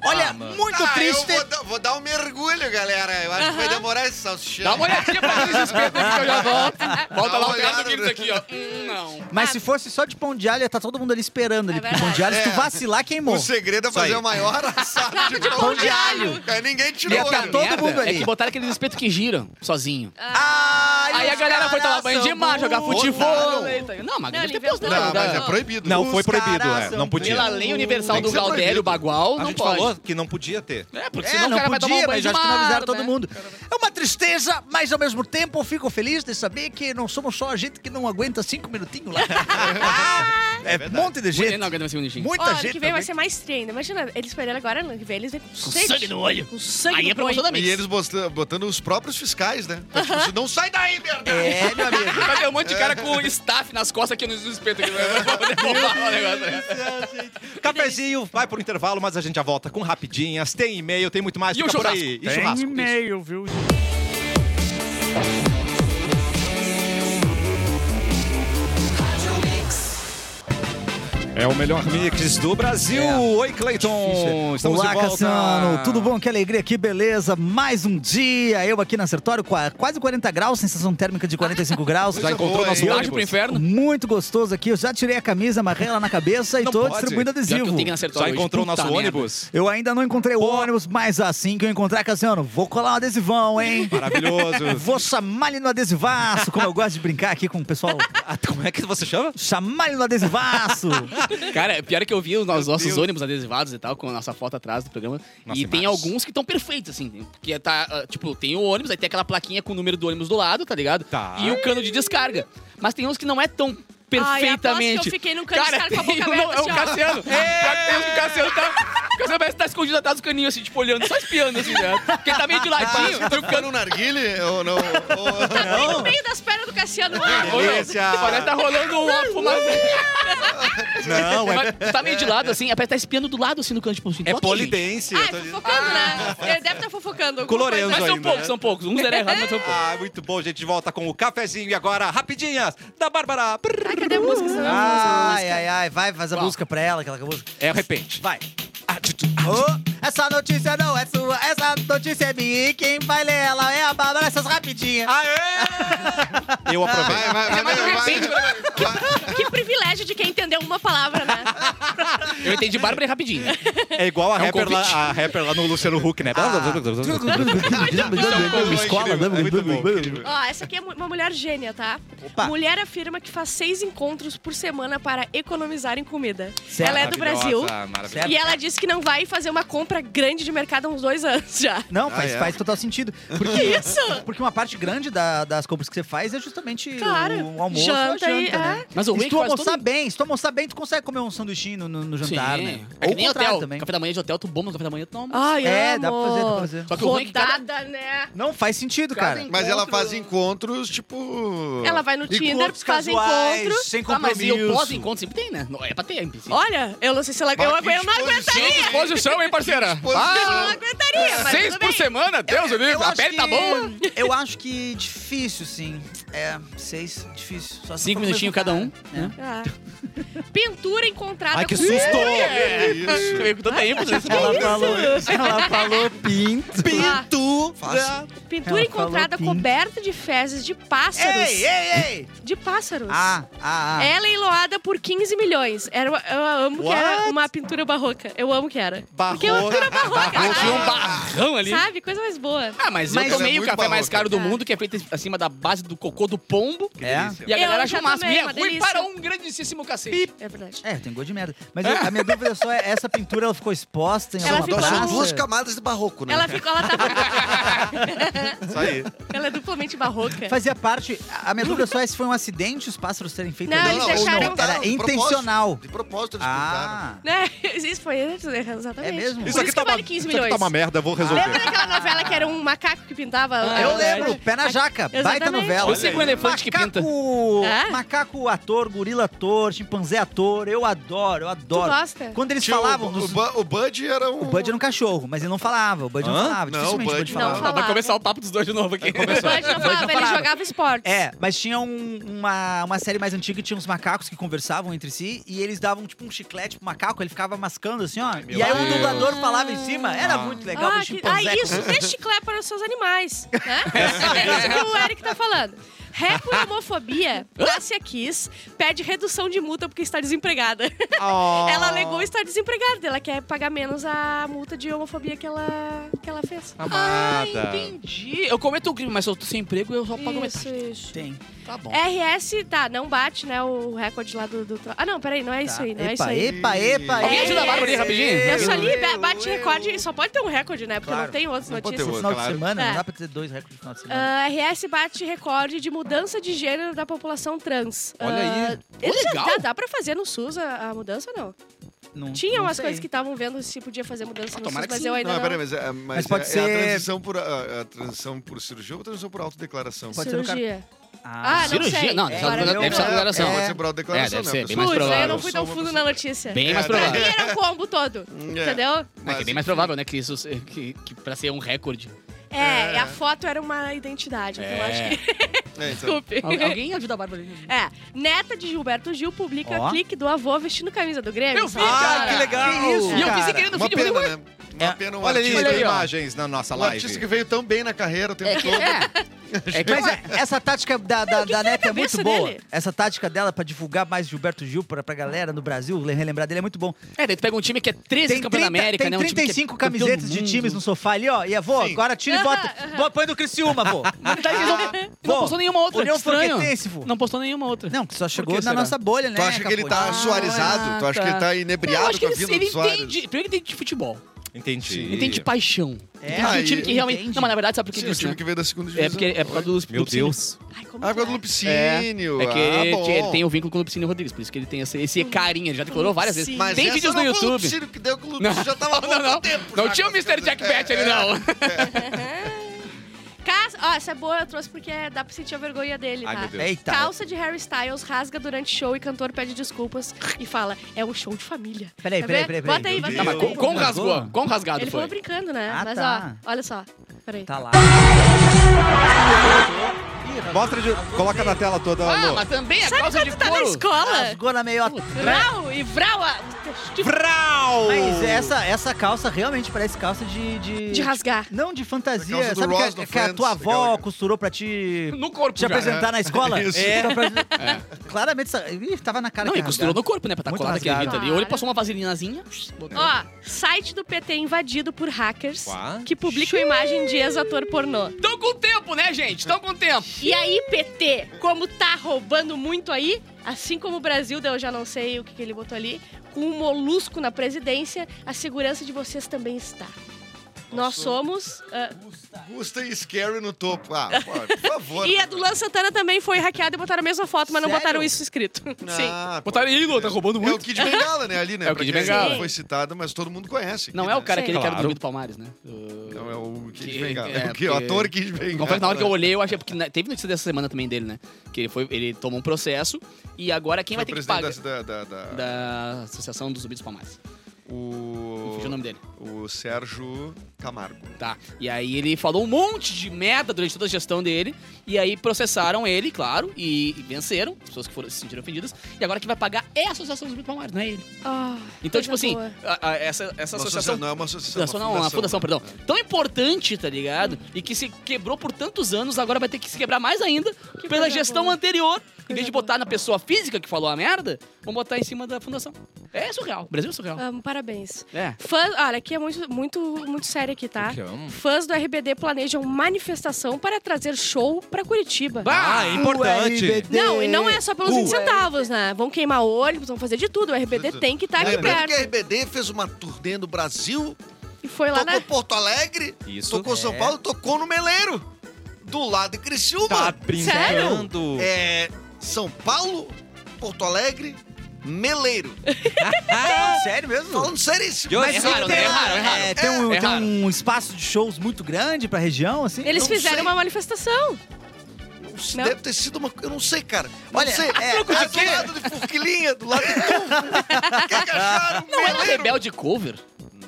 [SPEAKER 6] Olha,
[SPEAKER 2] Ah, mano.
[SPEAKER 6] muito
[SPEAKER 7] Ah, eu
[SPEAKER 6] triste.
[SPEAKER 7] vou, dar- vou dar um mergulho, galera. Eu acho que vai demorar esse salsichão.
[SPEAKER 1] Dá uma olhadinha pra aqueles espetos aqui que eu já volto. Volta
[SPEAKER 7] Dá
[SPEAKER 1] lá
[SPEAKER 7] uma
[SPEAKER 1] o cara
[SPEAKER 7] olhada.
[SPEAKER 1] do Guinness aqui, ó. Hum, não.
[SPEAKER 6] Mas se fosse só de pão de alho, ia tá todo mundo ali esperando ali.
[SPEAKER 4] É
[SPEAKER 6] Porque pão de alho, se tu vacilar, queimou.
[SPEAKER 7] O segredo é fazer
[SPEAKER 2] aí.
[SPEAKER 7] o maior assado de pão de alho. Cara, ninguém tirou
[SPEAKER 6] Ia tá
[SPEAKER 7] olho.
[SPEAKER 6] todo mundo
[SPEAKER 1] É
[SPEAKER 6] ali.
[SPEAKER 1] que botaram aqueles espetos que giram, sozinho.
[SPEAKER 4] Ah,
[SPEAKER 6] Ai,
[SPEAKER 1] Aí a
[SPEAKER 6] os
[SPEAKER 1] galera foi
[SPEAKER 6] caras
[SPEAKER 1] tomar banho de
[SPEAKER 6] são
[SPEAKER 1] mar, jogar
[SPEAKER 6] burros.
[SPEAKER 1] futebol. Não, mas
[SPEAKER 4] Não,
[SPEAKER 1] deve ter
[SPEAKER 4] ele
[SPEAKER 1] postado.
[SPEAKER 4] inventou.
[SPEAKER 5] Não, mas é
[SPEAKER 4] Não.
[SPEAKER 5] proibido.
[SPEAKER 2] Não,
[SPEAKER 6] Os
[SPEAKER 2] foi proibido,
[SPEAKER 6] caras
[SPEAKER 2] é.
[SPEAKER 6] são
[SPEAKER 2] Não podia.
[SPEAKER 1] Pela lei universal
[SPEAKER 5] Tem que
[SPEAKER 1] do
[SPEAKER 5] ser
[SPEAKER 1] Gaudério
[SPEAKER 5] proibido.
[SPEAKER 1] Bagual,
[SPEAKER 2] A
[SPEAKER 1] não
[SPEAKER 2] gente
[SPEAKER 1] pode.
[SPEAKER 2] falou que não podia ter.
[SPEAKER 1] É, porque
[SPEAKER 6] É,
[SPEAKER 1] senão
[SPEAKER 6] não
[SPEAKER 1] o cara vai tomar um
[SPEAKER 6] podia,
[SPEAKER 1] banho
[SPEAKER 6] mas
[SPEAKER 1] de
[SPEAKER 6] acho que não
[SPEAKER 1] mar,
[SPEAKER 6] avisaram todo
[SPEAKER 1] né?
[SPEAKER 6] mundo. É uma tristeza, mas ao mesmo tempo eu fico feliz de saber que não somos só a gente que não aguenta cinco minutinhos lá. é um monte de
[SPEAKER 1] Mulher
[SPEAKER 6] gente.
[SPEAKER 1] não aguenta mais um minutinho.
[SPEAKER 6] Muita
[SPEAKER 4] Ó, ano
[SPEAKER 6] gente.
[SPEAKER 4] que vem vai
[SPEAKER 6] também.
[SPEAKER 4] ser mais trio ainda. Imagina, eles perderam agora, ano que vem eles vêm com
[SPEAKER 1] Com
[SPEAKER 4] sede.
[SPEAKER 1] sangue no olho.
[SPEAKER 4] Com sangue
[SPEAKER 1] Aí
[SPEAKER 4] no
[SPEAKER 1] é promoção da
[SPEAKER 4] olho.
[SPEAKER 1] Mix.
[SPEAKER 5] E eles botando, botando os próprios fiscais, né? Então, tipo, assim, não sai daí, merda!
[SPEAKER 6] É, meu amigo.
[SPEAKER 1] Vai ter um monte de cara com staff nas costas aqui nos espetos. Aqui, vai poder roubar o um negócio.
[SPEAKER 2] Cafezinho, vai pro intervalo, mas a gente já volta com rapidinhas. Tem e-mail, tem muito mais.
[SPEAKER 1] E o
[SPEAKER 2] fica por aí. E churrasco. isso.
[SPEAKER 6] viu?
[SPEAKER 2] É o melhor mix do Brasil. Oi, Cleiton. Estamos
[SPEAKER 6] Olá,
[SPEAKER 2] de volta.
[SPEAKER 6] Cassiano. Tudo bom? Que alegria, que beleza. Mais um dia. Eu aqui na Sertório, qua- quase 40 graus, sensação térmica de 45 graus.
[SPEAKER 2] Já encontrou
[SPEAKER 5] boa,
[SPEAKER 2] nosso
[SPEAKER 5] hein?
[SPEAKER 1] Baixo
[SPEAKER 2] ônibus?
[SPEAKER 1] pro inferno.
[SPEAKER 6] Muito gostoso aqui. Eu já tirei a camisa, amarrei ela na cabeça e
[SPEAKER 2] Não
[SPEAKER 6] tô
[SPEAKER 2] pode.
[SPEAKER 6] distribuindo
[SPEAKER 1] Já que
[SPEAKER 6] adesivo.
[SPEAKER 1] eu tenho que acertar
[SPEAKER 2] Já
[SPEAKER 1] hoje.
[SPEAKER 2] encontrou
[SPEAKER 1] Puta
[SPEAKER 2] nosso
[SPEAKER 1] merda.
[SPEAKER 2] ônibus?
[SPEAKER 6] Eu ainda não encontrei o ônibus, mas assim que eu encontrar, Cassiano, vou colar um adesivão, hein?
[SPEAKER 2] Maravilhoso.
[SPEAKER 6] Vou chamar ele no adesivaço, como eu gosto de brincar aqui com o pessoal.
[SPEAKER 2] Ah, Como é que você chama?
[SPEAKER 6] Chamar ele no adesivaço!
[SPEAKER 1] Cara, pior é que eu vi os nossos
[SPEAKER 2] Deus.
[SPEAKER 1] ônibus adesivados e tal, com a nossa foto atrás do programa.
[SPEAKER 2] Nossa,
[SPEAKER 1] e tem
[SPEAKER 2] imagens.
[SPEAKER 1] alguns que estão perfeitos, assim. Porque tá, ah, tipo, tem o ônibus, aí tem aquela plaquinha com o número do ônibus do lado, tá ligado?
[SPEAKER 2] Tá.
[SPEAKER 1] E o cano de descarga. Mas tem uns que não é tão
[SPEAKER 4] Ai, aposto que eu
[SPEAKER 1] perfeitamente.
[SPEAKER 4] fiquei num cano de descarga com a
[SPEAKER 1] tem
[SPEAKER 4] boca
[SPEAKER 1] um- É o
[SPEAKER 4] aberta, assim, ó.
[SPEAKER 1] Cassiano. Pior que tem uns que o Cassiano tá... O Cassiano parece que tá escondido atrás do caninho, assim, tipo, olhando, só espiando, assim, né? Porque ele tá meio de
[SPEAKER 7] Parece
[SPEAKER 1] ladinho.
[SPEAKER 7] que tá ficando um narguile ou não? Ou-
[SPEAKER 4] Tá bem no meio das pernas do Cassiano. Ah,
[SPEAKER 1] Ou não,
[SPEAKER 2] Delícia.
[SPEAKER 1] Parece que tá rolando uma fumaça.
[SPEAKER 2] Não, é,
[SPEAKER 1] Mas Tá meio de lado, assim. É parece que tá espiando do lado, assim, no canto, tipo, assim.
[SPEAKER 2] é
[SPEAKER 1] toquem, gente.
[SPEAKER 2] polidense. eu
[SPEAKER 4] Ah,
[SPEAKER 2] tô
[SPEAKER 4] é
[SPEAKER 2] dizendo.
[SPEAKER 4] fofocando, né? Ele deve estar fofocando. alguma
[SPEAKER 2] Colorenzo
[SPEAKER 1] Mas
[SPEAKER 4] coisa.
[SPEAKER 1] são
[SPEAKER 2] ainda,
[SPEAKER 1] poucos,
[SPEAKER 2] né?
[SPEAKER 1] são poucos. Uns deram errado, mas são poucos.
[SPEAKER 2] Ah, muito bom, gente. De volta com o cafezinho e agora, rapidinhas, da Bárbara.
[SPEAKER 4] Ai, cadê a música? Senão eu não vou usar a
[SPEAKER 6] ai,
[SPEAKER 4] música.
[SPEAKER 6] ai, ai, vai, faz a
[SPEAKER 1] Qual?
[SPEAKER 6] música pra ela, aquela música.
[SPEAKER 2] É, repente.
[SPEAKER 6] Vai.
[SPEAKER 2] Atitude.
[SPEAKER 6] Ô, essa notícia não é sua, essa notícia é minha. E quem vai ler ela é a Bárbara, essas
[SPEAKER 2] Ah,
[SPEAKER 6] rapidinhas.
[SPEAKER 2] Aê! Eu aprovei.
[SPEAKER 7] Vai, vai, vai, vai,
[SPEAKER 4] mais um
[SPEAKER 7] vai, vai.
[SPEAKER 4] Que privilégio de quem entendeu uma palavra, né?
[SPEAKER 1] Eu entendi Bárbara e rapidinho.
[SPEAKER 2] É igual a,
[SPEAKER 1] É um
[SPEAKER 2] rapper lá,
[SPEAKER 1] convite.
[SPEAKER 2] a rapper lá no Luciano Huck,
[SPEAKER 7] Ah.
[SPEAKER 2] né?
[SPEAKER 6] Escola,
[SPEAKER 2] É muito bom.
[SPEAKER 4] Ó, essa aqui é mu- uma mulher gênia, tá?
[SPEAKER 6] Opa.
[SPEAKER 4] Mulher afirma que faz seis encontros por semana para economizar em comida.
[SPEAKER 6] Certo.
[SPEAKER 4] Ela é do Brasil.
[SPEAKER 2] Maravilhosa, maravilhosa.
[SPEAKER 4] E ela disse que não vai fazer uma compra grande de mercado há uns dois anos já.
[SPEAKER 6] Não, faz,
[SPEAKER 7] Ah, é?
[SPEAKER 6] faz total sentido. Porque,
[SPEAKER 4] Que isso?
[SPEAKER 6] Porque uma parte grande da- das compras que você faz é justamente
[SPEAKER 4] Claro.
[SPEAKER 6] o, o almoço, a
[SPEAKER 4] Janta
[SPEAKER 6] janta,
[SPEAKER 4] e- é.
[SPEAKER 6] né?
[SPEAKER 1] Mas o
[SPEAKER 6] E se
[SPEAKER 1] Wake
[SPEAKER 6] tu
[SPEAKER 1] faz
[SPEAKER 6] almoçar
[SPEAKER 1] todo-
[SPEAKER 6] bem, se tu almoçar bem, tu consegue comer um sanduichinho no, no- no jantar, né?
[SPEAKER 1] É que
[SPEAKER 6] Ou o
[SPEAKER 1] nem
[SPEAKER 6] contrário
[SPEAKER 1] hotel.
[SPEAKER 6] também.
[SPEAKER 1] Café da manhã de hotel, tu bomba no café da manhã, tu não almoça.
[SPEAKER 4] Ai,
[SPEAKER 6] É,
[SPEAKER 4] amo.
[SPEAKER 6] dá pra fazer, dá pra fazer.
[SPEAKER 1] Só que o ruim é que cada-
[SPEAKER 4] Rodada, né?
[SPEAKER 6] Não, faz sentido, cara.
[SPEAKER 4] encontro-
[SPEAKER 7] Mas ela faz encontros, tipo...
[SPEAKER 4] Ela vai no Tinder,
[SPEAKER 6] Encontros
[SPEAKER 4] faz
[SPEAKER 6] casuais,
[SPEAKER 4] encontro.
[SPEAKER 6] Sem
[SPEAKER 1] Tá, mas e
[SPEAKER 6] compromisso.
[SPEAKER 1] o pós-encontro sempre tem, né? Não, É pra ter, em princípio.
[SPEAKER 4] Olha, eu não sei se ela... Eu,
[SPEAKER 7] Bah,
[SPEAKER 4] eu
[SPEAKER 7] que
[SPEAKER 4] não
[SPEAKER 7] disposição.
[SPEAKER 4] aguentaria.
[SPEAKER 1] Posição, hein, parceira?
[SPEAKER 5] Ah!
[SPEAKER 4] Eu não aguentaria. deveria, mas
[SPEAKER 8] Seis
[SPEAKER 4] tudo
[SPEAKER 8] por
[SPEAKER 4] bem.
[SPEAKER 8] semana? Deus, eu,
[SPEAKER 6] Eu
[SPEAKER 8] a
[SPEAKER 6] acho
[SPEAKER 8] pele tá
[SPEAKER 6] que-
[SPEAKER 8] boa.
[SPEAKER 6] Eu acho que difícil, sim. É, seis, difícil. Só se for pro
[SPEAKER 1] Cinco
[SPEAKER 6] mesmo
[SPEAKER 1] minutinhos cada um,
[SPEAKER 6] cara. É.
[SPEAKER 4] Ah. Pintura encontrada
[SPEAKER 2] Ai, que
[SPEAKER 4] com-
[SPEAKER 2] susto!
[SPEAKER 1] Eu ia com tanta ênfase nesse
[SPEAKER 6] Ela
[SPEAKER 1] momento.
[SPEAKER 6] falou, ela falou pinto.
[SPEAKER 4] Ah,
[SPEAKER 6] Fácil.
[SPEAKER 4] pintura
[SPEAKER 6] Ela
[SPEAKER 4] encontrada
[SPEAKER 6] falou pinto.
[SPEAKER 4] coberta de fezes de pássaros.
[SPEAKER 6] Ei, ei, ei!
[SPEAKER 4] De pássaros.
[SPEAKER 6] Ah, ah, ah.
[SPEAKER 4] É leiloada por 15 milhões. Era, uma- eu amo que era
[SPEAKER 2] What?
[SPEAKER 4] uma pintura barroca. Eu amo que era. Porque é uma
[SPEAKER 2] Barroca.
[SPEAKER 4] pintura barroca.
[SPEAKER 1] Tinha um
[SPEAKER 4] sabe?
[SPEAKER 1] barrão ali.
[SPEAKER 4] Sabe? Coisa mais boa.
[SPEAKER 1] Ah, mas,
[SPEAKER 6] Mas
[SPEAKER 1] eu
[SPEAKER 5] ela é
[SPEAKER 1] tomei o
[SPEAKER 5] muito
[SPEAKER 1] café mais
[SPEAKER 5] barroca.
[SPEAKER 1] caro do
[SPEAKER 4] É.
[SPEAKER 1] mundo, que é feito em cima da base do cocô do pombo.
[SPEAKER 6] É?
[SPEAKER 1] E a
[SPEAKER 4] Eu
[SPEAKER 1] galera
[SPEAKER 4] já
[SPEAKER 1] achou o máximo.
[SPEAKER 4] tomei,
[SPEAKER 1] E é
[SPEAKER 4] uma
[SPEAKER 1] ruim
[SPEAKER 4] delícia.
[SPEAKER 1] para um grandíssimo cacete.
[SPEAKER 4] É verdade.
[SPEAKER 6] É, tem gosto de merda. Mas eu- a minha dúvida só é, essa pintura, ela ficou exposta em
[SPEAKER 4] Ela
[SPEAKER 6] alguma
[SPEAKER 4] ficou-
[SPEAKER 6] praça?
[SPEAKER 9] São duas camadas de barroco, né?
[SPEAKER 4] Ela ficou, ela tava.
[SPEAKER 9] Isso aí.
[SPEAKER 4] ela é duplamente barroca.
[SPEAKER 6] Fazia parte... A minha dúvida só é se foi um acidente os pássaros terem feito...
[SPEAKER 4] Não,
[SPEAKER 6] ali.
[SPEAKER 4] eles
[SPEAKER 9] ou
[SPEAKER 4] deixaram-
[SPEAKER 9] tá,
[SPEAKER 6] Era
[SPEAKER 9] de propósito.
[SPEAKER 6] intencional.
[SPEAKER 9] De propósito, eles pintaram.
[SPEAKER 6] Ah,
[SPEAKER 4] Né? Isso foi né? exatamente.
[SPEAKER 6] É mesmo?
[SPEAKER 4] Por
[SPEAKER 8] Isso
[SPEAKER 4] isso,
[SPEAKER 8] aqui
[SPEAKER 4] que
[SPEAKER 8] tá uma-
[SPEAKER 4] vale 15
[SPEAKER 8] isso aqui
[SPEAKER 4] milhões.
[SPEAKER 8] tá uma merda, eu vou resolver.
[SPEAKER 4] Lembra daquela novela que era um macaco que pintava?
[SPEAKER 6] Ah,
[SPEAKER 4] é,
[SPEAKER 6] eu lembro. Pé na jaca. Baita
[SPEAKER 4] Exatamente.
[SPEAKER 6] novela.
[SPEAKER 1] Eu sei com o elefante que pinta.
[SPEAKER 6] Macaco,
[SPEAKER 4] É?
[SPEAKER 6] macaco ator, gorila ator, chimpanzé ator. Eu adoro, eu
[SPEAKER 4] Tu
[SPEAKER 6] adoro.
[SPEAKER 4] gosta?
[SPEAKER 6] Quando eles
[SPEAKER 5] Tinha o-
[SPEAKER 6] falavam...
[SPEAKER 5] o,
[SPEAKER 6] dos-
[SPEAKER 5] Bu- o Bud era um...
[SPEAKER 6] O Bud era um cachorro, mas ele não falava. O Bud não
[SPEAKER 2] Hã?
[SPEAKER 6] falava.
[SPEAKER 5] Não,
[SPEAKER 6] Dificilmente
[SPEAKER 5] o Bud
[SPEAKER 4] Não
[SPEAKER 5] falava.
[SPEAKER 1] Não, vai
[SPEAKER 4] falava.
[SPEAKER 1] começar o papo dos dois de novo aqui.
[SPEAKER 4] O Bud não falava, ele
[SPEAKER 6] falava.
[SPEAKER 4] jogava esportes.
[SPEAKER 6] É, mas tinha um- uma, uma série mais antiga que tinha uns macacos que conversavam entre si e eles davam tipo um chiclete pro macaco, ele ficava mascando assim, ó. e aí o
[SPEAKER 2] Deus.
[SPEAKER 6] dublador falava em cima. Era muito legal
[SPEAKER 4] ah,
[SPEAKER 6] o
[SPEAKER 4] que-
[SPEAKER 6] chimpanzé.
[SPEAKER 4] ah,
[SPEAKER 6] com-
[SPEAKER 4] isso, dê chiclete para os seus animais, né? É isso que o Eric tá falando. Ré por homofobia, Tássia Kiss pede redução de multa porque está desempregada. Ela alegou estar desempregada, ela quer pagar menos a multa de homofobia que ela, que ela fez.
[SPEAKER 1] Tá.
[SPEAKER 2] Amada.
[SPEAKER 1] Entendi. Eu cometo um crime, mas se eu tô sem emprego, eu só pago metade.
[SPEAKER 4] Isso, isso.
[SPEAKER 6] Tem.
[SPEAKER 1] Tá bom.
[SPEAKER 4] RS, tá, não bate, né, o recorde lá do... do tra- Ah, não, peraí, não
[SPEAKER 6] Tá.
[SPEAKER 4] é isso aí, não é isso
[SPEAKER 6] Epa,
[SPEAKER 4] aí.
[SPEAKER 6] epa, epa,
[SPEAKER 4] Alguém
[SPEAKER 6] epa.
[SPEAKER 4] ajuda a Bárbara
[SPEAKER 1] aí rapidinho?
[SPEAKER 6] Ei,
[SPEAKER 4] Eu só li,
[SPEAKER 9] Eu,
[SPEAKER 4] ba- bate
[SPEAKER 9] eu.
[SPEAKER 4] recorde, só pode ter um recorde, né, porque
[SPEAKER 6] Claro.
[SPEAKER 4] não tem outras
[SPEAKER 5] Não pode ter
[SPEAKER 4] notícias.
[SPEAKER 5] outro.
[SPEAKER 6] Final de
[SPEAKER 5] Claro.
[SPEAKER 6] semana,
[SPEAKER 4] É.
[SPEAKER 6] não dá pra ter dois recordes no final de semana.
[SPEAKER 4] Ah, RS bate recorde de mudança de gênero da população trans.
[SPEAKER 2] Olha aí.
[SPEAKER 4] Ah, eles já-
[SPEAKER 1] legal.
[SPEAKER 4] Dá, dá pra fazer no SUS a, a mudança ou não?
[SPEAKER 6] Não-
[SPEAKER 4] Tinha
[SPEAKER 6] não
[SPEAKER 4] umas
[SPEAKER 6] sei.
[SPEAKER 4] coisas que estavam vendo se podia fazer mudança no SUS,
[SPEAKER 1] tomara que
[SPEAKER 4] mas
[SPEAKER 1] sim.
[SPEAKER 4] eu ainda
[SPEAKER 5] Não,
[SPEAKER 4] não.
[SPEAKER 5] peraí, mas, é- mas,
[SPEAKER 6] Mas pode
[SPEAKER 5] é, é
[SPEAKER 6] ser-
[SPEAKER 5] a transição por ah, a, a transição por cirurgia ou a transição por autodeclaração?
[SPEAKER 6] Pode ser no
[SPEAKER 4] Cirurgia.
[SPEAKER 6] Ah,
[SPEAKER 4] Ah, não
[SPEAKER 1] Cirurgia?
[SPEAKER 4] sei.
[SPEAKER 1] Não,
[SPEAKER 4] É,
[SPEAKER 1] deve ser-
[SPEAKER 6] eu-
[SPEAKER 1] deve ser
[SPEAKER 6] é,
[SPEAKER 1] declaração.
[SPEAKER 5] Pode
[SPEAKER 6] é.
[SPEAKER 5] ser por autodeclaração,
[SPEAKER 1] É, deve
[SPEAKER 5] né?
[SPEAKER 1] ser, bem
[SPEAKER 5] Pessoal,
[SPEAKER 1] mais
[SPEAKER 4] Putz, aí eu
[SPEAKER 1] provável.
[SPEAKER 4] não fui tão fundo na notícia.
[SPEAKER 1] Bem mais
[SPEAKER 5] É,
[SPEAKER 4] Pra
[SPEAKER 1] provável.
[SPEAKER 4] mim era um combo todo,
[SPEAKER 5] um É.
[SPEAKER 4] entendeu?
[SPEAKER 1] Mas é bem mais provável, né, que isso que, que pra ser um recorde.
[SPEAKER 4] É, e a foto era uma identidade, então acho que...
[SPEAKER 5] É, então,
[SPEAKER 4] Desculpe.
[SPEAKER 1] Al- alguém ajuda a Bárbara ali.
[SPEAKER 4] É, neta de Gilberto Gil publica
[SPEAKER 6] Ó.
[SPEAKER 4] clique do avô vestindo camisa do Grêmio.
[SPEAKER 1] Eu vi,
[SPEAKER 4] sabe?
[SPEAKER 1] cara.
[SPEAKER 6] Ah, que legal!
[SPEAKER 1] Que isso, E eu fiz sem querer no
[SPEAKER 5] uma
[SPEAKER 1] vídeo, mas
[SPEAKER 5] pena, né? Uma pena um
[SPEAKER 2] Olha ali,
[SPEAKER 5] artista,
[SPEAKER 1] olha aí, ó.
[SPEAKER 2] imagens na nossa
[SPEAKER 5] um artista que
[SPEAKER 2] live.
[SPEAKER 5] veio tão bem na carreira o tempo todo.
[SPEAKER 1] É que
[SPEAKER 6] Mas é- essa tática da, da, da Neta é
[SPEAKER 4] cabeça
[SPEAKER 6] muito boa.
[SPEAKER 4] dele?
[SPEAKER 6] Essa tática dela pra divulgar mais Gilberto Gil pra, pra galera no Brasil, le- relembrar dele é muito bom.
[SPEAKER 1] É, daí tu pega um time que é 13 campeão da América,
[SPEAKER 6] tem
[SPEAKER 1] né? Um time que é
[SPEAKER 6] 35
[SPEAKER 1] campeão do
[SPEAKER 6] camisetas de
[SPEAKER 1] mundo.
[SPEAKER 6] times no sofá ali, ó. E avô, agora tira e bota. Bo- Põe do Criciúma, avô.
[SPEAKER 1] Tá, Não
[SPEAKER 6] Pô,
[SPEAKER 1] postou nenhuma outra, que
[SPEAKER 6] União
[SPEAKER 1] estranho.
[SPEAKER 6] Forquetense, vô.
[SPEAKER 1] Não postou nenhuma outra.
[SPEAKER 6] Não, que só chegou
[SPEAKER 1] que
[SPEAKER 6] na
[SPEAKER 1] será?
[SPEAKER 6] nossa bolha, né?
[SPEAKER 5] Tu acha que ele tá
[SPEAKER 6] Capoeira?
[SPEAKER 5] suarizado? Tu acha que ele tá
[SPEAKER 1] eu
[SPEAKER 5] inebriado
[SPEAKER 1] acho que
[SPEAKER 5] com a
[SPEAKER 1] ele,
[SPEAKER 5] vida
[SPEAKER 1] ele
[SPEAKER 5] do Suárez?
[SPEAKER 1] entende. Primeiro que entende de futebol.
[SPEAKER 2] Entendi.
[SPEAKER 1] Ele entende de paixão.
[SPEAKER 6] É,
[SPEAKER 1] Entende de um time
[SPEAKER 5] Tá aí,
[SPEAKER 1] que realmente.
[SPEAKER 6] entende.
[SPEAKER 1] Não, mas na verdade, sabe por que
[SPEAKER 5] Sim, o
[SPEAKER 1] disso,
[SPEAKER 5] time
[SPEAKER 1] né?
[SPEAKER 5] que veio da segunda divisão.
[SPEAKER 1] É porque é por causa do
[SPEAKER 2] Meu Deus.
[SPEAKER 4] Ai, como
[SPEAKER 5] Ah, por causa do
[SPEAKER 4] que é?
[SPEAKER 5] Lupicínio.
[SPEAKER 1] É que
[SPEAKER 5] ah, bom.
[SPEAKER 1] ele, ele tem o vínculo com o Lupicínio Rodrigues, por isso que ele tem esse, esse carinho, ele já declarou várias vezes.
[SPEAKER 4] Mas
[SPEAKER 1] tem
[SPEAKER 9] essa
[SPEAKER 1] vídeos no
[SPEAKER 9] não foi o
[SPEAKER 1] YouTube.
[SPEAKER 9] Lupicínio que deu que o
[SPEAKER 1] Não,
[SPEAKER 9] Lupicínio já tava
[SPEAKER 1] não, não.
[SPEAKER 9] tempo.
[SPEAKER 1] Não
[SPEAKER 9] já,
[SPEAKER 1] tinha o
[SPEAKER 9] com
[SPEAKER 1] Mr.
[SPEAKER 9] certeza.
[SPEAKER 1] Jack Bat ali, não.
[SPEAKER 4] Cas... Ó, essa é boa eu trouxe porque dá pra sentir a vergonha dele, tá?
[SPEAKER 2] Ai, meu Deus.
[SPEAKER 6] Eita.
[SPEAKER 4] Calça de Harry Styles rasga durante show e cantor pede desculpas e fala: é um show de família.
[SPEAKER 6] Peraí,
[SPEAKER 4] Quer
[SPEAKER 6] peraí,
[SPEAKER 4] ver?
[SPEAKER 6] peraí, peraí.
[SPEAKER 4] Bota aí, bota
[SPEAKER 1] Tá, mas com,
[SPEAKER 4] aí.
[SPEAKER 1] com rasgou, com rasgado
[SPEAKER 4] Ele
[SPEAKER 1] foi.
[SPEAKER 4] falou brincando, né?
[SPEAKER 6] Ah,
[SPEAKER 4] Mas
[SPEAKER 6] tá.
[SPEAKER 4] ó, olha só. Peraí.
[SPEAKER 6] Tá lá.
[SPEAKER 8] Mostra, de- coloca na tela toda,
[SPEAKER 1] Ah,
[SPEAKER 8] Lô.
[SPEAKER 1] mas também a
[SPEAKER 4] Sabe
[SPEAKER 1] causa
[SPEAKER 4] quando
[SPEAKER 1] de
[SPEAKER 4] tu tá na
[SPEAKER 1] couro. Ah,
[SPEAKER 4] escola?
[SPEAKER 6] Rasgou na meiota.
[SPEAKER 4] Vrau e um vrau! a-
[SPEAKER 2] Vrau!
[SPEAKER 6] Mas
[SPEAKER 7] é
[SPEAKER 6] essa, essa calça realmente parece calça de. De,
[SPEAKER 4] De rasgar.
[SPEAKER 6] Não, de fantasia.
[SPEAKER 5] A calça do
[SPEAKER 6] Sabe que a-
[SPEAKER 5] Ross, do
[SPEAKER 6] que, a
[SPEAKER 5] Friends, tá
[SPEAKER 6] tua avó
[SPEAKER 5] aquela-
[SPEAKER 6] costurou pra te.
[SPEAKER 1] No corpo,
[SPEAKER 6] Te
[SPEAKER 1] já.
[SPEAKER 6] apresentar na escola?
[SPEAKER 5] Isso. É.
[SPEAKER 6] Te apre- Claramente, essa- Ih, tava na cara
[SPEAKER 1] Não,
[SPEAKER 6] que
[SPEAKER 1] ele
[SPEAKER 6] ia
[SPEAKER 1] costurou
[SPEAKER 6] rasgar.
[SPEAKER 1] no corpo, né? Pra tá
[SPEAKER 6] Muito
[SPEAKER 1] colado aquele
[SPEAKER 6] rasgado.
[SPEAKER 1] jeito ali. Ou ele passou uma vaselinazinha. botou.
[SPEAKER 4] Ó, site do PT invadido por hackers
[SPEAKER 2] What?
[SPEAKER 4] que publicam imagem de ex-ator pornô.
[SPEAKER 1] Tão com tempo, né, gente? Tão com tempo.
[SPEAKER 4] E aí, PT, como tá roubando muito aí, assim como o Brasil, daí eu já não sei o que, que ele botou ali, com um molusco na presidência, a segurança de vocês também está. Nós somos. ah,
[SPEAKER 5] Gusta e Scary no topo. Ah, pô, por favor.
[SPEAKER 4] e a do Lan Santana também foi hackeada e botaram a mesma foto, mas não
[SPEAKER 6] Sério?
[SPEAKER 4] botaram isso escrito. Sim.
[SPEAKER 5] Ah, pô.
[SPEAKER 1] Botaram ele, Lô, tá roubando
[SPEAKER 5] É o
[SPEAKER 1] muito.
[SPEAKER 5] Kid Bengala, né? Ali, né?
[SPEAKER 1] É o
[SPEAKER 5] Pra
[SPEAKER 1] Kid
[SPEAKER 5] quem
[SPEAKER 1] Bengala.
[SPEAKER 5] Não foi citado, mas todo mundo conhece.
[SPEAKER 1] Não
[SPEAKER 5] Kid,
[SPEAKER 1] é o cara
[SPEAKER 5] né?
[SPEAKER 1] que ele quer do
[SPEAKER 2] Claro.
[SPEAKER 1] Domingo Palmares, né?
[SPEAKER 5] Não, é o Kid
[SPEAKER 1] Que-
[SPEAKER 5] Bengala.
[SPEAKER 1] é,
[SPEAKER 5] É, o que- o
[SPEAKER 1] porque-
[SPEAKER 5] ator Kid Bengala.
[SPEAKER 1] Confesso, que na hora que eu olhei, eu achei. Porque né, teve notícia dessa semana também dele, né? Que ele, foi, ele tomou um processo e agora quem vai
[SPEAKER 5] Foi
[SPEAKER 1] ter que
[SPEAKER 5] presidente
[SPEAKER 1] pagar?
[SPEAKER 5] da- da- da- da-
[SPEAKER 1] Da Associação dos Zumbi dos Palmares. Me
[SPEAKER 5] o.
[SPEAKER 1] fugiu o nome dele.
[SPEAKER 5] O Sérgio Camargo.
[SPEAKER 1] Tá. E aí ele falou um monte de merda durante toda a gestão dele. E aí processaram ele, claro, e, e venceram. As pessoas que foram, se sentiram ofendidas. E agora quem vai pagar é a Associação dos Espíritos Palmares, não é ele.
[SPEAKER 4] Ah,
[SPEAKER 1] Então,
[SPEAKER 4] coisa
[SPEAKER 1] tipo assim,
[SPEAKER 4] boa.
[SPEAKER 1] a- a- essa, essa
[SPEAKER 5] Uma
[SPEAKER 1] Tá associação.
[SPEAKER 5] Não é uma associação.
[SPEAKER 1] Não, só não, a fundação, perdão. Tão importante, tá ligado? E que se quebrou por tantos anos, agora vai ter que se quebrar mais ainda pela
[SPEAKER 4] coisa
[SPEAKER 1] gestão
[SPEAKER 4] boa.
[SPEAKER 1] anterior. Em vez de
[SPEAKER 4] boa.
[SPEAKER 1] botar na pessoa física que falou a merda, vão botar em cima da fundação. É surreal. O Brasil é surreal.
[SPEAKER 4] Amo, Ah, parabéns.
[SPEAKER 1] É.
[SPEAKER 4] Fãs, olha, aqui é muito, muito, muito sério aqui, tá?
[SPEAKER 2] Então.
[SPEAKER 4] Fãs do RBD planejam manifestação para trazer show para Curitiba.
[SPEAKER 2] Ah, é importante.
[SPEAKER 4] Não, e não é só pelos 20 centavos, né? Vão queimar ônibus, vão fazer de tudo. O RBD tem que estar
[SPEAKER 5] é
[SPEAKER 4] aqui
[SPEAKER 7] Lembrando que É, a
[SPEAKER 4] perto.
[SPEAKER 7] RBD fez uma turnê no Brasil,
[SPEAKER 4] E foi lá
[SPEAKER 7] tocou
[SPEAKER 4] na...
[SPEAKER 7] Porto Alegre,
[SPEAKER 2] Isso.
[SPEAKER 7] tocou São Paulo, tocou no Meleiro, do lado de Criciúma.
[SPEAKER 2] Tá brincando.
[SPEAKER 7] É, São Paulo, Porto Alegre, Meleiro.
[SPEAKER 10] Sério mesmo?
[SPEAKER 7] Falando seríssimo.
[SPEAKER 2] Eu-
[SPEAKER 10] Mas
[SPEAKER 1] Erraram,
[SPEAKER 10] tem,
[SPEAKER 1] né? Erraram, erraram.
[SPEAKER 10] é, tem, um,
[SPEAKER 1] É,
[SPEAKER 10] tem
[SPEAKER 1] erraram.
[SPEAKER 10] um espaço de shows muito grande pra região, assim?
[SPEAKER 4] Eles
[SPEAKER 10] Não
[SPEAKER 4] fizeram
[SPEAKER 10] sei.
[SPEAKER 4] uma manifestação.
[SPEAKER 7] Isso
[SPEAKER 4] Não.
[SPEAKER 7] Deve ter sido uma. Eu não sei, cara. Não
[SPEAKER 10] Olha,
[SPEAKER 7] sei.
[SPEAKER 10] é,
[SPEAKER 7] é do lado de Forquilinha, do lado de Tum. O que, que acharam?
[SPEAKER 1] Não é era rebelde cover?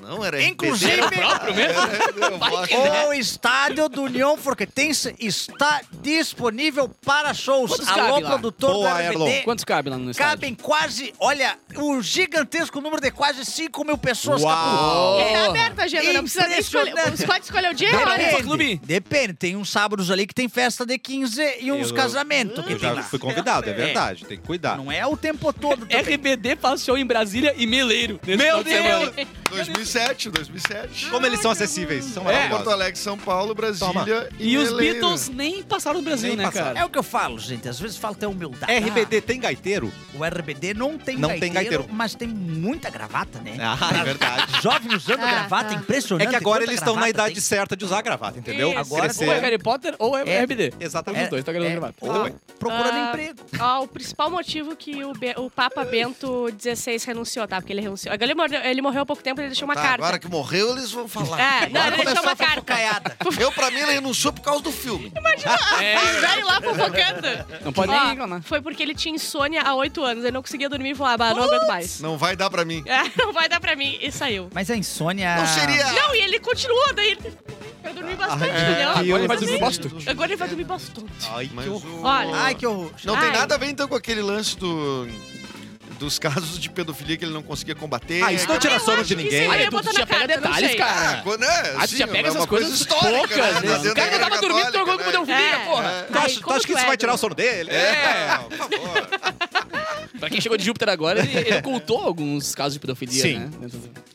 [SPEAKER 7] Não era
[SPEAKER 10] Inclusive-
[SPEAKER 7] RBD.
[SPEAKER 1] Próprio mesmo?
[SPEAKER 5] É.
[SPEAKER 1] Vai que né?
[SPEAKER 6] O estádio do União Forquetense está disponível para shows.
[SPEAKER 1] Quantos
[SPEAKER 6] Alô,
[SPEAKER 1] cabe lá?
[SPEAKER 6] produtor
[SPEAKER 11] Boa,
[SPEAKER 6] do
[SPEAKER 11] Erlon.
[SPEAKER 6] RBD.
[SPEAKER 1] Quantos cabe lá no estádio?
[SPEAKER 6] Cabem quase, olha, um gigantesco número de quase 5 mil pessoas. Capu.
[SPEAKER 1] Uau.
[SPEAKER 4] É, tá aberto a agenda, não precisa nem escolher.
[SPEAKER 6] Impressionante.
[SPEAKER 4] Você pode escolher o dia e a hora.
[SPEAKER 1] Depende. clube.
[SPEAKER 6] Depende, tem uns sábados ali que tem festa de 15 e uns
[SPEAKER 11] Eu-
[SPEAKER 6] casamentos. que
[SPEAKER 11] Eu
[SPEAKER 6] tem
[SPEAKER 11] já
[SPEAKER 6] lá.
[SPEAKER 11] fui convidado, é verdade. Tem que cuidar.
[SPEAKER 6] Não é o tempo todo. também.
[SPEAKER 1] RBD faz show em Brasília e Meleiro. Meu Deus!
[SPEAKER 5] 2007, 2007.
[SPEAKER 11] Como eles são acessíveis, são
[SPEAKER 4] É.
[SPEAKER 5] Porto
[SPEAKER 11] maravilhosos.
[SPEAKER 5] Alegre, São Paulo, Brasília e
[SPEAKER 1] E os
[SPEAKER 5] Belém.
[SPEAKER 1] Beatles nem passaram no Brasil,
[SPEAKER 11] Nem
[SPEAKER 1] né,
[SPEAKER 11] passaram.
[SPEAKER 1] cara?
[SPEAKER 6] É o que eu falo, gente. Às vezes falta humildade.
[SPEAKER 11] RBD tem gaiteiro?
[SPEAKER 6] Ah, o RBD não tem
[SPEAKER 11] Não tem
[SPEAKER 6] gaiteiro,
[SPEAKER 11] gaiteiro.
[SPEAKER 6] mas tem muita gravata, né?
[SPEAKER 11] Ah, é verdade.
[SPEAKER 6] Jovem usando
[SPEAKER 4] Ah,
[SPEAKER 6] gravata,
[SPEAKER 4] ah.
[SPEAKER 6] impressionante.
[SPEAKER 11] É que agora
[SPEAKER 6] quanta
[SPEAKER 11] eles estão na
[SPEAKER 6] gravata
[SPEAKER 11] idade
[SPEAKER 6] tem.
[SPEAKER 11] certa de usar gravata, entendeu?
[SPEAKER 4] Isso.
[SPEAKER 6] Agora
[SPEAKER 1] Ou é
[SPEAKER 11] Crescer.
[SPEAKER 1] Harry Potter ou é,
[SPEAKER 6] É.
[SPEAKER 1] RBD.
[SPEAKER 11] Exatamente.
[SPEAKER 1] Os dois, tá gravando gravata.
[SPEAKER 6] Ou procurando
[SPEAKER 4] Ah.
[SPEAKER 6] emprego.
[SPEAKER 4] Ó, o principal motivo que o, Be- o Papa Bento XVI renunciou, tá? Porque ele renunciou. Agora Ele morreu, ele morreu há pouco tempo, ele deixou
[SPEAKER 7] Tá,
[SPEAKER 4] uma carta.
[SPEAKER 7] agora que morreu, eles vão
[SPEAKER 2] tá.
[SPEAKER 7] falar.
[SPEAKER 4] É, não, ele deixou
[SPEAKER 6] começou
[SPEAKER 4] uma
[SPEAKER 6] a fofocaiada.
[SPEAKER 4] carta.
[SPEAKER 7] Eu, pra mim, ele renunciou por causa do filme.
[SPEAKER 4] Sério lá fofocando.
[SPEAKER 1] Não pode
[SPEAKER 4] Ó,
[SPEAKER 1] nem reclamar.
[SPEAKER 4] Foi porque ele tinha insônia há oito anos, ele não conseguia dormir e falou, ah, bah, não aguento mais.
[SPEAKER 5] Não vai dar pra mim.
[SPEAKER 4] É, não vai dar pra mim. E saiu.
[SPEAKER 10] Mas
[SPEAKER 6] é
[SPEAKER 10] a insônia...
[SPEAKER 7] Não seria.
[SPEAKER 4] Ah. Não, e ele continua, daí ele... Eu
[SPEAKER 11] Ah,
[SPEAKER 4] dormi bastante,
[SPEAKER 11] é,
[SPEAKER 4] entendeu?
[SPEAKER 1] Agora ele vai
[SPEAKER 4] Sim.
[SPEAKER 1] dormir bastante.
[SPEAKER 4] Agora ele vai dormir bastante.
[SPEAKER 11] Ai, que
[SPEAKER 5] Mas
[SPEAKER 11] horror.
[SPEAKER 5] o-
[SPEAKER 4] Olha.
[SPEAKER 10] Ai, que horror.
[SPEAKER 5] Não tem
[SPEAKER 4] Ai.
[SPEAKER 5] nada a ver, então, com aquele lance do... Dos casos de pedofilia que ele não conseguia combater.
[SPEAKER 11] Ah, isso não tira
[SPEAKER 4] Eu
[SPEAKER 11] sono
[SPEAKER 4] acho
[SPEAKER 11] de
[SPEAKER 4] que
[SPEAKER 11] ninguém.
[SPEAKER 4] isso aí
[SPEAKER 1] Aí
[SPEAKER 4] ia
[SPEAKER 1] É, tu
[SPEAKER 4] botar
[SPEAKER 1] já
[SPEAKER 4] na
[SPEAKER 1] pega
[SPEAKER 4] carta, não
[SPEAKER 1] detalhes,
[SPEAKER 4] sei.
[SPEAKER 1] cara.
[SPEAKER 5] Quando é,
[SPEAKER 1] Ah, tu
[SPEAKER 5] sim,
[SPEAKER 1] já pega
[SPEAKER 5] é uma
[SPEAKER 1] essas
[SPEAKER 5] coisa
[SPEAKER 1] coisas
[SPEAKER 5] histórica, né?
[SPEAKER 1] poucas.
[SPEAKER 5] Tá
[SPEAKER 1] né?
[SPEAKER 5] dentro
[SPEAKER 1] O cara já
[SPEAKER 5] da
[SPEAKER 1] tava
[SPEAKER 5] Igreja
[SPEAKER 1] dormindo,
[SPEAKER 5] Católica,
[SPEAKER 1] trocou com
[SPEAKER 5] né?
[SPEAKER 1] pedofilia,
[SPEAKER 4] É.
[SPEAKER 1] porra.
[SPEAKER 4] Ai,
[SPEAKER 11] acho, tu
[SPEAKER 4] como
[SPEAKER 11] acha que
[SPEAKER 4] tu
[SPEAKER 11] isso
[SPEAKER 4] é,
[SPEAKER 11] vai tirar
[SPEAKER 4] Dudu?
[SPEAKER 11] o sono dele?
[SPEAKER 1] É.
[SPEAKER 5] Por favor. É.
[SPEAKER 1] Pra quem chegou de Júpiter agora, ele, ele contou alguns casos de pedofilia,
[SPEAKER 11] Sim.
[SPEAKER 1] né?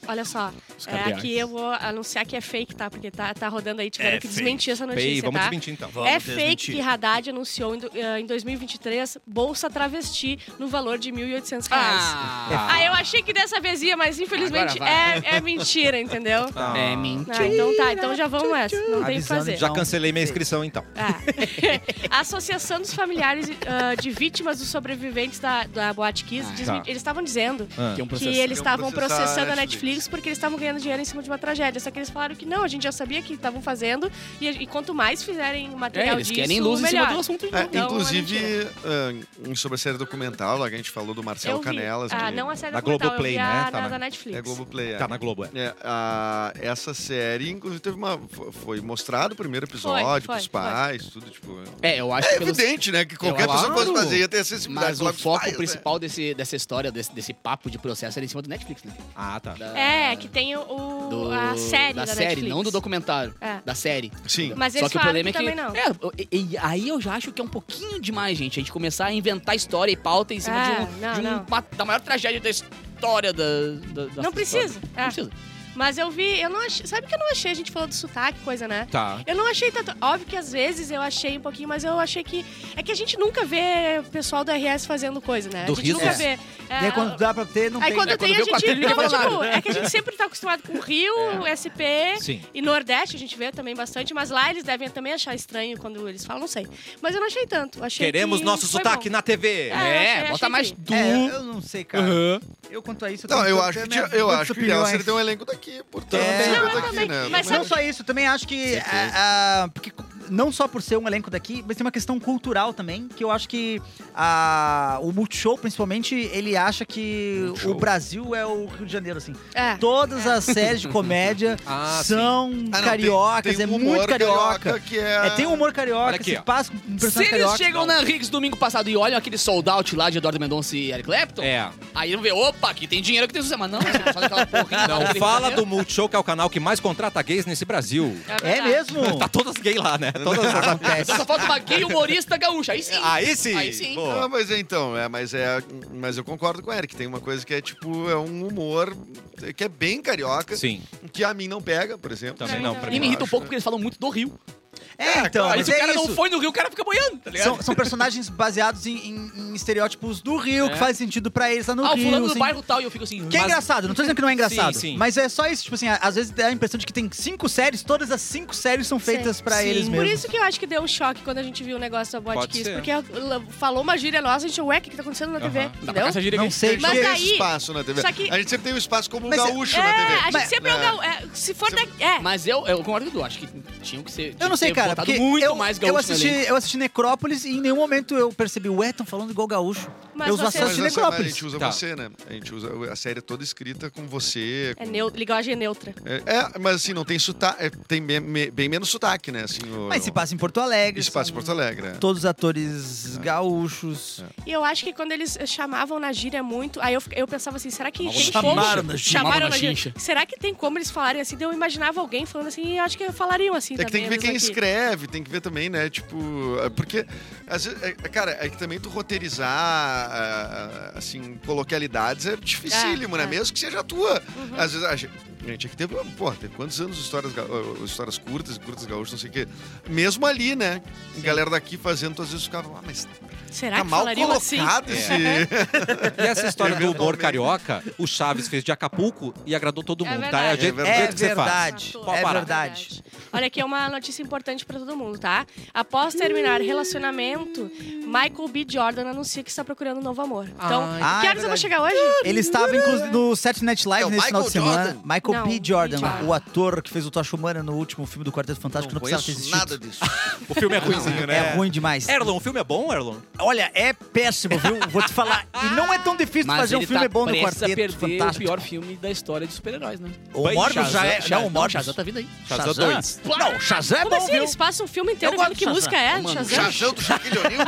[SPEAKER 4] Olha só, é,
[SPEAKER 1] cardeais.
[SPEAKER 4] aqui eu vou anunciar que é fake, tá? Porque tá, tá rodando aí, tiveram que desmentir essa notícia,
[SPEAKER 11] Pei, É vamos
[SPEAKER 4] tá?
[SPEAKER 11] desmentir então.
[SPEAKER 4] é fake que Haddad anunciou em, do- eh, em 2023 bolsa travesti no valor de 1.800 reais.
[SPEAKER 1] Ah,
[SPEAKER 4] Ah, eu achei que dessa vez ia, mas infelizmente
[SPEAKER 1] Agora
[SPEAKER 4] é, é mentira, entendeu?
[SPEAKER 1] é mentira.
[SPEAKER 4] Ah, então tá, então já vamos nessa. Não tem o que
[SPEAKER 10] Avisando
[SPEAKER 4] fazer.
[SPEAKER 11] Já cancelei minha inscrição então.
[SPEAKER 4] É. A Associação dos Familiares ah, de Vítimas dos Sobreviventes da, da Boate Kiss, diz-
[SPEAKER 11] tá.
[SPEAKER 4] eles estavam dizendo
[SPEAKER 11] Ah.
[SPEAKER 1] Tem Ah, um
[SPEAKER 4] que eles estavam
[SPEAKER 5] processar a
[SPEAKER 4] processando a Netflix
[SPEAKER 5] Netflix.
[SPEAKER 4] porque eles estavam ganhando dinheiro em cima de uma tragédia. Só que eles falaram que não, a gente já sabia que estavam fazendo e, e quanto mais fizerem
[SPEAKER 1] É,
[SPEAKER 4] material
[SPEAKER 1] eles
[SPEAKER 4] disso,
[SPEAKER 1] querem luz em
[SPEAKER 4] melhor.
[SPEAKER 1] cima do assunto de
[SPEAKER 5] É,
[SPEAKER 1] novo.
[SPEAKER 4] Então,
[SPEAKER 5] inclusive,
[SPEAKER 4] é
[SPEAKER 5] ah, sobre a série documental, lá que a gente falou do Marcelo
[SPEAKER 4] Eu vi.
[SPEAKER 5] Canelas.
[SPEAKER 4] ah,
[SPEAKER 5] que
[SPEAKER 4] não a série
[SPEAKER 11] da
[SPEAKER 4] documental,
[SPEAKER 11] Globoplay,
[SPEAKER 4] eu vi a,
[SPEAKER 11] né? Tá
[SPEAKER 4] na,
[SPEAKER 11] na-
[SPEAKER 4] da Netflix.
[SPEAKER 5] É Globoplay, é.
[SPEAKER 11] Tá na Globo, é.
[SPEAKER 5] É, a- essa série, inclusive, teve uma. fo- Foi mostrado o primeiro episódio
[SPEAKER 4] Foi, foi,
[SPEAKER 5] pros pais, tudo, tipo.
[SPEAKER 1] É, eu acho
[SPEAKER 5] É
[SPEAKER 1] que pelos-
[SPEAKER 5] evidente, né? Que qualquer
[SPEAKER 1] Eu
[SPEAKER 5] pessoa que fosse
[SPEAKER 1] claro.
[SPEAKER 5] fazer ia ter acessibilidade.
[SPEAKER 1] Mas o
[SPEAKER 5] falar com os
[SPEAKER 1] foco
[SPEAKER 5] pais, né?
[SPEAKER 1] principal desse, dessa história, desse, desse papo de processo, era em cima do Netflix, né?
[SPEAKER 11] Ah, tá.
[SPEAKER 1] Da-
[SPEAKER 4] É, que tem o, o-
[SPEAKER 1] do-
[SPEAKER 4] a série da,
[SPEAKER 1] da, série,
[SPEAKER 4] Netflix.
[SPEAKER 1] não do documentário.
[SPEAKER 4] É.
[SPEAKER 1] Da série.
[SPEAKER 5] Sim.
[SPEAKER 4] Mas
[SPEAKER 1] Só
[SPEAKER 4] eles
[SPEAKER 1] que o
[SPEAKER 4] falaram
[SPEAKER 1] problema
[SPEAKER 4] que
[SPEAKER 1] é que.
[SPEAKER 4] também não.
[SPEAKER 1] É, eu- e- e- aí eu já acho que é um pouquinho demais, gente. A gente começar a inventar história e pauta em cima
[SPEAKER 4] É,
[SPEAKER 1] de, um,
[SPEAKER 4] não,
[SPEAKER 1] de um-
[SPEAKER 4] não.
[SPEAKER 1] uma- da maior tragédia da história da. da- da-
[SPEAKER 4] Não precisa,
[SPEAKER 1] da- Não
[SPEAKER 4] é.
[SPEAKER 1] precisa.
[SPEAKER 4] Mas eu vi, eu não achei, sabe que eu não achei, a gente falou do sotaque, coisa, né?
[SPEAKER 2] Tá.
[SPEAKER 4] Eu não achei tanto. Óbvio que às vezes eu achei um pouquinho, mas eu achei que. É que a gente nunca vê pessoal do RS fazendo coisa, né?
[SPEAKER 2] Do
[SPEAKER 4] a gente
[SPEAKER 2] Rio,
[SPEAKER 4] nunca
[SPEAKER 2] é.
[SPEAKER 4] vê. É,
[SPEAKER 10] E aí quando dá pra ter, não
[SPEAKER 4] aí
[SPEAKER 10] tem.
[SPEAKER 4] quando
[SPEAKER 6] né?
[SPEAKER 1] É, quando
[SPEAKER 4] tem,
[SPEAKER 1] vê o
[SPEAKER 4] a gente.
[SPEAKER 1] quadrilho,
[SPEAKER 4] Não,
[SPEAKER 1] ninguém fala
[SPEAKER 4] tipo, é que a gente sempre tá acostumado com Rio, SP
[SPEAKER 2] Sim.
[SPEAKER 4] e Nordeste, a gente vê também bastante, mas lá eles devem também achar estranho quando eles falam, não sei. Mas eu não achei tanto. Achei
[SPEAKER 11] Queremos
[SPEAKER 4] que
[SPEAKER 11] nosso
[SPEAKER 4] foi
[SPEAKER 11] sotaque
[SPEAKER 4] bom.
[SPEAKER 11] na TV.
[SPEAKER 4] É, eu
[SPEAKER 1] É,
[SPEAKER 4] achei-
[SPEAKER 1] bota
[SPEAKER 4] achei
[SPEAKER 1] mais
[SPEAKER 4] que-
[SPEAKER 1] du.
[SPEAKER 10] É, eu não sei, cara. Eu quanto a isso...
[SPEAKER 5] Não, eu
[SPEAKER 10] tenho
[SPEAKER 5] acho
[SPEAKER 10] minha
[SPEAKER 5] que, tinha- eu
[SPEAKER 10] dúvida
[SPEAKER 5] acho que é,
[SPEAKER 10] opinião,
[SPEAKER 5] ideal seria
[SPEAKER 10] hein?
[SPEAKER 5] ter um elenco daqui, portanto,
[SPEAKER 10] É.
[SPEAKER 5] tem um
[SPEAKER 4] Não,
[SPEAKER 5] elenco
[SPEAKER 4] eu
[SPEAKER 5] daqui,
[SPEAKER 4] também-
[SPEAKER 5] né?
[SPEAKER 4] mas
[SPEAKER 10] Não só isso, também acho que...
[SPEAKER 5] Certeza.
[SPEAKER 10] ah, ah, porque
[SPEAKER 6] é, não só por ser um elenco daqui, mas tem uma questão cultural também, que eu acho que a, o Multishow, principalmente, ele acha que o Brasil é o Rio de Janeiro, assim.
[SPEAKER 4] É.
[SPEAKER 6] Todas as séries de comédia
[SPEAKER 2] Ah, sim.
[SPEAKER 6] são
[SPEAKER 5] Ah, não, tem-
[SPEAKER 6] cariocas,
[SPEAKER 5] tem
[SPEAKER 6] é
[SPEAKER 5] um
[SPEAKER 6] muito
[SPEAKER 5] humor
[SPEAKER 6] carioca.
[SPEAKER 5] que é...
[SPEAKER 6] É, tem um humor carioca,
[SPEAKER 2] Olha aqui,
[SPEAKER 6] se
[SPEAKER 2] ó.
[SPEAKER 6] passa com um
[SPEAKER 1] Se
[SPEAKER 6] personagem
[SPEAKER 1] eles
[SPEAKER 6] carioca.
[SPEAKER 1] chegam na Riggs domingo passado e olham aquele sold out lá de Eduardo Mendonça e Eric Clapton,
[SPEAKER 2] É.
[SPEAKER 1] aí eles vão ver, opa, aqui tem dinheiro que tem sucesso. Mas não, você faz aquela porra.
[SPEAKER 2] Não, fala do Multishow, que é o canal que mais contrata gays nesse Brasil.
[SPEAKER 4] né?
[SPEAKER 6] É mesmo?
[SPEAKER 2] Tá todas gays lá, né? Todas as...
[SPEAKER 1] Ah, Só falta uma gay humorista gaúcha, aí sim.
[SPEAKER 6] Ah,
[SPEAKER 2] Aí sim.
[SPEAKER 1] Aí sim.
[SPEAKER 2] Boa.
[SPEAKER 5] Ah, mas é então, é, mas é. Mas eu concordo com o Eric. Tem uma coisa que é tipo, é um humor que é bem carioca,
[SPEAKER 2] Sim,
[SPEAKER 5] que a mim não pega, por exemplo.
[SPEAKER 2] também não. pra
[SPEAKER 1] E
[SPEAKER 2] mim
[SPEAKER 1] me
[SPEAKER 2] não.
[SPEAKER 1] irrita um pouco porque eles falam muito do Rio.
[SPEAKER 6] É, então,
[SPEAKER 1] Aí
[SPEAKER 6] mas
[SPEAKER 1] se o
[SPEAKER 6] é
[SPEAKER 1] cara
[SPEAKER 6] isso.
[SPEAKER 1] não foi no Rio, o cara fica boiando, tá ligado?
[SPEAKER 6] São, são personagens baseados em, em- em estereótipos do Rio, que faz sentido pra eles lá no
[SPEAKER 1] ah, o
[SPEAKER 6] Rio.
[SPEAKER 1] fulano do
[SPEAKER 6] assim.
[SPEAKER 1] bairro tal, e eu fico assim...
[SPEAKER 6] Que é
[SPEAKER 1] mas-
[SPEAKER 6] engraçado, não tô dizendo que não é engraçado.
[SPEAKER 2] Sim, sim.
[SPEAKER 6] Mas é só isso, tipo assim, às vezes dá a impressão de que tem cinco séries, todas as cinco séries são feitas pra
[SPEAKER 4] Sim.
[SPEAKER 6] eles
[SPEAKER 4] Por
[SPEAKER 6] mesmos.
[SPEAKER 4] isso que eu acho que deu um choque quando a gente viu o negócio da Bot
[SPEAKER 2] Pode
[SPEAKER 4] Kiss.
[SPEAKER 2] ser.
[SPEAKER 4] Porque ela falou uma gíria nossa, a gente, ué, o que que tá acontecendo na TV?
[SPEAKER 2] Aham.
[SPEAKER 1] Dá pra
[SPEAKER 4] Entendeu?
[SPEAKER 1] essa gíria
[SPEAKER 6] Não
[SPEAKER 1] aqui.
[SPEAKER 6] sei
[SPEAKER 4] Mas
[SPEAKER 5] Tem
[SPEAKER 6] que...
[SPEAKER 5] esse
[SPEAKER 4] daí-
[SPEAKER 5] espaço na TV.
[SPEAKER 4] só que-
[SPEAKER 5] A gente sempre tem um espaço como um
[SPEAKER 6] Mas é-
[SPEAKER 5] gaúcho
[SPEAKER 4] É,
[SPEAKER 5] na TV.
[SPEAKER 4] a gente
[SPEAKER 6] Mas-
[SPEAKER 4] sempre é o gaú- é, Se for da. É.
[SPEAKER 1] Mas eu, eu concordo com o Edu, acho que tinham que ser...
[SPEAKER 6] Eu
[SPEAKER 1] tinha
[SPEAKER 6] não
[SPEAKER 1] que
[SPEAKER 6] sei,
[SPEAKER 1] ter
[SPEAKER 6] cara,
[SPEAKER 1] botado
[SPEAKER 6] porque
[SPEAKER 1] muito
[SPEAKER 6] eu,
[SPEAKER 1] mais
[SPEAKER 6] eu,
[SPEAKER 1] gaúcho no
[SPEAKER 6] assisti,
[SPEAKER 1] elenco.
[SPEAKER 6] eu assisti Necrópolis e em nenhum momento eu percebi, ué, tão falando igual gaúcho.
[SPEAKER 4] Mas
[SPEAKER 6] eu uso
[SPEAKER 4] você-
[SPEAKER 6] acesso de
[SPEAKER 5] Mas essa- mas a
[SPEAKER 6] Necrópolis.
[SPEAKER 5] gente usa
[SPEAKER 2] Tá.
[SPEAKER 5] você, né? A gente usa a série é toda escrita com você.
[SPEAKER 4] É
[SPEAKER 5] com-
[SPEAKER 4] neu... linguagem neutra.
[SPEAKER 5] É, é, mas assim, não tem sotaque. é, tem me- me- bem menos sotaque, né? Assim, o,
[SPEAKER 6] Mas se passa em Porto Alegre.
[SPEAKER 5] Isso passa em
[SPEAKER 6] são
[SPEAKER 5] Porto Alegre. é.
[SPEAKER 6] Todos os atores gaúchos.
[SPEAKER 4] E eu acho que quando eles chamavam na gíria muito, aí eu, fi- eu pensava assim, será que
[SPEAKER 1] Chamavam
[SPEAKER 4] tem
[SPEAKER 1] na
[SPEAKER 4] como...
[SPEAKER 1] chincha. Chamavam
[SPEAKER 4] Chamaram
[SPEAKER 1] na
[SPEAKER 4] na gíria.
[SPEAKER 1] chincha.
[SPEAKER 4] Será que tem como eles falarem assim? Daí Eu imaginava alguém falando assim, e eu acho que falariam assim
[SPEAKER 5] É que tem
[SPEAKER 4] também.
[SPEAKER 5] que ver quem
[SPEAKER 4] eles aqui.
[SPEAKER 5] escreve, tem que ver também, né? Tipo, é porque, às vezes, é- é, cara, é que também tu roteirizar, ah, ah, assim, coloquialidades é dificílimo,
[SPEAKER 4] É, Uhum.
[SPEAKER 5] né?
[SPEAKER 4] é.
[SPEAKER 5] Mesmo que seja tua. Às vezes, a gente, gente, aqui teve, pô, teve quantos anos histórias, ga- ah, histórias curtas, curtas gaúchas, não sei o quê. Mesmo ali, né? Galera daqui fazendo, tu às vezes ficava, ah, mas
[SPEAKER 4] Será
[SPEAKER 5] tá
[SPEAKER 4] que
[SPEAKER 5] mal
[SPEAKER 4] falariam assim?
[SPEAKER 5] colocado esse...
[SPEAKER 2] E essa história do humor carioca, o Chaves fez de Acapulco e agradou todo
[SPEAKER 4] É
[SPEAKER 2] mundo, tá?
[SPEAKER 4] verdade.
[SPEAKER 2] É o jeito,
[SPEAKER 5] É
[SPEAKER 2] o jeito
[SPEAKER 5] verdade.
[SPEAKER 2] que você faz.
[SPEAKER 6] verdade.
[SPEAKER 4] Matou.
[SPEAKER 2] Pode
[SPEAKER 6] É
[SPEAKER 2] parar.
[SPEAKER 6] verdade.
[SPEAKER 4] Olha aqui, é uma notícia importante pra todo mundo, tá? Após terminar relacionamento, Michael B. Jordan anuncia que está procurando um novo amor. Então,
[SPEAKER 6] Ah,
[SPEAKER 4] que
[SPEAKER 6] é
[SPEAKER 4] horas eu vou
[SPEAKER 6] verdade.
[SPEAKER 4] chegar hoje?
[SPEAKER 6] Ele estava, inclusive, no Saturday Night Live
[SPEAKER 12] É o
[SPEAKER 6] nesse final de
[SPEAKER 12] Michael
[SPEAKER 6] semana.
[SPEAKER 12] Jordan?
[SPEAKER 6] Michael
[SPEAKER 4] Não,
[SPEAKER 6] B. Jordan,
[SPEAKER 4] Jordan.
[SPEAKER 6] o ator que fez o Tocha Humana no último filme do Quarteto Fantástico, não, precisava ter
[SPEAKER 12] conheço
[SPEAKER 6] existido.
[SPEAKER 12] nada disso.
[SPEAKER 2] O filme é ruimzinho, né?
[SPEAKER 6] É ruim demais.
[SPEAKER 2] Erlon, o filme é bom, Erlon?
[SPEAKER 6] Olha, é péssimo, viu? Vou te falar. E não é tão difícil
[SPEAKER 1] Mas
[SPEAKER 6] fazer um
[SPEAKER 1] ele
[SPEAKER 6] filme
[SPEAKER 1] tá
[SPEAKER 6] bom no
[SPEAKER 1] prestes a
[SPEAKER 6] Quarteto
[SPEAKER 1] perder
[SPEAKER 6] Fantástico.
[SPEAKER 1] o pior filme da história de super-heróis, né?
[SPEAKER 6] O Morbius já é.
[SPEAKER 1] Shazam-
[SPEAKER 6] Não, o Morbius.
[SPEAKER 1] Shazam tá vindo aí.
[SPEAKER 2] Shazam
[SPEAKER 6] Shazam?
[SPEAKER 2] dois.
[SPEAKER 6] Não, Shazam é
[SPEAKER 4] Como
[SPEAKER 6] bom,
[SPEAKER 4] assim?
[SPEAKER 6] viu?
[SPEAKER 4] Eles passam um filme inteiro
[SPEAKER 6] Eu gosto
[SPEAKER 4] vendo que
[SPEAKER 6] do
[SPEAKER 4] música é? Shazam?
[SPEAKER 12] Chachão do Shaquille O'Neal.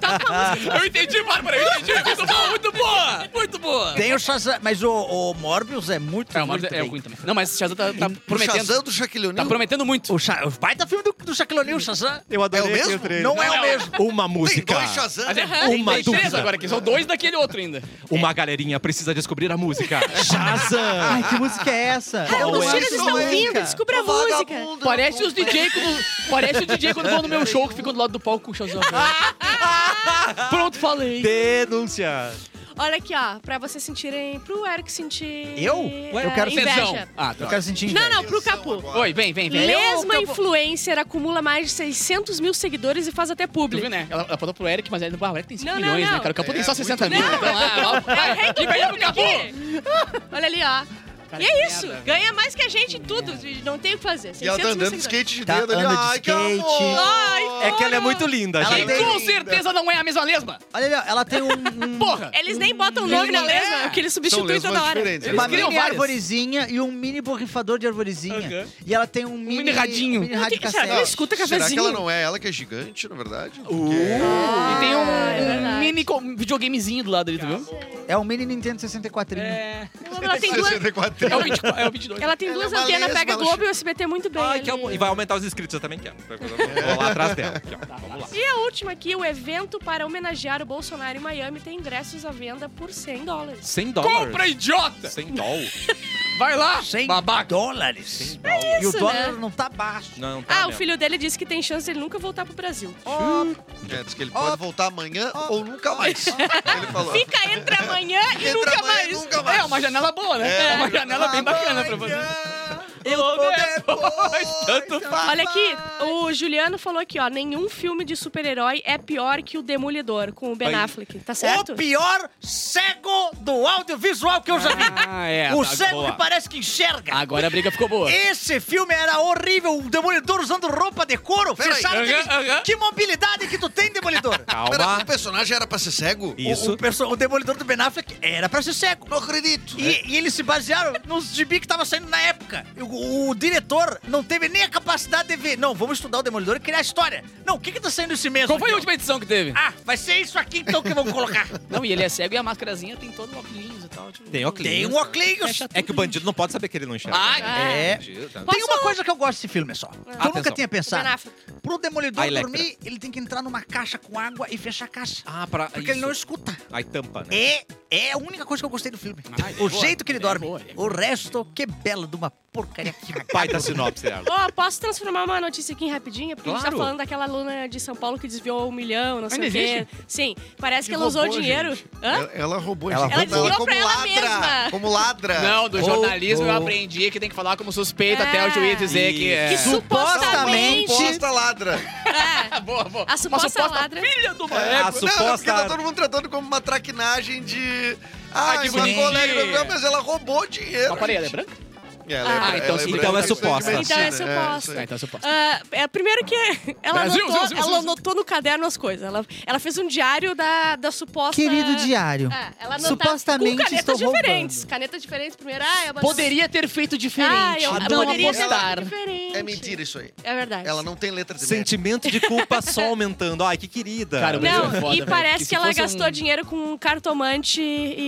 [SPEAKER 1] tá, Eu entendi, Bárbara, eu entendi. Muito boa, muito boa. Muito boa.
[SPEAKER 6] Tem o Shazam, mas o, o Morbius é muito,
[SPEAKER 1] É, o Morbius
[SPEAKER 6] muito
[SPEAKER 1] é
[SPEAKER 6] bem.
[SPEAKER 1] ruim também. Não, mas o Shazam tá, tá
[SPEAKER 12] O Chazão
[SPEAKER 1] prometendo.
[SPEAKER 12] do Shaquille
[SPEAKER 1] Tá
[SPEAKER 12] O'Neal.
[SPEAKER 1] prometendo muito.
[SPEAKER 6] O, Sha... Ah, o baita filme do, do Shaquille O'Neal, o Shazam.
[SPEAKER 13] Eu adorei
[SPEAKER 12] É o
[SPEAKER 13] aquele
[SPEAKER 12] mesmo?
[SPEAKER 13] trailer.
[SPEAKER 6] Não é o mesmo.
[SPEAKER 2] Uma
[SPEAKER 12] Tem
[SPEAKER 2] música.
[SPEAKER 12] dois Chazão.
[SPEAKER 1] Mas é
[SPEAKER 2] Uma
[SPEAKER 1] tem três
[SPEAKER 2] dúvida.
[SPEAKER 1] agora aqui, são dois daquele outro ainda.
[SPEAKER 2] Uma galerinha precisa descobrir a música. Shazam!
[SPEAKER 6] Ai, que música é essa?
[SPEAKER 1] Ah,
[SPEAKER 4] Cara,
[SPEAKER 6] Qual
[SPEAKER 4] os
[SPEAKER 6] é
[SPEAKER 4] filhos
[SPEAKER 6] essa
[SPEAKER 4] estão
[SPEAKER 6] música?
[SPEAKER 4] vindo, descubra a música.
[SPEAKER 1] Parece os DJ quando. Parece o DJ quando vão no meu show que ficam do lado do palco com o Shazam. Pronto, falei.
[SPEAKER 13] Denúncia.
[SPEAKER 4] Olha aqui, ó, pra vocês sentirem, pro Eric sentir...
[SPEAKER 6] Eu?
[SPEAKER 4] eh,
[SPEAKER 6] Eu quero
[SPEAKER 1] Tesão.
[SPEAKER 4] inveja.
[SPEAKER 1] Ah,
[SPEAKER 6] Eu
[SPEAKER 1] tá.
[SPEAKER 6] quero sentir
[SPEAKER 4] Não, não, pro Capu.
[SPEAKER 1] Oi, vem, vem, é vem.
[SPEAKER 4] Lesma influencer acumula mais de 600 mil seguidores e faz até
[SPEAKER 1] Tu viu,
[SPEAKER 4] publi.
[SPEAKER 1] né? Ela ela apontou pro Eric, mas ele ah, o Eric tem 5
[SPEAKER 4] Não, não,
[SPEAKER 1] milhões,
[SPEAKER 4] não.
[SPEAKER 1] né, cara? O Capu tem só
[SPEAKER 12] É,
[SPEAKER 1] 60
[SPEAKER 12] muito
[SPEAKER 1] mil. Então, lá, lá,
[SPEAKER 4] É,
[SPEAKER 1] vai. Fica aí pro Capu.
[SPEAKER 4] Olha ali, ó.
[SPEAKER 1] Cara,
[SPEAKER 4] E
[SPEAKER 1] que
[SPEAKER 4] é isso,
[SPEAKER 1] merda, velho.
[SPEAKER 4] ganha mais que a gente em tudo, não tem o que fazer.
[SPEAKER 5] E ela
[SPEAKER 4] 600
[SPEAKER 5] tá
[SPEAKER 4] mil
[SPEAKER 5] andando de
[SPEAKER 4] seguidores.
[SPEAKER 5] skate de
[SPEAKER 6] Tá
[SPEAKER 5] dedo ali.
[SPEAKER 6] andando de
[SPEAKER 5] Ai, que
[SPEAKER 6] skate.
[SPEAKER 5] amor!
[SPEAKER 4] Ai,
[SPEAKER 13] É que ela é muito linda,
[SPEAKER 6] Ela
[SPEAKER 13] gente.
[SPEAKER 6] tem-
[SPEAKER 1] E com certeza não é a mesma lesma.
[SPEAKER 6] Olha ali, ó, ela tem um, um
[SPEAKER 1] Porra.
[SPEAKER 4] Eles nem botam nome
[SPEAKER 1] é.
[SPEAKER 4] na lesma, porque eles
[SPEAKER 5] São
[SPEAKER 4] substituem
[SPEAKER 5] lesmas
[SPEAKER 4] toda hora.
[SPEAKER 5] diferentes.
[SPEAKER 1] Eles
[SPEAKER 6] uma
[SPEAKER 1] criam
[SPEAKER 6] mini
[SPEAKER 1] várias.
[SPEAKER 6] arvorezinha e um mini borrifador de arvorezinha.
[SPEAKER 1] Aham.
[SPEAKER 6] E ela tem um mini,
[SPEAKER 1] mini radinho.
[SPEAKER 6] um mini
[SPEAKER 4] Não
[SPEAKER 6] rádio
[SPEAKER 4] tem- será que
[SPEAKER 6] cassete.
[SPEAKER 4] não escuta
[SPEAKER 5] Será que
[SPEAKER 4] cafezinho?
[SPEAKER 5] ela não é ela que é gigante, na verdade?
[SPEAKER 1] E tem um,
[SPEAKER 4] é verdade.
[SPEAKER 1] um mini co- um videogamezinho do lado ali, tu viu?
[SPEAKER 6] É um mini Nintendo 64.
[SPEAKER 1] É.
[SPEAKER 4] Ela Ah, tem duas,
[SPEAKER 5] 64
[SPEAKER 1] É o 24, é o 22.
[SPEAKER 4] ela tem
[SPEAKER 5] Ela
[SPEAKER 4] duas
[SPEAKER 5] é uma
[SPEAKER 4] antenas,
[SPEAKER 5] lesma,
[SPEAKER 4] pega
[SPEAKER 5] ela
[SPEAKER 4] Globo e o SBT muito bem.
[SPEAKER 2] Ai, que
[SPEAKER 4] ali.
[SPEAKER 2] amor. E vai aumentar os inscritos, eu também quero. Vou lá atrás dela. Aqui,
[SPEAKER 6] Tá,
[SPEAKER 2] ó. Vamos lá.
[SPEAKER 4] E a última aqui, o evento para homenagear o Bolsonaro em Miami tem ingressos à venda por 100 dólares.
[SPEAKER 2] 100 dólares.
[SPEAKER 1] Compra, idiota!
[SPEAKER 2] 100 dólares.
[SPEAKER 1] Vai lá,
[SPEAKER 6] 100
[SPEAKER 1] babaca.
[SPEAKER 6] dólares. É
[SPEAKER 2] dólares.
[SPEAKER 6] e o
[SPEAKER 4] isso,
[SPEAKER 6] dólar
[SPEAKER 4] né?
[SPEAKER 6] não tá baixo.
[SPEAKER 2] Não, tá
[SPEAKER 4] Ah, o
[SPEAKER 2] mesmo.
[SPEAKER 4] filho dele disse que tem chance de ele nunca voltar pro Brasil.
[SPEAKER 5] É, diz que ele pode voltar amanhã ou nunca mais. ele falou.
[SPEAKER 4] Fica entre amanhã e
[SPEAKER 12] Entra amanhã
[SPEAKER 4] nunca
[SPEAKER 12] e
[SPEAKER 4] mais. É,
[SPEAKER 12] nunca mais.
[SPEAKER 1] É uma janela boa, né? É, uma janela bem bacana pra fazer. Eu tô Tanto faz.
[SPEAKER 4] Olha aqui, o Juliano falou aqui, ó. Nenhum filme de super-herói é pior que o Demolidor, com o Ben Affleck. Tá certo?
[SPEAKER 6] O pior cego do audiovisual que eu já vi.
[SPEAKER 1] Ah, é.
[SPEAKER 6] o
[SPEAKER 1] tá
[SPEAKER 6] cego
[SPEAKER 1] boa.
[SPEAKER 6] que parece que enxerga.
[SPEAKER 1] Agora a briga ficou boa.
[SPEAKER 6] Esse filme era horrível. O Demolidor usando roupa de couro. Fecharam
[SPEAKER 1] Aham,
[SPEAKER 6] aquele-
[SPEAKER 1] aham.
[SPEAKER 6] Que mobilidade que tu tem, Demolidor?
[SPEAKER 7] Pera,
[SPEAKER 2] Calma.
[SPEAKER 7] o personagem era pra ser cego?
[SPEAKER 2] Isso.
[SPEAKER 6] O, o perso- o Demolidor do Ben Affleck era pra ser cego. É.
[SPEAKER 7] Não acredito.
[SPEAKER 6] E, e eles se basearam nos gibi que tava saindo na época. O, o diretor não teve nem a capacidade de ver. Não, vamos estudar o Demolidor e criar a história. Não, o que que tá saindo esse mesmo?
[SPEAKER 1] Qual foi a
[SPEAKER 6] aqui, ó?
[SPEAKER 1] última edição que teve?
[SPEAKER 6] Ah, vai ser isso aqui então que vão colocar.
[SPEAKER 1] Não, e ele é cego e a máscarazinha tem todo o óculos e tal. tipo-
[SPEAKER 2] Tem óculos.
[SPEAKER 6] Tem um óculos.
[SPEAKER 2] É que o bandido não pode saber que ele não enxerga. Né? tá.
[SPEAKER 1] Ah,
[SPEAKER 6] É. Tem
[SPEAKER 4] Posso-
[SPEAKER 6] uma coisa que eu gosto desse filme é só. Que eu nunca
[SPEAKER 2] Atenção.
[SPEAKER 6] tinha
[SPEAKER 4] O Ben
[SPEAKER 6] pensado.
[SPEAKER 4] Affleck.
[SPEAKER 6] Pro Demolidor
[SPEAKER 2] A Electra.
[SPEAKER 6] dormir, ele tem que entrar numa caixa com água e fechar a caixa.
[SPEAKER 2] Ah, pra.
[SPEAKER 6] Porque
[SPEAKER 2] isso.
[SPEAKER 6] ele não escuta.
[SPEAKER 2] Aí tampa, né?
[SPEAKER 6] É, é a única coisa que eu gostei do filme.
[SPEAKER 1] Ah, é
[SPEAKER 6] o
[SPEAKER 1] boa,
[SPEAKER 6] jeito que ele
[SPEAKER 1] é
[SPEAKER 6] dorme.
[SPEAKER 1] boa, é
[SPEAKER 6] o resto, que bela de uma porcaria que
[SPEAKER 2] Pai da sinopse dela.
[SPEAKER 4] Ó, posso transformar uma notícia aqui em rapidinha? Porque a gente
[SPEAKER 2] Claro.
[SPEAKER 4] tá falando daquela aluna de São Paulo que desviou um milhão, não sei
[SPEAKER 1] Ainda
[SPEAKER 4] o quê. Sim, parece que, ela usou
[SPEAKER 5] roubou,
[SPEAKER 4] dinheiro.
[SPEAKER 5] gente.
[SPEAKER 4] Hã?
[SPEAKER 5] Ela, ela roubou,
[SPEAKER 10] Ela
[SPEAKER 5] gente.
[SPEAKER 4] Ela desviou pra ela mesma.
[SPEAKER 7] como ladra.
[SPEAKER 1] Não, do jornalismo
[SPEAKER 10] Oh, oh.
[SPEAKER 1] eu aprendi que tem que falar como suspeita
[SPEAKER 4] É.
[SPEAKER 1] até o juiz dizer que é.
[SPEAKER 4] Que supostamente.
[SPEAKER 7] Posta ladra.
[SPEAKER 4] É,
[SPEAKER 1] Ah, Boa, boa.
[SPEAKER 4] a suposta, ladra.
[SPEAKER 1] filha do
[SPEAKER 2] É, a
[SPEAKER 1] Maneco.
[SPEAKER 7] Não, porque tá
[SPEAKER 2] suposta.
[SPEAKER 7] todo mundo tratando como uma traquinagem de... Ah,
[SPEAKER 1] de
[SPEAKER 7] de uma
[SPEAKER 1] sim.
[SPEAKER 7] colega, mas ela roubou dinheiro.
[SPEAKER 1] Mas peraí, ela é branca?
[SPEAKER 7] Ela
[SPEAKER 4] Ah,
[SPEAKER 7] branca,
[SPEAKER 2] então
[SPEAKER 7] ela
[SPEAKER 2] sim,
[SPEAKER 7] branca,
[SPEAKER 2] então é
[SPEAKER 7] isso aí de
[SPEAKER 2] suposta.
[SPEAKER 7] medicina,
[SPEAKER 4] Então é
[SPEAKER 7] isso
[SPEAKER 4] suposta.
[SPEAKER 7] aí.
[SPEAKER 1] É, então suposta.
[SPEAKER 4] Ah, é, primeiro que ela,
[SPEAKER 1] Brasil,
[SPEAKER 4] anotou,
[SPEAKER 1] Brasil, Brasil,
[SPEAKER 4] ela
[SPEAKER 1] Brasil.
[SPEAKER 4] anotou no caderno as coisas. Ela, ela fez um diário da, da suposta.
[SPEAKER 10] Querido diário.
[SPEAKER 4] É, ela anotava
[SPEAKER 10] Supostamente
[SPEAKER 4] com canetas
[SPEAKER 10] estou
[SPEAKER 4] diferentes.
[SPEAKER 10] roubando.
[SPEAKER 4] Canetas diferentes primeiro. Ah, eu abandonei.
[SPEAKER 1] Poderia ter feito
[SPEAKER 4] Ah,
[SPEAKER 1] diferente.
[SPEAKER 4] eu
[SPEAKER 1] não
[SPEAKER 4] poderia ter
[SPEAKER 1] apostar.
[SPEAKER 4] feito diferente.
[SPEAKER 7] É mentira isso aí.
[SPEAKER 4] É verdade.
[SPEAKER 7] Ela não tem letra de médico.
[SPEAKER 2] Sentimento de culpa só aumentando. Ai, que querida.
[SPEAKER 1] Cara, o Brasil
[SPEAKER 4] Não,
[SPEAKER 1] é foda,
[SPEAKER 4] e
[SPEAKER 1] velho, porque
[SPEAKER 4] parece
[SPEAKER 1] se
[SPEAKER 4] que ela
[SPEAKER 1] fosse um-
[SPEAKER 4] gastou dinheiro com um cartomante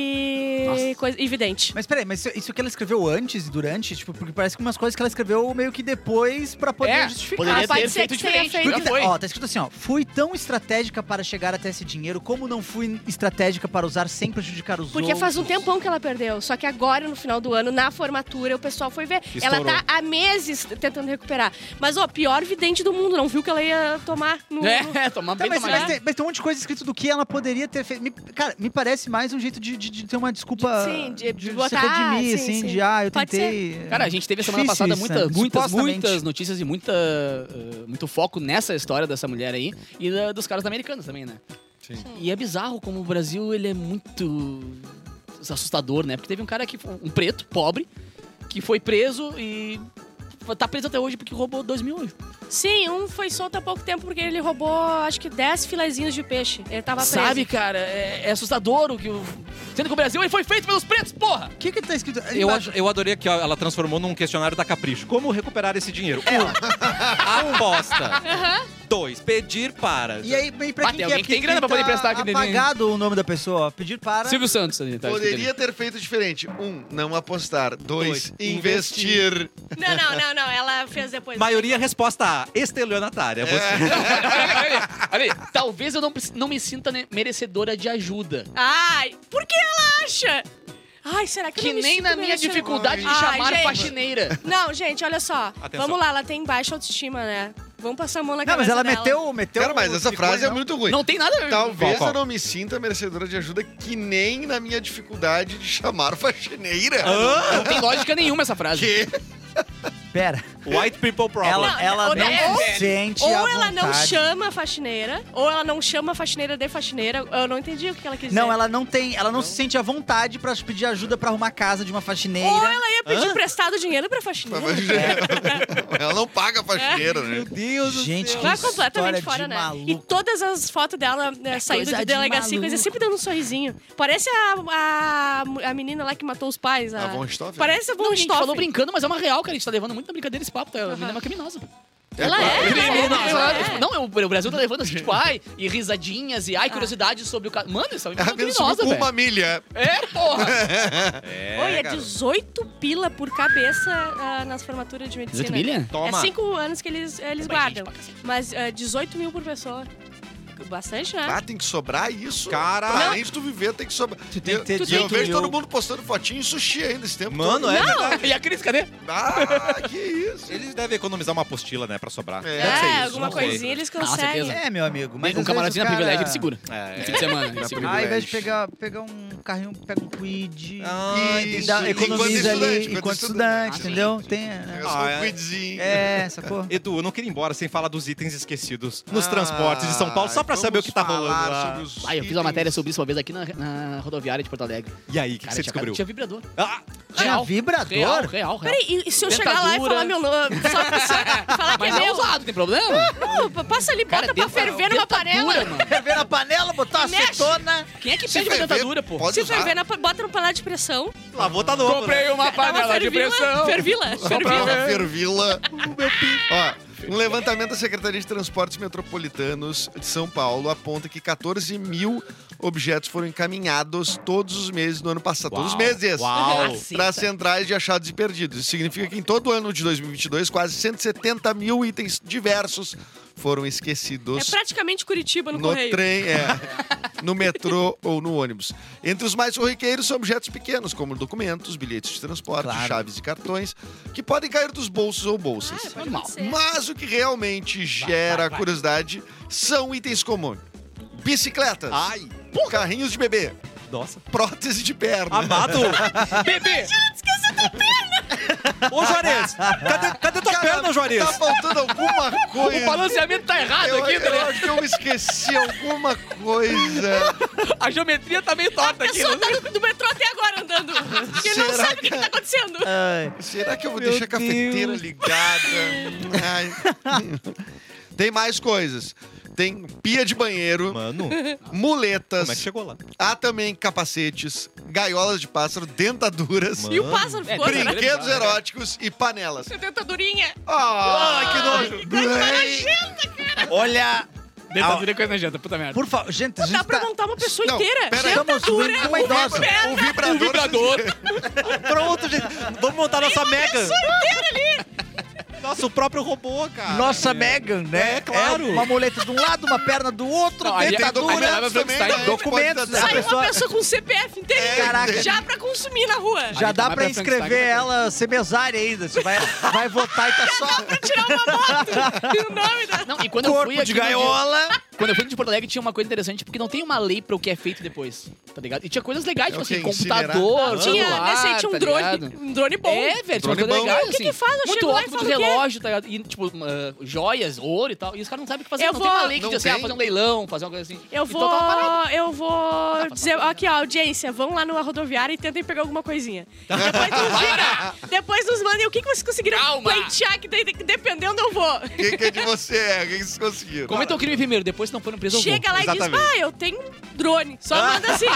[SPEAKER 4] e. coisa e vidente.
[SPEAKER 10] Mas peraí, mas isso- isso que ela escreveu antes e durante, tipo, porque parece que umas coisas que ela escreveu meio que depois pra poder
[SPEAKER 1] É,
[SPEAKER 10] justificar.
[SPEAKER 1] poderia
[SPEAKER 4] Ah,
[SPEAKER 1] ter
[SPEAKER 4] pode ser
[SPEAKER 1] feito
[SPEAKER 4] que tenha
[SPEAKER 1] diferente.
[SPEAKER 4] feito-
[SPEAKER 1] Já
[SPEAKER 10] Porque tá-
[SPEAKER 1] foi.
[SPEAKER 10] Ó, tá escrito assim, ó. Fui tão estratégica para chegar até esse dinheiro, como não fui estratégica para usar sem prejudicar os
[SPEAKER 4] Porque
[SPEAKER 10] outros.
[SPEAKER 4] faz um tempão que ela perdeu. Só que agora, no final do ano, na formatura, o pessoal foi ver.
[SPEAKER 2] Estourou.
[SPEAKER 4] Ela tá há meses tentando recuperar. Mas, ó, pior vidente do mundo, não viu que ela ia tomar no. no-
[SPEAKER 1] É, tomar
[SPEAKER 10] Tá,
[SPEAKER 1] bem
[SPEAKER 10] mas,
[SPEAKER 1] tomar
[SPEAKER 10] mas
[SPEAKER 1] bem.
[SPEAKER 10] tem, mas tem um monte de coisa escrito do que ela poderia ter feito. Me- cara, me parece mais um jeito de, de- de ter uma desculpa.
[SPEAKER 4] De- sim, de- de
[SPEAKER 10] se
[SPEAKER 4] botar,
[SPEAKER 10] redimir,
[SPEAKER 4] sim,
[SPEAKER 10] assim,
[SPEAKER 4] sim.
[SPEAKER 10] de ah, eu
[SPEAKER 4] Pode
[SPEAKER 10] tentei.
[SPEAKER 1] Cara, a gente teve a semana
[SPEAKER 10] Difícil
[SPEAKER 1] passada
[SPEAKER 10] isso,
[SPEAKER 1] muita,
[SPEAKER 10] né?
[SPEAKER 1] muitas,
[SPEAKER 10] Supostamente.
[SPEAKER 1] muitas notícias e muita, eh, muito foco nessa história dessa mulher aí e da- dos caras americanos também, né?
[SPEAKER 5] Sim.
[SPEAKER 1] E é bizarro como o Brasil, ele é muito assustador, né? Porque teve um cara que, um preto, pobre, que foi preso e tá preso até hoje porque roubou dois mil euros.
[SPEAKER 4] Sim, um foi solto há pouco tempo porque ele roubou, acho que 10 filezinhos de peixe. Ele tava preso.
[SPEAKER 1] Sabe, cara? É, é assustador o que o... Sendo que o Brasil, ele foi feito pelos pretos, porra!
[SPEAKER 10] O que que tá escrito? ali
[SPEAKER 2] Eu,
[SPEAKER 10] embaixo?
[SPEAKER 2] ad- eu adorei que ela transformou num questionário da Capricho. Como recuperar esse dinheiro? Um, aposta. Dois, pedir para.
[SPEAKER 10] E aí, bem pra
[SPEAKER 1] Ah,
[SPEAKER 10] quem
[SPEAKER 1] tem
[SPEAKER 10] que é,
[SPEAKER 1] alguém que tem
[SPEAKER 10] porque
[SPEAKER 1] grana pra poder
[SPEAKER 10] tá
[SPEAKER 1] emprestar aqui dentro, hein?
[SPEAKER 10] apagado o nome da pessoa, ó, pedir para...
[SPEAKER 1] Silvio Santos. ali, tá
[SPEAKER 7] Poderia ter feito diferente. Um, não apostar. Dois,
[SPEAKER 2] Dois,
[SPEAKER 7] investir.
[SPEAKER 4] Não, não, não, não. Ela fez depois.
[SPEAKER 2] Maioria resposta A, estelionatária. Você-
[SPEAKER 1] olha aí, olha aí. Talvez eu não, preci- não me sinta ne- merecedora de ajuda.
[SPEAKER 4] Ai, por que ela acha? Ai, será que, eu
[SPEAKER 1] Que
[SPEAKER 4] não me
[SPEAKER 1] nem
[SPEAKER 4] sinto
[SPEAKER 1] na minha
[SPEAKER 4] merecedora?
[SPEAKER 1] dificuldade de
[SPEAKER 4] Ai,
[SPEAKER 1] chamar
[SPEAKER 4] gente.
[SPEAKER 1] faxineira.
[SPEAKER 4] Não, gente, olha só.
[SPEAKER 2] Atenção.
[SPEAKER 4] Vamos lá, ela tem baixa autoestima, né? Vamos passar a mão na
[SPEAKER 10] Não, mas
[SPEAKER 4] cabeça
[SPEAKER 10] ela
[SPEAKER 4] dela.
[SPEAKER 10] meteu, meteu... um
[SPEAKER 7] Cara, mas
[SPEAKER 10] o
[SPEAKER 7] essa
[SPEAKER 10] tricô,
[SPEAKER 7] frase é
[SPEAKER 10] não.
[SPEAKER 7] muito ruim.
[SPEAKER 1] Não tem nada a ver.
[SPEAKER 7] Talvez
[SPEAKER 2] Qual, qual?
[SPEAKER 7] eu não me sinta merecedora de ajuda que nem na minha dificuldade de chamar faxineira.
[SPEAKER 1] Não tem lógica nenhuma essa frase.
[SPEAKER 7] Que?
[SPEAKER 10] Pera,
[SPEAKER 2] White people problem.
[SPEAKER 10] ela, ela
[SPEAKER 4] ou-
[SPEAKER 10] não
[SPEAKER 4] ou-
[SPEAKER 10] se sente
[SPEAKER 4] Ou
[SPEAKER 10] à
[SPEAKER 4] ela não
[SPEAKER 10] vontade.
[SPEAKER 4] chama a faxineira, ou ela não chama a faxineira de faxineira. Eu não entendi o que ela quis dizer.
[SPEAKER 10] Não, ela não tem, ela não, se sente à vontade pra pedir ajuda pra arrumar a casa de uma faxineira.
[SPEAKER 4] Ou ela ia pedir emprestado dinheiro pra faxineira.
[SPEAKER 7] Ela não paga faxineira, né?
[SPEAKER 2] Deus
[SPEAKER 10] Gente, que
[SPEAKER 4] Vai completamente
[SPEAKER 10] história
[SPEAKER 4] fora,
[SPEAKER 10] de
[SPEAKER 4] né?
[SPEAKER 10] maluco.
[SPEAKER 4] E todas as fotos dela né, saindo
[SPEAKER 10] coisa
[SPEAKER 4] de
[SPEAKER 10] de
[SPEAKER 4] delegacia,
[SPEAKER 10] maluco.
[SPEAKER 4] coisa sempre dando um sorrisinho. Parece a, a, a menina lá que matou os pais. A,
[SPEAKER 7] A Von Stoffen?
[SPEAKER 4] Parece a Von
[SPEAKER 1] Não, a gente
[SPEAKER 4] Stoffen.
[SPEAKER 1] falou brincando, mas é uma real, cara. A gente tá levando muito na brincadeira esse papo. Tá? A menina é uma criminosa.
[SPEAKER 4] Ela é,
[SPEAKER 1] Criminosa.
[SPEAKER 4] ela é, ela é.
[SPEAKER 1] Não, é o o Brasil tá levando assim, tipo, ai, e risadinhas, e ai, curiosidades sobre o caso. Mano, isso é uma
[SPEAKER 7] Ela mesmo
[SPEAKER 1] criminosa,
[SPEAKER 7] subiu
[SPEAKER 1] velho.
[SPEAKER 7] uma milha.
[SPEAKER 1] É, porra.
[SPEAKER 4] Oi, é 18 pila por cabeça ah, nas formaturas de medicina.
[SPEAKER 1] 18 milha?
[SPEAKER 2] Toma.
[SPEAKER 4] É 5 anos que eles, eles
[SPEAKER 1] Vai, gente,
[SPEAKER 4] guardam.
[SPEAKER 1] pra cacete.
[SPEAKER 4] Mas ah, 18 mil por pessoa. Bastante, né?
[SPEAKER 7] Ah, tem que sobrar isso.
[SPEAKER 2] Cara.
[SPEAKER 7] Pra além de tu viver, tem que sobrar.
[SPEAKER 10] Tu tem que ter
[SPEAKER 7] Eu- e eu
[SPEAKER 10] 18
[SPEAKER 7] vejo
[SPEAKER 10] mil.
[SPEAKER 7] todo mundo postando fotinho em sushi ainda esse tempo.
[SPEAKER 2] Mano, é. verdade.
[SPEAKER 1] E a Cris, cadê?
[SPEAKER 7] todo. Ah, que isso.
[SPEAKER 2] Eles devem economizar uma apostila, né, pra sobrar.
[SPEAKER 7] É,
[SPEAKER 2] Deve ser
[SPEAKER 4] É,
[SPEAKER 2] isso,
[SPEAKER 4] alguma
[SPEAKER 2] não sei.
[SPEAKER 4] coisinha eles
[SPEAKER 1] Ah,
[SPEAKER 4] conseguem.
[SPEAKER 1] certeza.
[SPEAKER 10] É, meu amigo. Mas
[SPEAKER 1] um
[SPEAKER 10] às
[SPEAKER 1] camarote
[SPEAKER 10] vezes o
[SPEAKER 1] na privilégio,
[SPEAKER 10] cara-
[SPEAKER 1] ele segura.
[SPEAKER 2] É,
[SPEAKER 1] No fim de semana. ele segura.
[SPEAKER 10] Ah, ao invés de pegar, pegar um carrinho, pega um quid.
[SPEAKER 2] Ah,
[SPEAKER 10] e
[SPEAKER 5] entendi.
[SPEAKER 10] dá-
[SPEAKER 5] Enquanto
[SPEAKER 10] economiza
[SPEAKER 5] estudante,
[SPEAKER 10] ali
[SPEAKER 5] enquanto
[SPEAKER 10] enquanto
[SPEAKER 5] estudante.
[SPEAKER 10] estudante, entendeu? Tem.
[SPEAKER 5] Pega só
[SPEAKER 11] Ah,
[SPEAKER 5] um
[SPEAKER 11] é.
[SPEAKER 5] quidzinho.
[SPEAKER 10] É, sacou?
[SPEAKER 11] Edu, eu não queria ir embora sem falar dos itens esquecidos nos
[SPEAKER 5] Ah,
[SPEAKER 11] transportes de São Paulo, só pra
[SPEAKER 5] vamos
[SPEAKER 11] saber o que tá
[SPEAKER 5] falar
[SPEAKER 11] rolando lá.
[SPEAKER 5] sobre os
[SPEAKER 1] Ah, eu fiz uma
[SPEAKER 5] itens.
[SPEAKER 1] matéria sobre isso uma vez aqui na, na rodoviária de Porto Alegre.
[SPEAKER 11] E aí, o que, que
[SPEAKER 1] Cara,
[SPEAKER 11] você
[SPEAKER 1] tinha, cara,
[SPEAKER 11] descobriu?
[SPEAKER 1] tinha vibrador.
[SPEAKER 11] Ah,
[SPEAKER 10] Tinha
[SPEAKER 1] Real.
[SPEAKER 10] vibrador?
[SPEAKER 1] Real, real, real.
[SPEAKER 4] Peraí, e se eu chegar lá e
[SPEAKER 1] Dentadura.
[SPEAKER 4] falar meu nome? Só só falar que é
[SPEAKER 1] Mas é
[SPEAKER 4] meu?
[SPEAKER 1] usado, tem problema?
[SPEAKER 4] Não, passa ali, bota pra
[SPEAKER 1] dentro-
[SPEAKER 4] ferver
[SPEAKER 1] dentadura,
[SPEAKER 4] numa panela.
[SPEAKER 1] mano.
[SPEAKER 6] Ferver na panela, botar
[SPEAKER 4] Mexe.
[SPEAKER 6] acetona.
[SPEAKER 1] Quem é que
[SPEAKER 7] Se
[SPEAKER 1] pede uma
[SPEAKER 7] ferver,
[SPEAKER 1] dentadura, pô?
[SPEAKER 7] pode
[SPEAKER 4] Se
[SPEAKER 7] usar.
[SPEAKER 4] ferver, na, pa- bota no panela de pressão.
[SPEAKER 11] lavou, tá novo. né?
[SPEAKER 1] uma
[SPEAKER 4] dá uma fervila, Fervila, fervila.
[SPEAKER 7] Fervila. Fervila.
[SPEAKER 5] Ó, um levantamento da Secretaria de Transportes Metropolitanos de São Paulo aponta que 14 mil objetos foram encaminhados todos os meses no ano passado. Todos os
[SPEAKER 11] Uau,
[SPEAKER 5] meses.
[SPEAKER 11] Uau!
[SPEAKER 5] Para as centrais de achados e perdidos. Isso significa que em todo o ano de 2022, quase 170 mil itens diversos foram
[SPEAKER 4] É
[SPEAKER 5] esquecidos
[SPEAKER 4] praticamente Curitiba no,
[SPEAKER 5] no
[SPEAKER 4] correio.
[SPEAKER 5] trem, é, no metrô ou no ônibus. Entre os mais corriqueiros são objetos pequenos, como documentos, bilhetes de transporte,
[SPEAKER 10] Claro.
[SPEAKER 5] chaves e cartões, que podem cair dos bolsos ou bolsas.
[SPEAKER 1] é
[SPEAKER 4] Ah, pode acontecer.
[SPEAKER 5] Mas o que realmente gera
[SPEAKER 1] vai, vai.
[SPEAKER 5] curiosidade são itens comuns. Bicicletas,
[SPEAKER 2] Ah,
[SPEAKER 11] Ai!
[SPEAKER 5] carrinhos de bebê,
[SPEAKER 11] Nossa!
[SPEAKER 5] prótese de perna.
[SPEAKER 11] Amado!
[SPEAKER 1] Bebê!
[SPEAKER 11] Ô, Juarez! Cadê, cadê tua perna, Juarez?
[SPEAKER 5] Tá faltando alguma coisa.
[SPEAKER 1] O balanceamento tá errado
[SPEAKER 5] eu,
[SPEAKER 1] aqui, tá
[SPEAKER 5] eu
[SPEAKER 1] ligado?
[SPEAKER 5] acho que eu esqueci alguma coisa.
[SPEAKER 1] A geometria tá meio torta aqui.
[SPEAKER 4] Só tá do, do metrô até agora andando. Porque ele não
[SPEAKER 5] Será
[SPEAKER 4] sabe o que, que tá acontecendo.
[SPEAKER 6] é?
[SPEAKER 5] Será que eu vou deixar a cafeteira ligada? Ai. Tem mais coisas. Tem pia de banheiro,
[SPEAKER 11] Mano, como é que
[SPEAKER 5] muletas,
[SPEAKER 11] chegou lá?
[SPEAKER 5] há também capacetes, gaiolas de pássaro, dentaduras,
[SPEAKER 11] Mano.
[SPEAKER 4] E o pássaro ficou,
[SPEAKER 1] brinca.
[SPEAKER 4] né?
[SPEAKER 5] brinquedos eróticos e panelas.
[SPEAKER 4] Você tentadurinha.
[SPEAKER 5] Ah, que nojo!
[SPEAKER 6] Olha,
[SPEAKER 1] Dentadura é coisa nojenta, puta merda.
[SPEAKER 6] por favor, gente, a
[SPEAKER 4] Dá
[SPEAKER 6] gente
[SPEAKER 4] pra
[SPEAKER 6] tá...
[SPEAKER 4] montar uma pessoa
[SPEAKER 5] Não,
[SPEAKER 4] inteira.
[SPEAKER 5] pera aí.
[SPEAKER 4] Dentadura. um
[SPEAKER 6] Estamos uma idosa.
[SPEAKER 5] O vibrador.
[SPEAKER 1] O Um vibrador.
[SPEAKER 11] Pronto, gente! Vamos montar nossa mega! Nossa, o próprio robô, cara!
[SPEAKER 6] Nossa Megan, né?
[SPEAKER 11] É, claro.
[SPEAKER 6] uma muleta de um lado, uma perna do outro,
[SPEAKER 1] Não, aí já- aí já
[SPEAKER 6] dentadura.
[SPEAKER 1] vai pra
[SPEAKER 5] também,
[SPEAKER 1] Frankenstein.
[SPEAKER 5] né?
[SPEAKER 6] documentos,
[SPEAKER 5] Pode
[SPEAKER 6] a
[SPEAKER 4] Sai
[SPEAKER 6] pessoa-
[SPEAKER 4] uma pessoa com CPF inteiro.
[SPEAKER 6] Caraca.
[SPEAKER 4] Já pra consumir na rua.
[SPEAKER 6] Já
[SPEAKER 1] Aí
[SPEAKER 6] dá pra
[SPEAKER 1] vai pra Frankenstein,
[SPEAKER 6] inscrever
[SPEAKER 1] vai pra
[SPEAKER 6] ela ser mesária ainda. Você vai, vai votar e tá só
[SPEAKER 4] E o nome da...
[SPEAKER 1] Não, e quando eu fui
[SPEAKER 6] corpo
[SPEAKER 1] aqui
[SPEAKER 6] de
[SPEAKER 1] no dia-
[SPEAKER 6] gaiola.
[SPEAKER 1] Quando eu fui de Porto Alegre, tinha uma coisa interessante, porque não tem uma lei pra o que é feito depois, tá ligado? E tinha coisas legais,
[SPEAKER 5] É
[SPEAKER 1] tipo
[SPEAKER 5] o
[SPEAKER 1] assim,
[SPEAKER 5] quê? Incinerar?
[SPEAKER 1] computador,
[SPEAKER 4] Tinha,
[SPEAKER 1] celular,
[SPEAKER 4] nesse aí tinha um
[SPEAKER 1] tá
[SPEAKER 4] drone.
[SPEAKER 1] ligado?
[SPEAKER 4] Um drone bom.
[SPEAKER 1] É, velho, tinha
[SPEAKER 5] Drone
[SPEAKER 1] coisa
[SPEAKER 5] bom.
[SPEAKER 1] legal,
[SPEAKER 4] O que
[SPEAKER 1] assim.
[SPEAKER 4] que faz? Eu
[SPEAKER 1] muito
[SPEAKER 4] chego lá e
[SPEAKER 1] óculos,
[SPEAKER 4] falo o quê?
[SPEAKER 1] relógio, tá ligado? E, tipo, ah, joias, ouro e tal. E os caras não sabem o que fazer,
[SPEAKER 4] Eu
[SPEAKER 1] não tem
[SPEAKER 4] vou-
[SPEAKER 1] uma lei que
[SPEAKER 5] Não
[SPEAKER 1] diz assim, ah,
[SPEAKER 5] tem.
[SPEAKER 1] fazer um leilão, fazer uma coisa assim.
[SPEAKER 4] Eu
[SPEAKER 1] Então
[SPEAKER 4] vou,
[SPEAKER 1] tá uma parada.
[SPEAKER 4] eu vou dizer, aqui ó, audiência, vão lá na rodoviária e tentem pegar alguma coisinha.
[SPEAKER 1] Tá.
[SPEAKER 4] Depois nos digam, depois nos mandem o que, que vocês conseguiram
[SPEAKER 1] Calma.
[SPEAKER 4] pleitear, que daí, dependendo eu vou.
[SPEAKER 5] Quem que é de você? é? O que vocês conseguiram?
[SPEAKER 1] Comenta o crime primeiro, depois se não foram presos, eu vou.
[SPEAKER 4] Chega lá e diz,
[SPEAKER 11] Exatamente.
[SPEAKER 4] ah, eu tenho um drone. Só
[SPEAKER 1] Ah.
[SPEAKER 4] manda assim,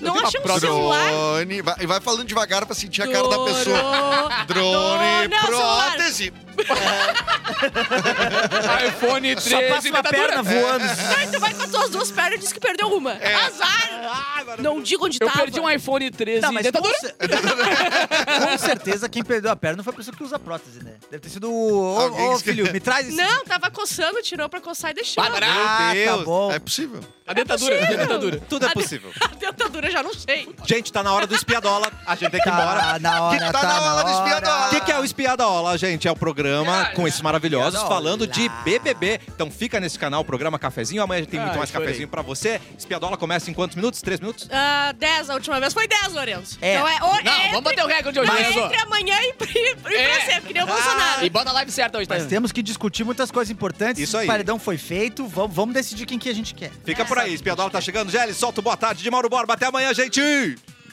[SPEAKER 4] não achamos o celular.
[SPEAKER 5] um Drone. Vai, vai falando devagar pra sentir a cara da pessoa.
[SPEAKER 4] Drone.
[SPEAKER 5] Drone,
[SPEAKER 4] Não, celular.
[SPEAKER 5] prótese.
[SPEAKER 1] iPhone
[SPEAKER 6] Só passa
[SPEAKER 1] 13,
[SPEAKER 6] uma perna voando.
[SPEAKER 4] Não, então vai com as tuas duas pernas e diz que perdeu uma. Azar. Não diga onde
[SPEAKER 1] É. Ah, Eu
[SPEAKER 4] tava.
[SPEAKER 1] perdi um iPhone 13
[SPEAKER 6] Não, mas com,
[SPEAKER 1] dentadura.
[SPEAKER 6] cer- com certeza quem perdeu a perna não foi a pessoa que usa prótese, né? Deve ter sido o...
[SPEAKER 5] Alguém
[SPEAKER 6] Ô, ô,
[SPEAKER 5] que esque-
[SPEAKER 6] filho, me traz isso.
[SPEAKER 4] Não, tava coçando, tirou pra coçar e deixou.
[SPEAKER 1] Bárbara.
[SPEAKER 6] Ah,
[SPEAKER 11] Meu
[SPEAKER 6] tá
[SPEAKER 11] Deus.
[SPEAKER 6] bom.
[SPEAKER 5] É possível.
[SPEAKER 1] A dentadura, a dentadura.
[SPEAKER 11] Tudo é possível.
[SPEAKER 4] A dentadura já não sei.
[SPEAKER 11] Gente, tá na hora do espiadola. A gente tem que ir embora.
[SPEAKER 6] Tá na hora,
[SPEAKER 5] Que
[SPEAKER 6] tá, na hora
[SPEAKER 5] do espiadola.
[SPEAKER 11] O que, que é o Espiadola, gente? É o programa com esses maravilhosos
[SPEAKER 6] Espiadola.
[SPEAKER 11] falando de BBB. Então fica nesse canal, programa Cafezinho. Amanhã tem muito
[SPEAKER 1] Ai,
[SPEAKER 11] mais
[SPEAKER 1] chorei.
[SPEAKER 11] cafezinho pra você. Espiadola começa em quantos minutos? Três minutos?
[SPEAKER 4] 10 Ah, a última vez foi 10, Lourenço.
[SPEAKER 6] É.
[SPEAKER 4] Então é, ou,
[SPEAKER 1] Não,
[SPEAKER 4] é
[SPEAKER 1] vamos bater o recorde hoje,
[SPEAKER 4] Não,
[SPEAKER 1] né, Enzo?
[SPEAKER 4] entre amanhã e, pra- e pra
[SPEAKER 1] É.
[SPEAKER 4] sempre, que nem o Bolsonaro.
[SPEAKER 1] E bota a live certa hoje, tá?
[SPEAKER 6] Mas temos que discutir muitas coisas importantes.
[SPEAKER 11] Isso aí.
[SPEAKER 6] O paredão foi feito, vamos, vamos decidir quem que a gente quer.
[SPEAKER 11] Fica por aí. Espiadola tá chegando. Gelli, solta o boa tarde de Mauro Borba. Até amanhã, gente!